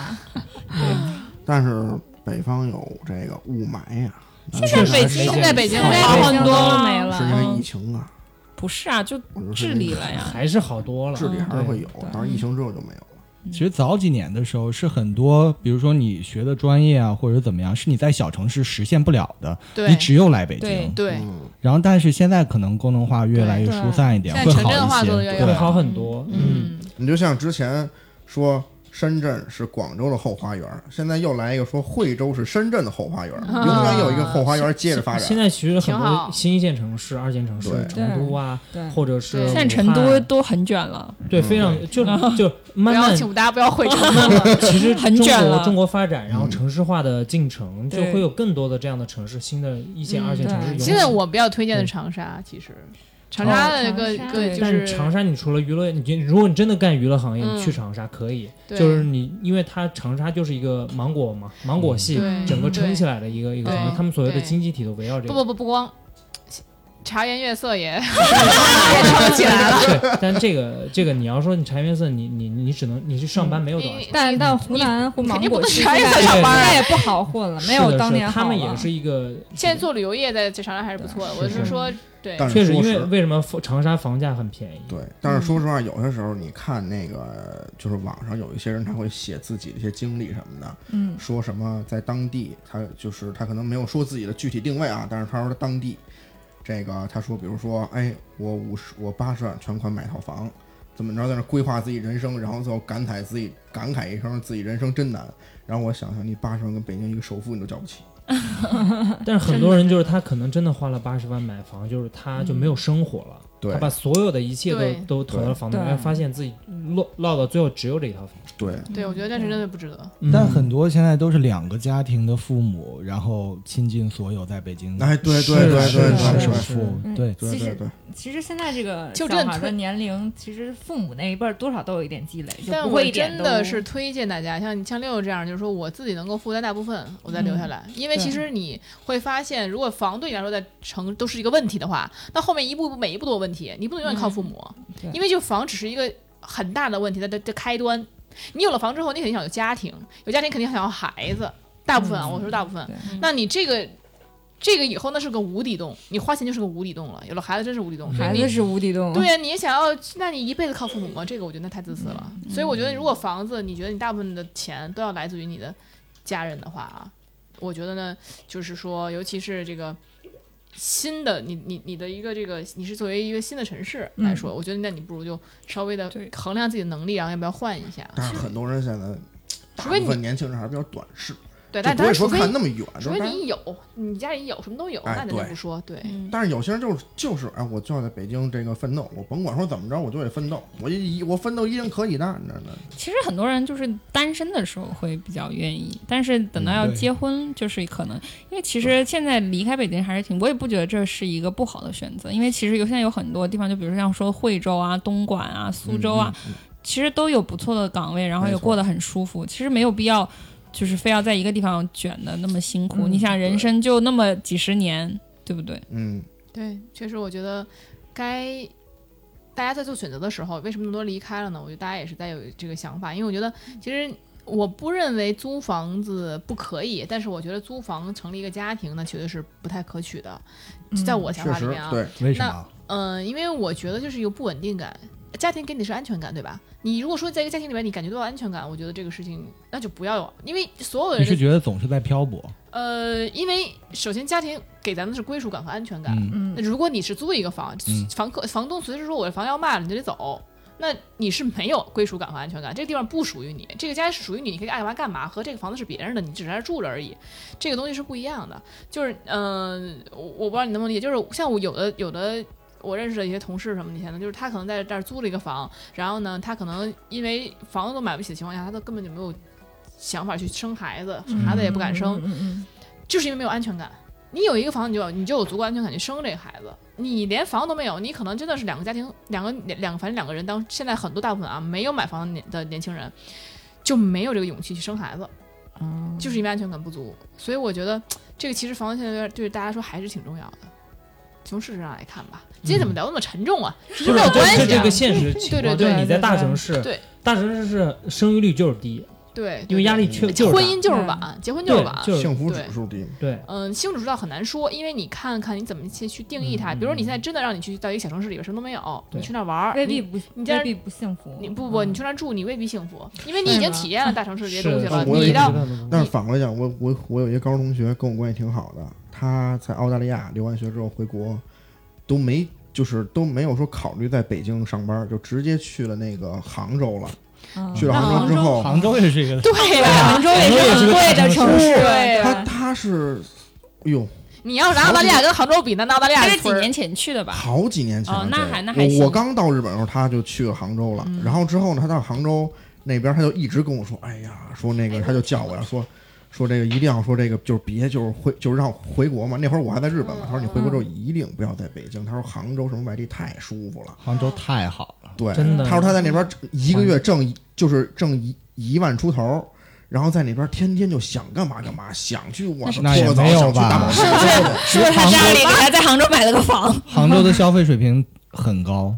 S2: 但是北方有这个雾霾呀，现
S3: 在
S6: 北
S3: 没
S6: 京
S3: 见
S1: 现在北京
S6: 现在
S1: 好
S6: 北京
S1: 很
S6: 都
S1: 多了
S6: 没
S2: 是因为疫
S6: 了，
S2: 情啊，
S6: 不是啊，就
S2: 我就
S6: 治
S2: 是
S6: 嗯理了
S2: *laughs*
S6: 呀，
S3: 还是好多了。
S2: 治理还是会有
S6: 对，
S2: 但是疫情之后就没有了。
S5: 其实早几年的时候是很多，比如说你学的专业啊，或者怎么样，是你在小城市实现不了的，你
S1: 对
S5: 只有来北
S6: 对
S5: 京。
S1: 对，
S2: 嗯，
S5: 然后，但是现在可能功能化越来越疏散一点，
S1: 对
S5: 会
S1: 对
S5: 好
S1: 现在城镇化
S5: 一
S1: 做得
S5: 些
S1: 越来。越
S3: 会
S5: 对，
S3: 好很多，嗯，
S1: 嗯，
S2: 你就像之前说深圳是广州的后花园，现在又来一个说惠州是深圳的后花园，
S1: 啊
S2: 永远有一个后花园接着发
S3: 现
S2: 展。
S3: 在其实很
S1: 挺好
S3: 多新一线城市、二线城市
S2: 对，
S3: 成都啊，
S4: 对
S3: 或者是
S1: 对
S3: 武
S6: 现
S3: 汉
S6: 在成都嗯都很卷了，
S3: 对，非常就就
S1: 不
S3: 慢
S1: 要，
S3: 慢
S1: 请大家不要
S3: *laughs*
S1: 会这
S3: 慢慢，其实
S6: 很
S3: 中
S6: 卷
S3: 国
S6: 了
S3: 中国发展，然后城市化的进程，就
S6: 对
S3: 会有更多的这样的城市，新的一线、
S1: 嗯
S3: 二线城市
S4: 对
S3: 涌现。
S1: 现在我比较推荐的长沙，其实长沙的个
S4: 长沙
S1: 个就
S3: 嗯哦但
S1: 是
S3: 是长沙，你除了娱乐，你就如果你真的干娱乐行业，
S1: 嗯
S3: 你去长沙可以，
S1: 对
S3: 就是你，因为它长沙就是一个芒果嘛，芒果系
S1: 对
S3: 整个撑起
S1: 来。
S3: 来的一个一个
S1: 对
S3: 城市，他们所谓的
S1: 对
S3: 经济体都围绕这
S1: 不
S3: 个
S1: 不不不光，茶颜悦色
S3: *laughs*
S1: 也也成起来了。
S3: 对，但这个这个你要说你茶颜色，你你你只能你去上班没有多少钱。
S4: 但但湖南湖
S1: 肯
S4: 芒
S1: 定不
S4: 果
S1: 能
S4: 区
S1: 全
S4: 现
S1: 是
S4: 在
S1: 小
S4: 现
S1: 班儿
S4: 在
S1: 啊。
S4: 也不好混了，嗯没
S3: 是
S4: 有
S3: 的
S4: 当
S3: 是的
S4: 年好
S3: 他们也
S4: 了
S3: 是一个，
S1: 现在做旅游业在这长沙还是不错的，我
S3: 是
S1: 是
S3: 是
S1: 说，对，
S2: 但
S3: 确
S2: 是
S3: 实
S2: 说
S3: 因为
S2: 实
S3: 为什么长沙房价很便宜？
S2: 对，但是说实话，有些时候你看那个，就是网上有一些人他会写自己的一些经历什么的，
S4: 嗯，
S2: 说什么在当地，他就是他可能没有说自己的具体定位啊，但是他说他当地，这个他说比如说，哎，我五十我八十万全款买套房，怎么着在那规划自己人生，然后最后感慨自己感慨一声自己人生真难。然后我想想，你八十万跟北京一个首付你都交不起，
S3: 但是很多人就是他可能真的花了八十万买房，就是他就没有生活了，
S2: 对
S3: 他把所有的一切
S1: 嗯对
S3: 都都投到房子里，
S4: 对
S3: 哎发现自己落落到最后只有这一套房。
S2: 对，
S1: 对我觉得但是真的不值得。
S2: 嗯
S3: 嗯
S5: 但很多现在都是两个家庭的父母，然后倾尽所有在北京
S2: 哎，对对
S3: 是
S2: 对对
S5: 是
S2: 对
S5: 是
S2: 对
S5: 首
S3: 是
S5: 付，
S4: 嗯
S5: 对，
S2: 对
S4: 其实
S2: 对对，
S4: 其实现在这个
S1: 就
S4: 小
S1: 这
S4: 孩的
S1: 推
S4: 年龄，其实父母那一辈儿多少都有一点积累，就
S1: 但
S4: 不
S1: 我
S4: 会一点
S1: 真
S4: 都
S1: 的是推荐大家，像你像六六这样，就是说我自己能够负担大部分，我再留下来。因为
S4: 嗯对
S1: 其实你会发现，如果房对你来说在成都是一个问题的话，那后面一步步每一步都有问题，你不能永远靠父母，
S4: 嗯对
S1: 因为就房只是一个很大的问题的的的开端。你有了房之后，你肯定想有家庭，有家庭肯定想要孩子，大部分啊，我说大部分
S4: 嗯对。
S1: 那你这个这个以后那是个无底洞，你花钱就是个无底洞了，有了孩子真是无底洞。所以
S4: 孩
S1: 你
S4: 子是无底洞，
S1: 对
S2: 嗯
S1: 呀、你也想要，那你一辈子靠父母吗？这个我觉得那太自私了。
S2: 嗯
S1: 所以我觉得，如果房子，你觉得你大部分的钱都要来自于你的家人的话啊，我觉得呢，就是说，尤其是这个新的，你你你的一个这个，你是作为一个新的城市
S2: 嗯
S1: 来说，我觉得那你不如就稍微的
S6: 对
S1: 衡量自己的能力，然后要不要换一下。
S2: 但是很多人现在。大
S1: 除非
S2: 部
S1: 你
S2: 分年轻人还是比较短视，
S1: 对，
S2: 就
S1: 但
S2: 不
S1: 但
S2: 会
S1: 是
S2: 说
S1: 除非
S2: 看那么远。
S1: 除
S2: 就是
S1: 非
S2: 大家
S1: 你有，你家里有什么都有，
S2: 哎
S1: 那咱就
S2: 对
S1: 不说。对，
S2: 但是有些人就是就是哎，我就要在北京这个奋斗，我甭管说怎么着，我就得奋斗，我一我奋斗依然可以的，那那
S6: 其实很多人就是单身的时候会比较愿意，但是等到
S5: 嗯
S6: 要
S5: 对
S6: 结婚，就是可能，因为其实现在离开北京还是挺，我也不觉得这是一个不好的选择，因为其实有现在有很多地方，就比如像说惠州啊、东莞啊、苏州啊，，
S2: 嗯嗯
S6: 其实都有不错的岗位，然后
S2: 没
S6: 也
S2: 错
S6: 过得很舒服，其实没有必要。就是非要在一个地方卷的那么辛苦，
S4: 嗯
S6: 你想人生就那么几十年，对不对？
S2: 嗯，
S1: 对，确实，我觉得该大家在做选择的时候，为什么那么多离开了呢？我觉得大家也是在有这个想法，因为我觉得其实我不认为租房子不可以，但是我觉得租房成立一个家庭，那绝对是不太可取的，就在
S4: 嗯
S1: 我想
S2: 确
S1: 法里
S2: 实
S1: 面啊。
S2: 对，
S5: 为什么？
S1: 嗯，因为我觉得就是一个不稳定感，家庭给你的是安全感，对吧？你如果说在一个家庭里面你感觉到安全感，我觉得这个事情那就不要有，因为所有的
S5: 你是
S1: 人
S5: 觉得总是在漂泊？
S1: 呃，因为首先家庭给咱们的是归属感和安全感，
S5: 嗯，
S4: 嗯
S1: 那，如果你是租一个房，
S5: 嗯
S1: 房客房东随时说我的房要卖了，你就得走。那你是没有归属感和安全感，这个地方不属于你，这个家是属于你，你可以爱干嘛干嘛，和这个房子是别人的，你只是在这儿住着而已，这个东西是不一样的。就是，嗯、我我不知道你能不能理解，就是像我有的有的我认识的一些同事什么的，以前的，就是他可能在这儿租了一个房，然后呢，他可能因为房子都买不起的情况下，他都根本就没有想法去生孩子，生孩子也不敢生，
S4: 嗯嗯嗯
S1: 就是因为没有安全感。你有一个房，你就有你就有足够安全感去生这个孩子。你连房都没有，你可能真的是两个家庭，两个两个反正两个人当现在很多大部分啊没有买房的年的年轻人，就没有这个勇气去生孩子，
S4: 嗯
S1: 就是因为安全感不足。所以我觉得这个其实房子现在对大家说还是挺重要的，从事实上来看吧。今天
S3: 嗯
S1: 怎么聊那么沉重啊？
S3: 不
S1: 其实没有关系啊
S3: 这这个现实情
S1: 对对
S3: 况，
S1: 对
S3: 你在大城市，
S1: 对
S3: 大城市是生育率就是低，
S1: 对，
S3: 因为压力确
S1: 对
S3: 就是大
S1: 婚姻就是晚，结婚就是晚。
S3: 对就是
S2: 幸福指数低，
S3: 对。
S1: 嗯，幸福指数很难说，因为你看看你怎么去去定义它。
S3: 嗯
S1: 比如说你现在真的让你去到一个小城市里边什么都没有，你
S3: 对
S1: 去那儿玩儿，
S4: 未
S1: 你
S4: 必不，
S1: 你在
S4: 未必不幸福。
S1: 你不不，你
S4: 嗯
S1: 去那儿住，你未必幸福，因为你
S4: 是
S1: 已经
S4: 吗
S1: 体验了大城市这些
S3: 是
S1: 东西了。
S2: 我也
S1: 你
S2: 是
S1: 到
S2: 但是反过来讲，我我我有一个高中同学跟我关系挺好的，他在澳大利亚留完学之后回国，都没就是都没有说考虑在北京上班，就直接去了那个杭州了。
S4: 嗯
S2: 去了杭州之后，
S5: 杭州也是一
S2: *laughs*
S5: 个
S1: 对
S4: 对
S1: 呀，
S4: 杭州也是很贵的城市，
S1: 对啊
S4: 对
S2: 他他是，哎呦，
S1: 你要是拿澳大利亚跟杭州比，那拿澳大利亚
S6: 他是
S1: 村
S6: 几
S1: 儿
S6: 年前去的吧？
S2: 好几年前了
S6: 哦
S2: 这
S6: 那
S2: 个
S6: 还那还
S2: 我
S6: 行嗯
S2: 我刚到日本的时候，他就去了杭州了。然后之后呢，他到杭州那边，他就一直跟我说：“哎呀，说那个，他就叫我呀，说说这个一定要说这个，就是别就是回就是让我回国嘛。那会儿我还在日本
S6: 嗯
S2: 嘛，他说你回国之后一定不要在北京，他说杭州什么外地太舒服了。
S5: 杭州太好了，
S2: 对，
S3: 真的
S2: 他说他在那边一个月挣一就是挣一一万出头。然后在那边天天就想干嘛干嘛，想去我的
S5: 那
S2: 搓
S5: 也
S2: 个澡，
S5: 没有
S2: 想去
S5: 吧
S2: 打保
S6: 是
S2: 龄
S6: 不
S2: 球
S6: 是
S2: 去 *laughs* 的。
S6: 是不是他 *laughs* 家里给他在杭州买了个房？
S5: *laughs* 杭州的消费水平
S1: *laughs*
S5: 很高，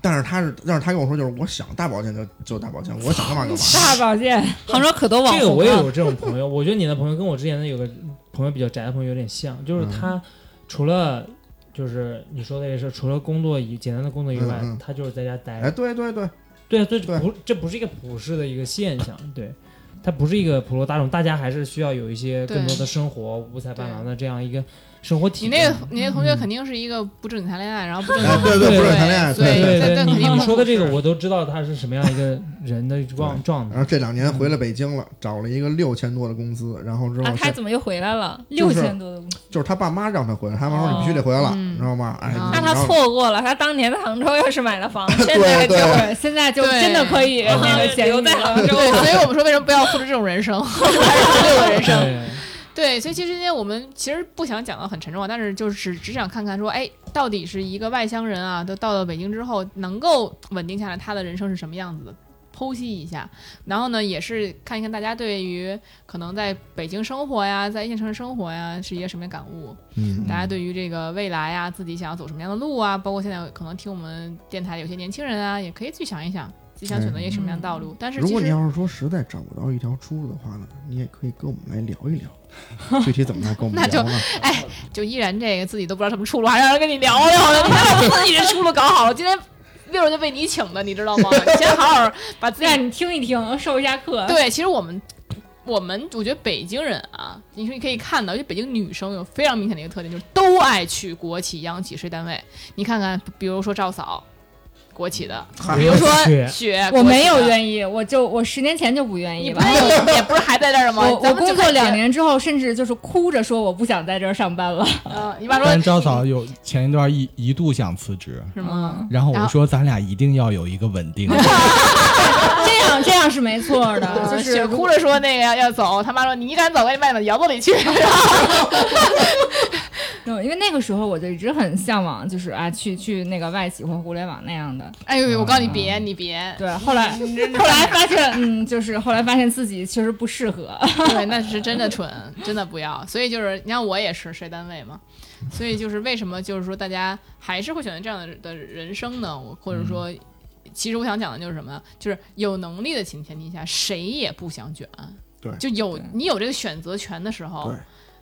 S2: 但是他是，但是他跟我说就是我想大保健就就大保健，我想干嘛
S6: *laughs*
S2: 干嘛。
S4: 大
S1: *laughs*
S4: 保健，
S6: 杭州可多网
S3: 这个
S6: 红啊
S3: 我也
S6: 了。
S3: 有这种朋友，我觉得你的朋友跟我之前的有个朋友比较宅的朋友有点像，就是
S2: 嗯
S3: 他除了就是你说的也是，除了工作以简单的工作以外，
S2: 嗯嗯
S3: 他就是在家待
S2: 哎，
S3: 着。
S2: 对对对，
S3: 对啊，这
S2: 对
S3: 不这不是一个普世的一个现象，对，它不是一个普罗大众，大家还是需要有一些更多的生活五彩斑斓的这样一个生活体
S1: 你
S3: 验。
S1: 那个你那个同学肯定是一个不正经谈恋爱，然后不正经
S2: 哎对对
S3: 不正
S2: 经谈恋爱
S1: 所以
S3: 对
S1: 这这
S3: 对
S1: 肯
S3: 你
S1: 定
S3: 你
S1: 不
S3: 说的这个
S1: 是
S3: 我都知道他是什么样一个人的状状
S2: 然
S3: 态。
S2: 后这两年回了北京了，找了一个六千多的工资，然后之
S6: 啊
S2: 后，
S6: 他
S2: 是
S6: 怎么又回来了？
S4: 六
S2: 就是
S4: 千多的工资，
S2: 就是他爸妈让他回来，他妈说你必须得回来了，
S1: 嗯
S2: 你知道吗？哎，
S1: 啊
S6: 哦那他
S2: *laughs* 然后
S6: 错过了，他当年在杭州要是买了房，
S2: *laughs*
S6: 现在
S2: 对
S6: 就
S2: 对
S4: 对，现在就
S1: 对啊
S4: 真的可以
S2: 嗯
S4: 那个闲
S6: 留
S4: 鱼
S6: 在
S4: 了。
S6: 杭州。
S1: 对，所以我们说为什么不要复制这种人生，还是这种人生。
S3: 对，
S1: 对，所以其实今天我们其实不想讲到很沉重啊，但是就是只想看看说，哎，到底是一个外乡人啊，都到了北京之后，能够稳定下来，他的人生是什么样子的。剖析一下，然后呢，也是看一看大家对于可能在北京生活呀，在一线城市生活呀，是一个什么样的感悟。
S2: 嗯，
S1: 大家对于这个未来啊，自己想要走什么样的路啊，包括现在可能听我们电台有些年轻人啊，也可以去想一想自己想选择一个什么样的道路。但是
S2: 嗯如
S1: 其
S2: 果你
S1: 实
S2: 要是说实在找不到一条出路的话呢，你也可以跟我们来聊一聊，
S6: *laughs*
S2: 具体怎么来跟我们
S1: 那就
S2: 聊呢？
S1: 就依然这个自己都不知道什么出路，还让人跟你聊聊呢，你还把自己的出路搞好了。今天六儿就被你请的，你知道吗？你先好好把自己
S4: 让你听一听，授一下课。
S1: 对，其实我们我们我觉得北京人啊，你说你可以看到，就北京女生有非常明显的一个特点，就是都爱去国企、央企、事业单位。你看看，比如说赵嫂，国企的，比如说
S3: 雪
S1: 雪，
S4: 我没有
S1: 原，
S4: 愿意，我就我十年前就不愿
S1: 你
S4: 意
S1: 不
S4: 了。
S1: 是也不是还在这儿吗？
S4: 我我
S1: 咱们就
S4: 工
S1: 看
S4: 作
S1: 你
S4: 两，年之后，甚至就是哭着说我不想在这儿上班了。
S1: 嗯，你爸说
S5: 但招嫂有前一段一一度想辞职，
S1: 是吗？
S5: 然后
S1: 然
S5: 我
S1: 后
S5: 说咱俩一定要有一个稳
S1: *laughs*
S5: 定的，
S4: 这样这样是没错的，
S1: 呃
S4: 就
S1: 雪
S4: 是
S1: 哭着说那个要要走，他妈说你敢走，赶紧迈到窑子里去。然后
S4: *laughs* 嗯对，因为那个时候我就一直很向往，就是啊，去去那个外企或互联网那样的。
S1: 哎
S2: 啊
S1: 呦，我告诉你别你别，
S4: 对，后来后来发现，嗯，就是后来发现自己确实不适合。
S1: 对，那是真的蠢， *laughs* 真的不要。所以就是，你看我也是谁单位嘛，所以就是为什么就是说大家还是会选择这样的的人生呢？我或者说，
S2: 嗯
S1: 其实我想讲的就是什么呢？就是有能力的前前提下，谁也不想卷。
S2: 对
S1: 就有你有这个选择权的时候
S2: 对，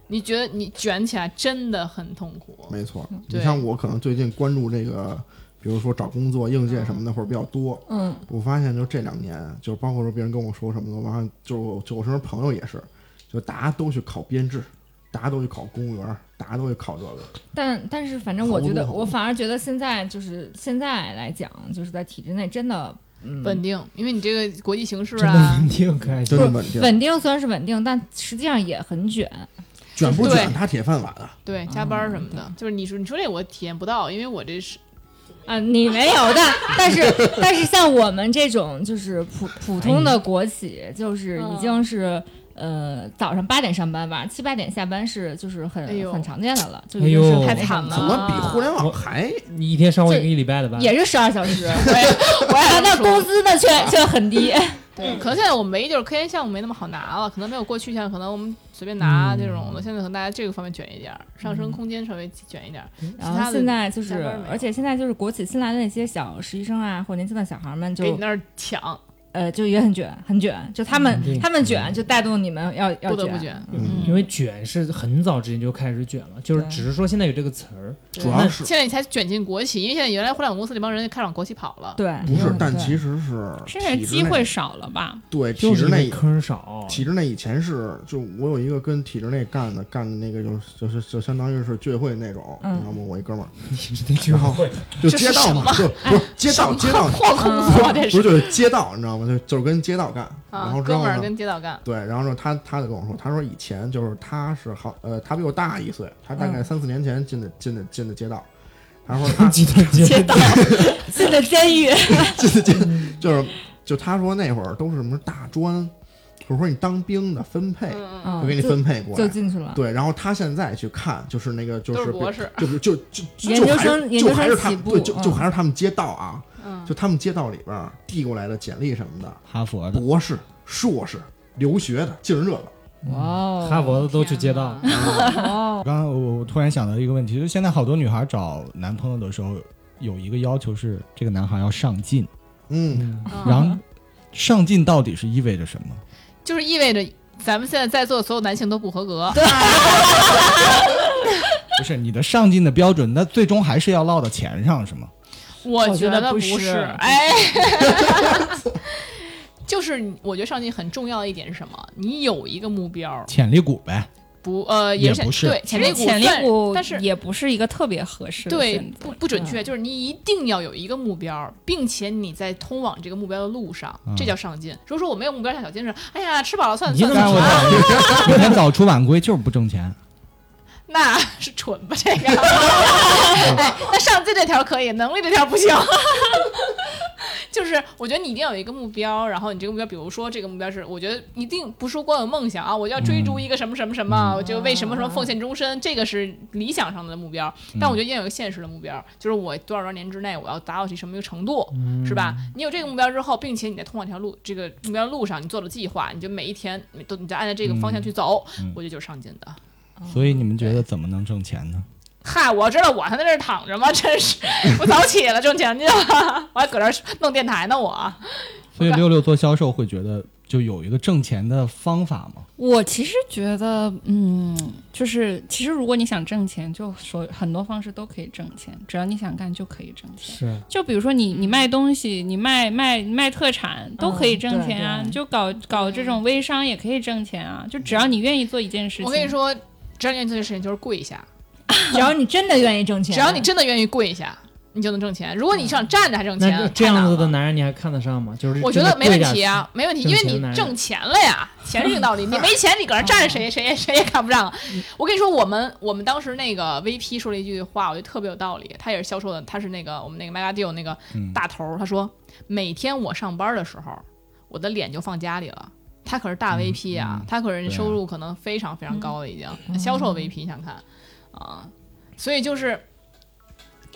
S1: 你觉得你卷起来真的很痛苦。
S2: 没错，
S6: 嗯
S1: 对
S2: 你像我可能最近关注这个，比如说找工作、应届什么的会儿比较多。
S4: 嗯，
S2: 我发现就这两年，啊就包括说别人跟我说什么的，我发现就我就我身边朋友也是，就大家都去考编制，大家都去考公务员，大家都去考这个。
S4: *laughs* 但但是反正我
S2: 好多
S4: 觉得，
S2: 好多
S4: 我反而觉得现在就是现在来讲，就是在体制内真的，嗯，
S1: 稳定，因为你这个国际形势
S3: 真的
S1: 啊
S3: 稳，定开
S2: 真
S3: 心。
S2: 的稳定，
S4: 稳定虽然是稳定，但实际上也很卷。
S2: 卷不
S1: 对
S2: 卷他铁饭碗啊！
S1: 对，加班儿什么的，
S2: 嗯
S1: 就是你说你说这我体验不到，因为我这是
S4: 啊，你没有，
S1: *laughs*
S4: 但但是但是像我们这种就是普普通
S1: 哎
S4: 的国企，就是已
S1: 嗯
S4: 经是。呃，早上八点上班，晚上七八点下班是就是很、
S1: 哎呦
S4: 很常见的了，就
S3: 哎
S4: 已经
S3: 呦
S4: 是
S3: 太
S4: 那
S1: 惨
S4: 种
S1: 了
S2: 怎么比
S4: 啊
S2: 互联网
S3: 我
S2: 还
S3: 你一天上过一个礼拜的班，
S4: 也是十二小时，
S1: 我也 *laughs* 我也
S4: 但那
S1: 说
S4: 工资呢却
S1: 啊
S4: 却很低。
S2: 嗯
S1: 对，可能现在我没就是科研项目没那么好拿了，可能没有过去像可能我们随便拿
S4: 嗯
S1: 这种的，现在可能大家这个方面卷一点儿，上升空间稍微卷一点儿。
S4: 嗯然
S1: 其他
S4: 后
S1: 的
S4: 现在就
S1: 加
S4: 是
S1: 班没有，
S4: 而且现在就是国企新来的那些小实习生啊，或年轻的小孩们
S1: 给你
S4: 就
S1: 哎那儿抢，
S4: 呃就也很卷，很卷，就他们、
S3: 嗯
S4: 他们卷就带动你们要要
S1: 不得不卷。
S2: 嗯
S3: 因为卷是很早之前就开始卷了，就是
S4: 对
S3: 只是说现在有这个词儿。
S2: 主要是
S1: 现在你才卷进国企，因为现在原来互联网公司这帮人开始往国企跑了。
S4: 对，
S2: 不是
S4: 嗯？
S2: 但
S4: 对
S2: 其实是
S6: 是不是
S2: 体制
S6: 机
S2: 内
S6: 会少了吧？
S2: 对
S3: 就
S2: 体
S3: 是
S2: 制
S3: 因为
S2: 内
S3: 坑少，
S2: 体制内以前是，就我有一个跟体制内干的，干的那个就是就是就相当于是居委会那种，
S4: 嗯
S2: 你知道吗？我一哥们儿
S3: 制内居委会，
S2: 就
S1: 这是
S2: 街道嘛，就不是街道街道，
S4: 嗯
S1: 破工 *laughs* 作这
S2: 不是
S1: 是
S2: 就是街道，你知道吗？就就是跟街道干，然
S1: 啊
S2: 后，之
S1: 哥
S2: 后
S1: 们儿
S2: 呢，
S1: 跟街道干，
S2: 对，然后之后他他就跟我说，他说以前就是他是好呃，他比我大一岁，他
S1: 嗯
S2: 大概三四年前进的进的进的街道，他说
S4: *laughs*
S2: 他
S3: 集团
S6: 街道
S4: 进了监狱，
S2: 就是就他说那会儿都是什么大专，或者说你当兵的分配，
S4: 嗯
S2: 就给你分配过
S4: 就
S2: 来。
S4: 进去了。
S2: 对，然后他现在去看，就是那个就
S1: 都
S2: 是
S1: 是
S2: 比
S1: 博士。
S2: 就是就就就
S4: 研究
S2: 就还是
S4: 生研
S2: 就
S4: 究
S2: 还
S4: 生
S2: 是他
S4: 起
S2: 们
S4: 步
S2: 对，就就
S4: 嗯
S2: 还是他们街道啊，
S1: 嗯
S2: 就他们街道里边儿递过来的简历什么的，
S5: 哈佛的，
S2: 博士、硕士，留学的，净是这个。
S4: 哇哦，
S3: *laughs* 哈佛的都去街道，
S4: 哦
S5: 我，刚刚我我突然想到一个问题，就现在好多女孩找男朋友的时候，有一个要求是这个男孩要上进，
S2: 嗯，
S3: 嗯
S5: 然后上进到底是意味着什么？
S1: 就是意味着咱们现在在座的所有男性都不合格。
S5: 不是你的上进的标准，那最终还是要落到钱上，是吗？
S1: 我
S4: 我觉得
S1: 得
S4: 不
S1: 是
S4: 是，
S1: 哎， *laughs* 就是我觉得上进很重要的一点是什么？你有一个目标，
S5: 潜力股呗，
S1: 不呃
S5: 也
S1: 是
S5: 不是
S1: 对
S6: 潜
S1: 力股
S6: 潜力
S1: 算
S6: 股，
S1: 但是
S6: 也不是一个特别合适的
S1: 对
S6: 选择
S1: 不不准确，就是你一定要有一个目标，并且你在通往这个目标的路上，这
S5: 嗯
S1: 叫上进。如果说我没有目标，像小金似的，哎呀，吃饱了算
S3: 你
S1: 算
S3: 怎
S5: 但
S3: 么
S1: 算
S5: 是
S3: 知
S5: 我
S3: 道
S1: 了，
S5: 感 *laughs* 觉每天早出晚归就是不挣钱，
S1: 那是蠢吧？这个， *laughs* 哎，那上进这条可以，能力这条不行。 *laughs* 就是我觉得你一定要有一个目标，然后你这个目标，比如说这个目标是，我觉得一定不说光有梦想啊，我就要追
S5: 嗯
S1: 逐一个什么什么什么，啊我就为什么什么奉献终身，这个是理想上的目标。
S5: 嗯
S1: 但我觉得一定要有一个现实的目标，就是我多少多少年之内我要达到是什么一个程度，
S5: 嗯
S1: 是吧？你有这个目标之后，并且你在通往这条路这个目标路上，你做了计划，你就每一天你都你就按照这个方向去走，
S5: 嗯
S1: 我觉得就是上进的。
S5: 所以你们觉得怎么能挣钱呢？
S1: 嗨，我知道我还在这儿躺着吗？ *laughs* 真是，我早起了挣钱去了， *laughs* 我还搁这儿弄电台呢。我
S5: 所以六六做销售会觉得就有一个挣钱的方法吗？
S6: 我其实觉得，嗯，就是其实如果你想挣钱，就说很多方式都可以挣钱，只要你想干就可以挣钱。
S3: 是
S6: 就比如说你你卖东西，你卖卖卖特产都可以挣钱啊，
S4: 对对
S6: 你就搞搞这种微商也可以挣钱啊，就只要你愿意做一件事情。
S1: 我跟你，说，只要你愿意做这事情，就是跪下。
S4: 只要你真的愿意挣钱，
S1: 只要你真的愿意跪下，你就能挣钱。如果你 *laughs* 想站着还挣钱，
S3: 嗯那这
S1: 太
S3: 这样
S1: 难
S3: 子的
S1: 了
S3: 男人你还看得上吗？就是
S1: 我觉
S3: 嗯真
S1: 得
S3: 的
S1: 没问
S3: 跪下
S1: 题啊，没问题，
S3: 挣
S1: 因为
S3: 钱
S1: 你
S3: 男人
S1: 挣钱了呀，钱是硬道理。你没钱，你搁那站谁谁谁也看不上啊。我跟你说，我们我们当时那个 VP 说了一句话，我觉得特别有道理。他也是销售的，他是那个我们那个 Mega Deal 那个
S5: 嗯
S1: 大头儿，他说每天我上班的时候，我的脸就放家里了。他可是大 VP 啊，
S5: 嗯
S1: 他可是
S5: 对啊
S1: 收入可能非常非常高了，已经、销售 VP，你想看啊？所以就是，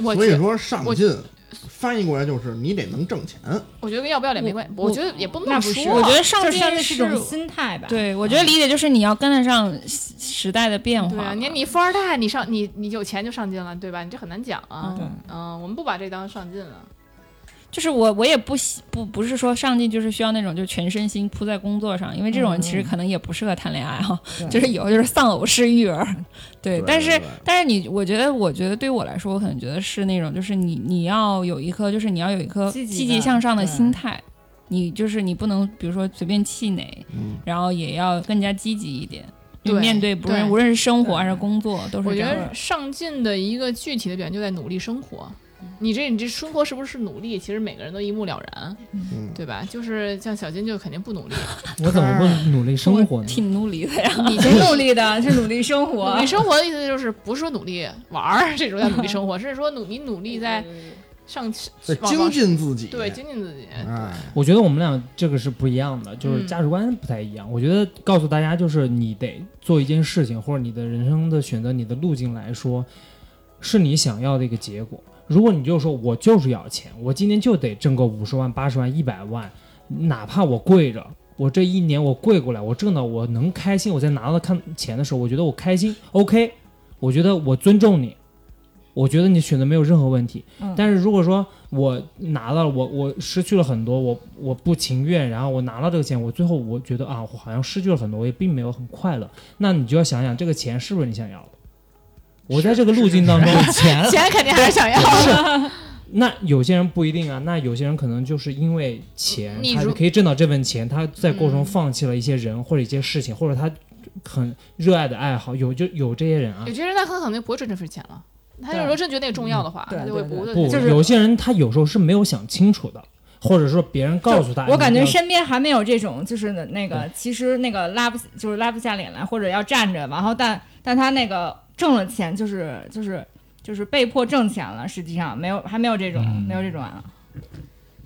S1: 我
S2: 所
S1: 觉
S2: 以说上
S1: 我
S2: 进翻译过来就是你得能挣钱。
S1: 我觉得跟要不要脸没关系，
S6: 我
S1: 我觉得也不能
S4: 那
S1: 么
S4: 不是
S1: 说。
S6: 我觉得上
S4: 就是
S6: 进
S4: 上进是
S6: 是
S4: 一种心态
S1: 啊
S4: 吧？，
S6: 对，我觉得理解就是你要跟得上时时代的变化
S1: 对
S6: 嘛。
S1: 啊，你你富二代，你上你你有钱就上进了，对吧？你这很难讲啊。
S6: 嗯
S1: 嗯、我们不把这当上进了。
S6: 就是我，我也不喜不不是说上进就是需要那种就全身心扑在工作上，因为这种人其
S1: 嗯
S6: 实可能也不适合谈恋爱哈、啊
S4: 对
S6: 就是以后就是丧偶式育儿，
S1: 嗯
S6: 对。
S2: 对
S6: 但是
S2: 对
S6: 但是你，我觉得我觉得对我来说，我可能觉得是那种就是你你要有一颗就是你要有一颗
S4: 积极的
S6: 积极向上的
S4: 对
S6: 心态，你就是你不能比如说随便气馁，
S2: 嗯
S6: 然后也要更加积极一点，就
S1: 对
S6: 面对不论
S1: 对
S6: 无论是生活还是工作都是
S1: 我
S6: 这
S1: 觉
S6: 样的。
S1: 得上进的一个具体的表现就在努力生活。
S6: 嗯
S1: 你这你这生活是不是努力？其实每个人都一目了然，
S2: 嗯，
S1: 对吧？就是像小金就肯定不
S6: *laughs*
S1: 努力，
S3: 我怎么不努力生活
S6: 我
S3: 呢？
S6: 挺努力的呀，
S4: 你挺努力的， *laughs* 是努力生活
S1: 努力。生活的意思就是不是说努力玩儿这种叫努力生活， *laughs* 是说努你努力在上
S2: 得
S1: 往
S2: 精
S1: 往
S2: 进自己。
S1: 对精进自己。
S2: 哎，
S3: 我觉得我们俩这个是不一样的，就是
S1: 嗯
S3: 价值观不太一样。我觉得告诉大家，就是你得做一件事情，或者你的人生的选择、你的路径来说，是你想要的一个结果。如果你就说我就是要钱，我今天就得挣个五十万、八十万、一百万，哪怕我跪着，我这一年我跪过来，我挣到我能开心，我在拿到看钱的时候，我觉得我开心，OK，我觉得我尊重你，我觉得你选择没有任何问题。
S4: 嗯
S3: 但是如果说我拿到了，我我失去了很多，我我不情愿，然后我拿到这个钱，我最后我觉得啊，我好像失去了很多，我也并没有很快乐。那你就要想想这个钱是不是你想要的。我在这个路径当中，钱
S1: 钱肯定还是想要，
S3: *laughs* 那有些人不一定啊，那有些人可能就是因为钱，
S1: 你
S3: 他
S1: 如
S3: 可以挣到这份钱，他在过程中
S1: 嗯
S3: 放弃了一些人或者一些事情，或者他很热爱的爱好，有就有这些人啊
S1: 有。些人他可能就不会赚这份钱了。他有时候真觉得那个重要的话，
S4: 对
S1: 他就会不
S4: 对
S3: 不，
S4: 就是
S3: 有些人他有时候是没有想清楚的，或者说别人告诉他，
S4: 我感觉
S3: 哎你要嗯
S4: 身边还没有这种，就是那个，其实那个拉不就是拉不下脸来，或者要站着，然后但但他那个挣了钱，就是就是就是被迫挣钱了，实际上没有还没有这种、
S5: 嗯
S4: 没有这种啊，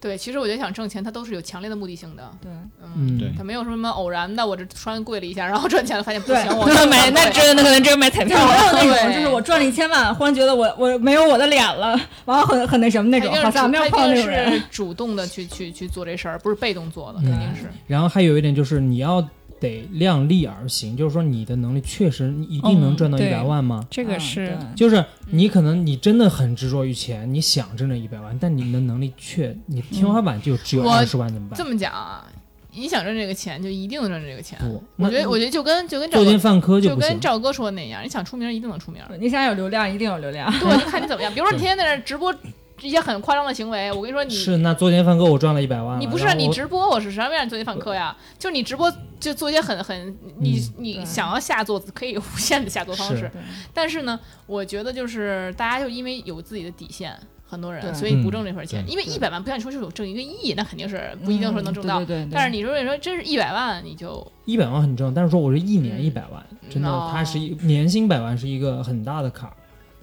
S1: 对，其实我觉得想挣钱，它都是有强烈的目的性的。
S4: 对，
S3: 嗯，
S5: 对
S1: 它没有什么偶然的，我这突然跪了一下，然后赚钱了，发现不
S4: 对
S1: 行，
S4: *laughs*
S1: 我 *laughs*
S6: 那买那真的可能真买彩
S4: 就
S6: 票
S4: 是
S6: 了。
S4: 没有那种，
S1: 对
S4: 就是我赚了一千万，忽然觉得我我没有我的脸了，然后很很那什么那
S1: 那
S4: 种，好像没有碰到那种人。
S3: 嗯
S1: 是主动的去去去做这事儿，不是被动做的，肯定是。
S3: 然后还有一点就是你要得量力而行，就是说你的能力确实你一定能
S6: 嗯
S3: 赚到一
S6: 对
S3: 百万吗？
S6: 这个是
S4: 嗯对
S3: 就是你可能你真的很执着于钱，你想挣这一百万，但你的能力却你天花板就只有
S1: 我
S3: 二十万，怎么办
S1: 这？么讲啊，你想挣这个钱，就一定能挣这个钱。
S3: 不，
S1: 我觉得，
S3: 嗯那
S1: 我觉得就跟就跟赵
S3: 作奸
S1: 哥
S3: 犯科
S1: 就
S3: 不行
S1: 跟。赵哥说的那样，你想出名一定能出
S3: *laughs*
S1: 名。
S4: 你想有流量，一定有流量。
S1: 对，就看你怎么样。比如说你天天在那儿直播一些很夸张的行为，我跟你说你，
S3: 是，那作奸犯科我赚了一百万了，
S1: 你不是
S3: 啊然
S1: 让
S3: 后
S1: 你
S3: 我
S1: 直播，我是什么样做一访客呀？就是你直播就做一些很很你、你
S4: 对
S1: 想要下作可以有无限的下作方
S3: 是
S1: 式，但是呢，我觉得就是大家就因为有自己的底线。很多人，
S4: 对
S1: 所以不挣这份钱，
S5: 嗯
S1: 因为一百万不像你说是有挣一个亿，那肯定是不一定说
S6: 嗯
S1: 能挣到。
S4: 对对对，
S1: 但是你说你说真是一百万，你就
S3: 一百万很正，但是说我是一年
S1: 嗯
S3: 一百万，真的
S1: 哦，
S3: 它是一年薪百万是一个很大的坎儿，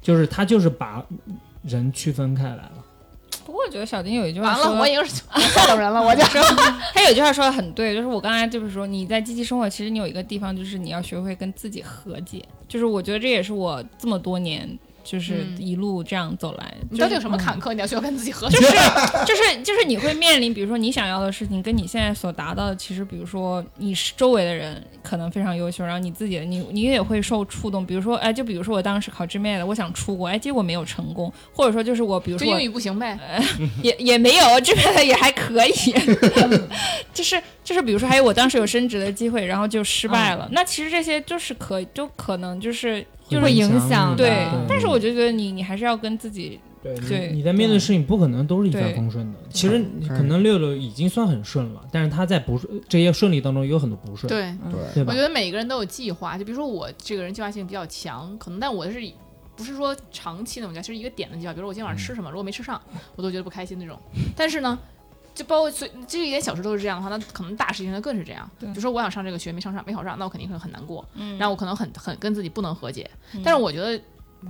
S3: 就是它就是把人区分开来了。
S6: 不过我觉得小丁有一句话
S1: 完了，
S6: 说， *laughs*
S1: 我已经是下等人了，我就
S6: 他有一句话说的很对，就是我刚才就是说，你在积极生活，其实你有一个地方就是你要学会跟自己和解，就是我觉得这也是我这么多年就是
S1: 嗯
S6: 一路这样走来，
S1: 你
S6: 就
S1: 到底
S6: 是
S1: 有什么坎坷？你要需要跟自己和解
S6: *laughs*
S1: *laughs*
S6: 就。是就是就是你会面临，比如说你想要的事情，跟你现在所达到的，其实比如说你是周围的人可能非常优秀，然后你自己的你你也会受触动。比如说，哎，就比如说我当时考 GMAT 的，我想出国，哎，结果没有成功，或者说就是我，比如
S1: 就
S6: 说
S1: 英语不行呗，
S6: 也也没有，这个也还可以， *laughs* 就是就是，比如说还有我当时有升职的机会，然后就失败
S1: 嗯
S6: 了。那其实这些就是可就可能就是就是
S4: 会影
S3: 响
S4: 响的
S3: 你
S6: 对，
S4: 对
S6: 但是我就觉得你你还是要跟自己
S3: 对你
S6: 对
S3: 你在面对事情不可能都是一帆
S6: 对
S3: 风顺的。其实
S2: 嗯
S3: 可能六六已经算很顺了，但是他在不顺这些顺利当中有很多不顺，对
S1: 对，
S2: 对，
S1: 我
S3: 吧
S1: 觉？得每个人都有计划，就比如说我这个人计划性比较强，可能但我是以不是说长期那种计划，就是一个点的计划。比如说我今天晚上吃什么，如果没吃上，我都觉得不开心那种。但是呢，就包括所以这一点小事都是这样的话，那可能大事情它更是这样。
S6: 对
S1: 比如说我想上这个学没上上没考上，那我肯定会很难过，
S6: 嗯
S1: 然后我可能很很跟自己不能和解。
S6: 嗯
S1: 但是我觉得。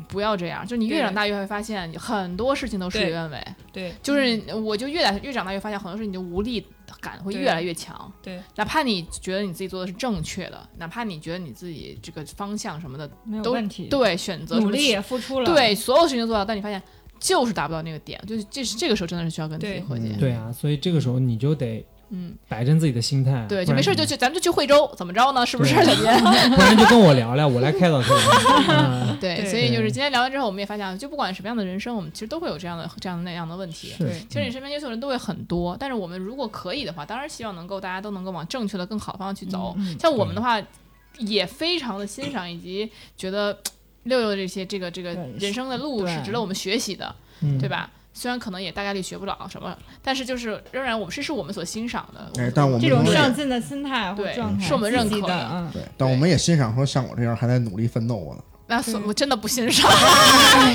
S1: 不要这样，就你越
S6: 对
S1: 长大越会发现很多事情都事与愿违。
S6: 嗯对
S1: 就是我就越来越长大越发现，很多事情你就无力感会
S6: 嗯对
S1: 越来越强。
S6: 对，
S1: 哪怕你觉得你自己做的是正确的，哪怕你觉得你自己这个方向什么的，
S4: 没有
S1: 都
S4: 问题，
S1: 对选择什
S6: 努
S1: 么
S6: 力
S1: 去，
S6: 也付出了，
S1: 对所有事情都做到，但你发现就是达不到那个点，就是这是这个时候真的是需要跟自己
S6: 对
S1: 和解
S2: 嗯。
S3: 对啊，所以这个时候你就得
S1: 嗯，
S3: 摆正自己的心态，
S1: 对，
S3: 不
S1: 就
S3: 然
S1: 没事就去，咱们就去惠州，怎么着呢？是不是
S3: 对
S1: 小
S6: *laughs*
S1: 杰？
S3: 不然就跟我聊聊，我来开导
S1: *laughs*
S3: 开导你。嗯
S1: 对，
S6: 对
S1: 所以就是今天聊完之后，我们也发现，就不管什么样的人生，我们其实都会有这样的这样的那样的问题。
S3: 是
S6: 对
S1: 其
S4: 嗯
S1: 实你身边优秀的人都会很多，但是我们如果可以的话，当然希望能够大家都能够往正确的、更好的方向去走。
S4: 嗯
S1: 像我们的话，也非常的欣赏以及觉得六六这些这个这个
S4: 对
S1: 人生的路
S4: 对
S1: 是值得我们学习的，
S3: 嗯
S1: 对吧？虽然可能也大概率学不了什么，但是就是仍然我们是是我们所欣赏的。
S2: 哎，但我们
S4: 这种
S2: 也
S4: 上进的心态或
S1: 对
S4: 状态
S1: 是我们认可
S4: 积极
S1: 的
S4: 的，嗯，
S2: 对，但我们也欣赏说像我这样还在努力奋斗过的。
S1: 那所
S6: 对
S1: 我真的不欣赏，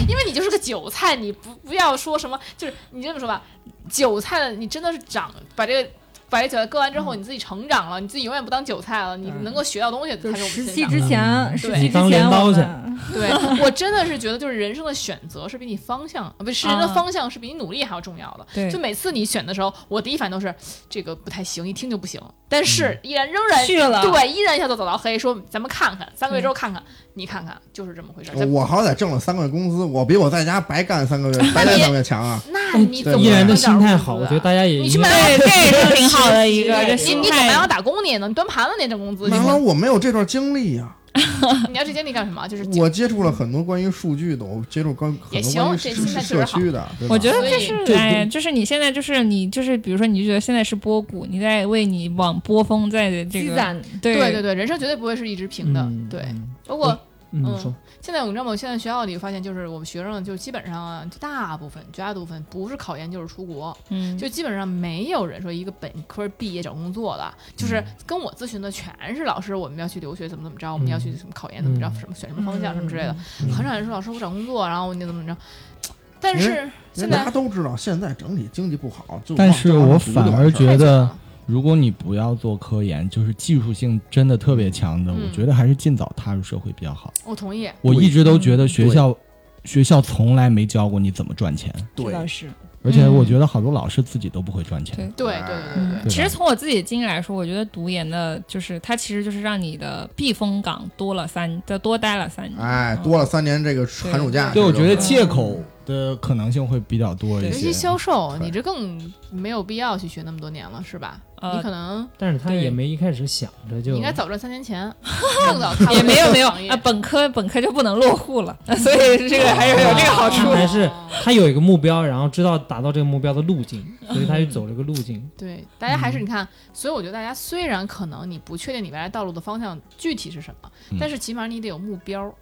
S1: 因为你就是个韭菜，你不不要说什么，就是你这么说吧，韭菜的你真的是长把这个。把这韭菜割完之后，你自己成长了，你自己永远不当韭菜了，你能够学到东西才是
S4: 就
S1: 我
S4: 是
S1: 们
S4: 实
S1: 欣
S4: 习
S1: 赏
S4: 之
S1: 的。嗯
S4: 前，实习之
S3: 当镰
S4: 前
S3: 刀
S4: 我
S3: 去
S4: 们
S1: 对我真的是觉得，就是人生的选择是比你方向，呃不是人的
S6: 啊
S1: 方向是比你努力还要重要的。
S6: 对
S1: 就每次你选的时候，我第一反应都是这个不太行，一听就不行，但是依然仍然
S4: 去了
S1: 哎对，依然一下就走到黑，说咱们看看，三个月之后看看，你看看就是这么回事儿。咱
S2: 我好歹挣了三个月工资，我比我在家白干三
S1: *laughs*
S2: 个月，白干三个月强啊！
S1: 那你怎么
S3: 依哎然的
S1: 能
S3: 心
S1: 找
S3: 态
S1: 工
S3: 好，
S1: 资
S3: 我
S1: 啊
S3: 觉得大家也
S1: 你
S3: 应
S1: 去
S3: 该
S1: 买
S6: *laughs* 对，这也是挺好的一个这
S1: 你
S6: 心
S1: 你怎么还要
S6: 态。
S1: 打工你也能端盘子那挣工 *laughs* 资？你
S2: 难道我没有这段经历呀、
S1: 你要这经历干什么？就是
S2: 我接触了很多关于数据的，我接触关很
S1: 也
S2: 多
S1: 行
S2: 关于
S1: 这
S2: 社
S1: 现在确实
S2: 社
S1: 好
S2: 区的。对吧
S6: 我觉得
S1: 所
S6: 这
S1: 以
S6: 是
S3: 对
S6: 哎，
S3: 对
S6: 就是你现在就是你就是，比如说你就觉得现在是波谷，你在为你往波峰在这
S4: 积
S6: 个
S4: 攒
S6: 对
S1: 对对对，人生绝对不会是一直平的。
S3: 嗯
S1: 对，
S3: 嗯
S1: 包括
S3: 嗯
S1: 嗯
S3: 说
S1: 现在，你知道吗？现在学校里发现，就是我们学生就基本上啊大部分、绝大部分不是考研就是出国，
S6: 嗯
S1: 就基本上没有人说一个本科毕业找工作的。就是
S3: 嗯
S1: 跟我咨询的全是老师，我们要去留学怎么怎么着，我们要去什么考研怎么着，
S3: 嗯
S1: 什么选什么方向什么之类的。
S3: 嗯
S1: 很少人说老师我找工作，然后你怎么怎么着。但是现
S2: 因为大
S1: 在
S2: 家都知道现在整体经济不好，就
S5: 但
S2: 往
S5: 是
S2: 这
S5: 我反
S2: 方面读就
S5: 而
S2: 完事儿
S5: 觉
S1: 太卷
S5: 得
S1: 了，
S5: 如果你不要做科研，就是技术性真的特别强的，
S1: 嗯
S5: 我觉得还是尽早踏入社会比较好。
S1: 我同意。
S5: 我
S2: 对
S5: 一直都觉得学校学校从来没教过你怎么赚钱，
S4: 这倒
S2: 对，
S4: 是
S5: 而且我觉得好多老师自己都不会赚钱。
S1: 对对
S6: 对
S1: 对
S3: 哎
S1: 对对
S3: 嗯
S5: 对
S6: 嗯其实
S5: 吧
S6: 从我自己的经历来说，我觉得读研的，就是它其实就是让你的避风港多了三，就多待了三年。
S2: 哎
S6: 嗯
S2: 哎，多了三年这个寒暑假。
S5: 对，我觉得
S2: 这
S5: 借口的可能性会比较多一
S1: 尤其
S5: 些
S1: 销。售，
S5: 对
S1: 你这更没有必要去学那么多年了，是吧？
S6: 呃
S1: 你可能
S3: 但是他
S1: 对
S3: 也没一开始想着就
S1: 你应该早赚三年
S3: *laughs*
S1: 钱，更早踏入
S6: 也没有没 *laughs*
S1: 这
S6: 有
S1: 个行业
S6: 啊，本科本科就不能落户了， *laughs* 所以这个还是有这个好处。
S3: 哦还是
S1: 哦
S3: 他有一个目标，然后知道达到这个目标的路径，所以他就走这个路径。
S1: 对，大家还
S3: 嗯
S1: 是你看，所以我觉得大家虽然可能你不确定你未来道路的方向具体是什么，
S5: 嗯
S1: 但是起码你得有目标儿，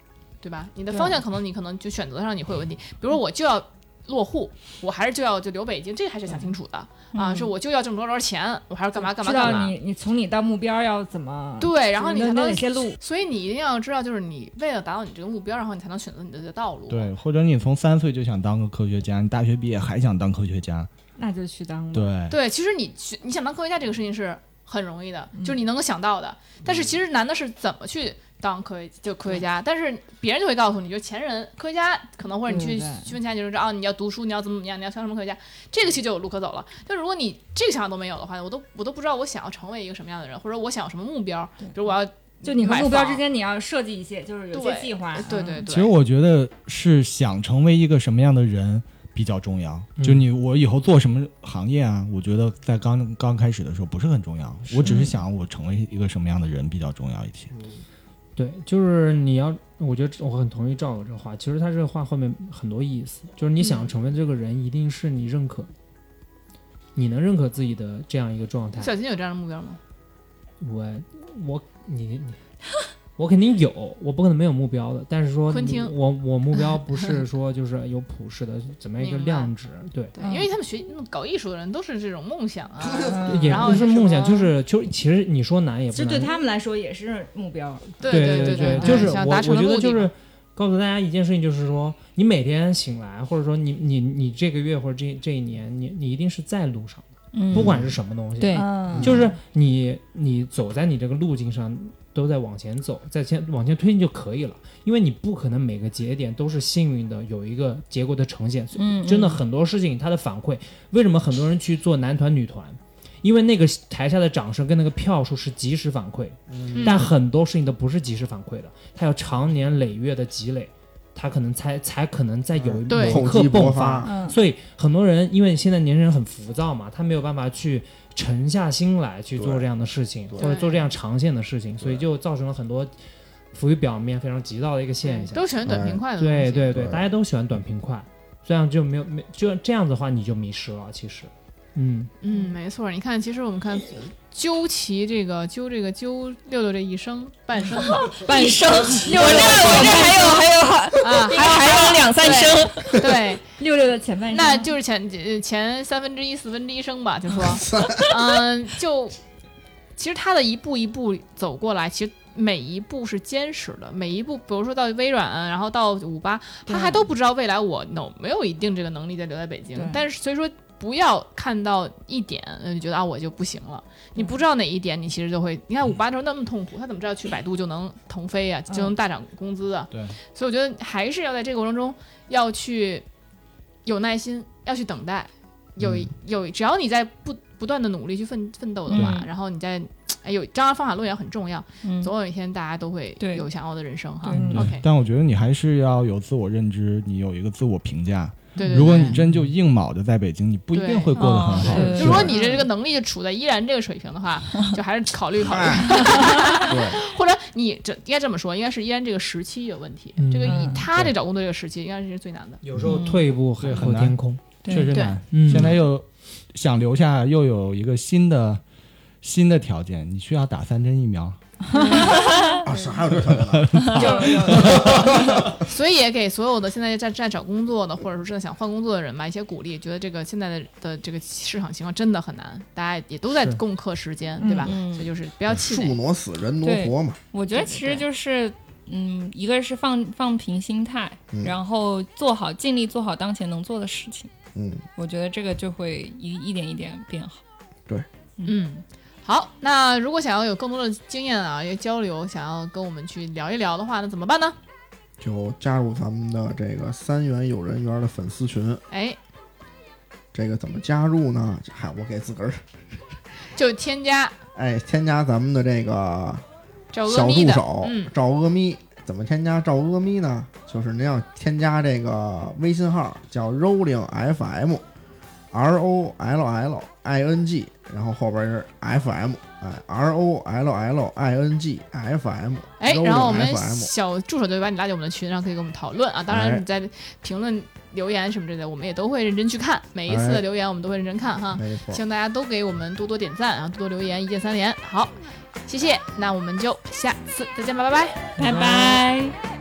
S1: 对吧？你的方向可能你可能就选择上你会有问题，比如说我就要落户，我还是就要就留北京，这还是想清楚的、啊。
S6: 嗯
S1: 是我就要挣多少多少钱，我还是干嘛干嘛
S4: 知
S1: 干
S4: 道
S1: 嘛。
S4: 你你从你到目标要怎么
S1: 对，然后你才
S4: 能
S1: 能
S4: 哪些路？
S1: 所以你一定要知道，就是你为了达到你这个目标，然后你才能选择你的道路。
S5: 对，或者你从三岁就想当个科学家，你大学毕业还想当科学家，
S4: 那就去当吧。
S5: 对，
S1: 对，其实你去你想当科学家这个事情是很容易的，就是你能够想到的。但是其实难的是怎么去当科学就科学家，但是别人就会告诉你，就前人科学家可能或者你
S4: 对
S1: 去
S4: 对
S1: 去问其他人，就是哦，你要读书，你要怎么怎么样，你要当什么科学家，这个其实就有路可走了。但如果你这个想法都没有的话，我都我都不知道我想要成为一个什么样的人，或者我想有什么目标，比如我要
S4: 就你和
S1: 买
S4: 目标
S1: 房
S4: 之间，你要设计一些，就是有些
S1: 对
S4: 计划。
S1: 对
S4: 嗯
S1: 对
S5: 其实
S1: 对。
S5: 我觉得是想成为一个什么样的人比较重要。就
S3: 嗯
S5: 你我以后做什么行业啊，我觉得在刚刚开始的时候不是很重要，我只是想我成为一个什么样的人比较重要一些。
S3: 对，就是你要，我觉得我很同意赵哥这话。其实他这个话后面很多意思，就是你想
S1: 嗯
S3: 成为这个人，一定是你认可，你能认可自己的这样一个状态。
S1: 小金有这样的目标吗？
S3: 我我你你，我肯定有，我不可能没有目标的。但是说
S1: 昆
S3: 你，
S1: 汀
S3: 我我目
S1: *laughs*
S3: 标不是说就是有普世的怎么样一个
S1: 明白
S3: 量值，对，
S1: 对，
S4: 嗯
S1: 因为他们学搞艺术的人都是这种梦想啊，
S3: 也
S1: 然后
S3: 不是
S1: 是
S3: 梦
S1: 什
S3: 想，
S1: 么
S3: 就是就是其实你说难也不
S4: 这嗯
S3: 难，
S4: 对他们来说也是目标。
S1: 对
S3: 对
S1: 对
S3: 对，
S1: 对，
S3: 就是
S1: 想
S3: 我
S1: 达
S3: 我
S1: 成的
S3: 觉
S1: 目
S3: 得
S1: 的
S3: 就是
S1: 嘛。
S3: 告诉大家一件事情，就是说你每天醒来，或者说你你你这个月或者这这一年，你你一定是在路上，
S6: 嗯
S3: 不管是什么东西，
S6: 对
S4: 嗯
S3: 就是你你走在你这个路径上都在往前走，在前往前推进就可以了，因为你不可能每个节点都是幸运的有一个结果的呈现，
S6: 嗯
S3: 真的很多事情它的反馈，为什么很多人去做男团女团？因为那个台下的掌声跟那个票数是及时反馈，
S1: 嗯
S3: 但很多事情都不是及时反馈的，它要常年累月的积累，它可能才才可能在有
S2: 嗯
S1: 对
S3: 某一刻
S2: 厚积薄
S3: 迸
S2: 发
S3: 发。
S4: 嗯，
S3: 所以很多人因为现在年轻人很浮躁嘛，他没有办法去沉下心来去做
S2: 对
S3: 这样的事情，或
S2: 对
S3: 者做这样长线的事情，所以就造成了很多浮于表面、非常急躁的一个现象。
S1: 都喜欢短平快的东
S3: 对
S1: 西。
S3: 对对，
S2: 对
S3: 大家都喜欢短平快，这样就没有没就这样子的话你就迷失了。其实，嗯，
S1: 嗯，没错儿。你看，其实我们看究其这个究这个究六六这一生半生
S3: *laughs*
S1: 吧
S6: 半生，嗯 *laughs* 我这我这还有还有 *laughs*
S1: 啊，
S6: 还有还有两三生，
S1: 对，
S4: 六六的前半生，
S1: 那就是前呃前三分之一四分之一生吧，就说，嗯，就其实他的一步一步走过来，其实。每一步是坚实的，每一步，比如说到微软，然后到五八，他还
S4: 对
S1: 都不知道未来我有没有一定这个能力再留在北京
S4: 对。
S1: 但是所以说，不要看到一点，呃就觉得啊我就不行了。你不知道哪一点，你其实就会，你
S6: 嗯
S1: 看五八时候那么痛苦，他怎么知道去百度就能腾飞啊，就能大涨工资啊？
S5: 对，
S1: 所以我觉得还是要在这个过程中要去有耐心，要去等待，有
S5: 嗯
S1: 一有，只要你在不不断的努力去奋奋斗的话，
S6: 嗯
S1: 然后你在哎有当然方法论也很重要，
S6: 嗯
S1: 总有一天大家都会
S6: 对
S1: 有想要的人生哈
S6: 对。
S5: 对
S1: OK，
S5: 但我觉得你还是要有自我认知，你有一个自我评价。
S1: 对对
S5: 如果
S1: 对
S5: 你真就硬卯着在北京，你不一定会过得很好
S6: 对
S2: 嗯
S6: 哦。
S1: 就如果你的这个能力处在依然这个水平的话，就还是考虑考虑，
S2: *laughs* 对，
S1: *laughs* 或者你这应该这么说，应该是依然这个时期有问题。
S3: 嗯
S1: 这个以他
S5: 对
S1: 这找工作这个时期，应该是最难的。
S3: 有时候退一步海
S5: 对很
S3: 阔
S5: 难
S3: 天空。
S5: 确实
S1: 对
S5: 难。
S3: 嗯，
S5: 现在又想留下，又有一个新的新的条件，你需要打三针疫苗。
S2: 啊，是还有这条件呢？
S1: 所以也给所有的现在在在找工作的，或者说正在想换工作的人吧，一些鼓励。觉得这个现在的的这个市场情况真的很难，大家也都在
S3: 是
S1: 攻克时间，
S4: 嗯
S1: 对吧？
S6: 嗯
S1: 所以就是不要气
S2: 树
S1: 馁。
S2: 挪死，人挪
S6: 对
S2: 活嘛。
S6: 我觉得其实就是，嗯，一个是放放平心态，然后做好尽力做好当前能做的事情，
S2: 嗯，
S6: 我觉得这个就会一一点一点变好。
S1: 嗯，好，那如果想要有更多的经验啊，也交流，想要跟我们去聊一聊的话，那怎么办呢？
S2: 就加入咱们的这个三元有人缘的粉丝群，
S1: 哎，
S2: 这个怎么加入呢？嗨，我给自个儿
S1: 就添加
S2: 哎，添加咱们的这个
S1: 赵阿
S2: 小
S1: 咪
S2: 助
S1: 的，
S2: 手
S1: 嗯，
S2: 赵阿咪，怎么添加赵阿咪呢？就是您要添加这个微信号叫 Rolling FM。R O L L I N G，然后后边是 F M，哎，R O L L I N G F M，
S1: 哎，然后我们
S2: FM，
S1: 小助手就会把你拉进我们的群，然后可以跟我们讨论啊。当然
S2: 哎
S1: 你在评论、留言什么之类的，我们也都会认真去看，每一次的
S2: 哎
S1: 留言我们都会认真看哈。
S2: 没错
S1: 希，望大家都给我们多多点赞，然后多多留言，一键三连。好，谢谢，那我们就下次再见吧，拜拜。
S6: 拜拜。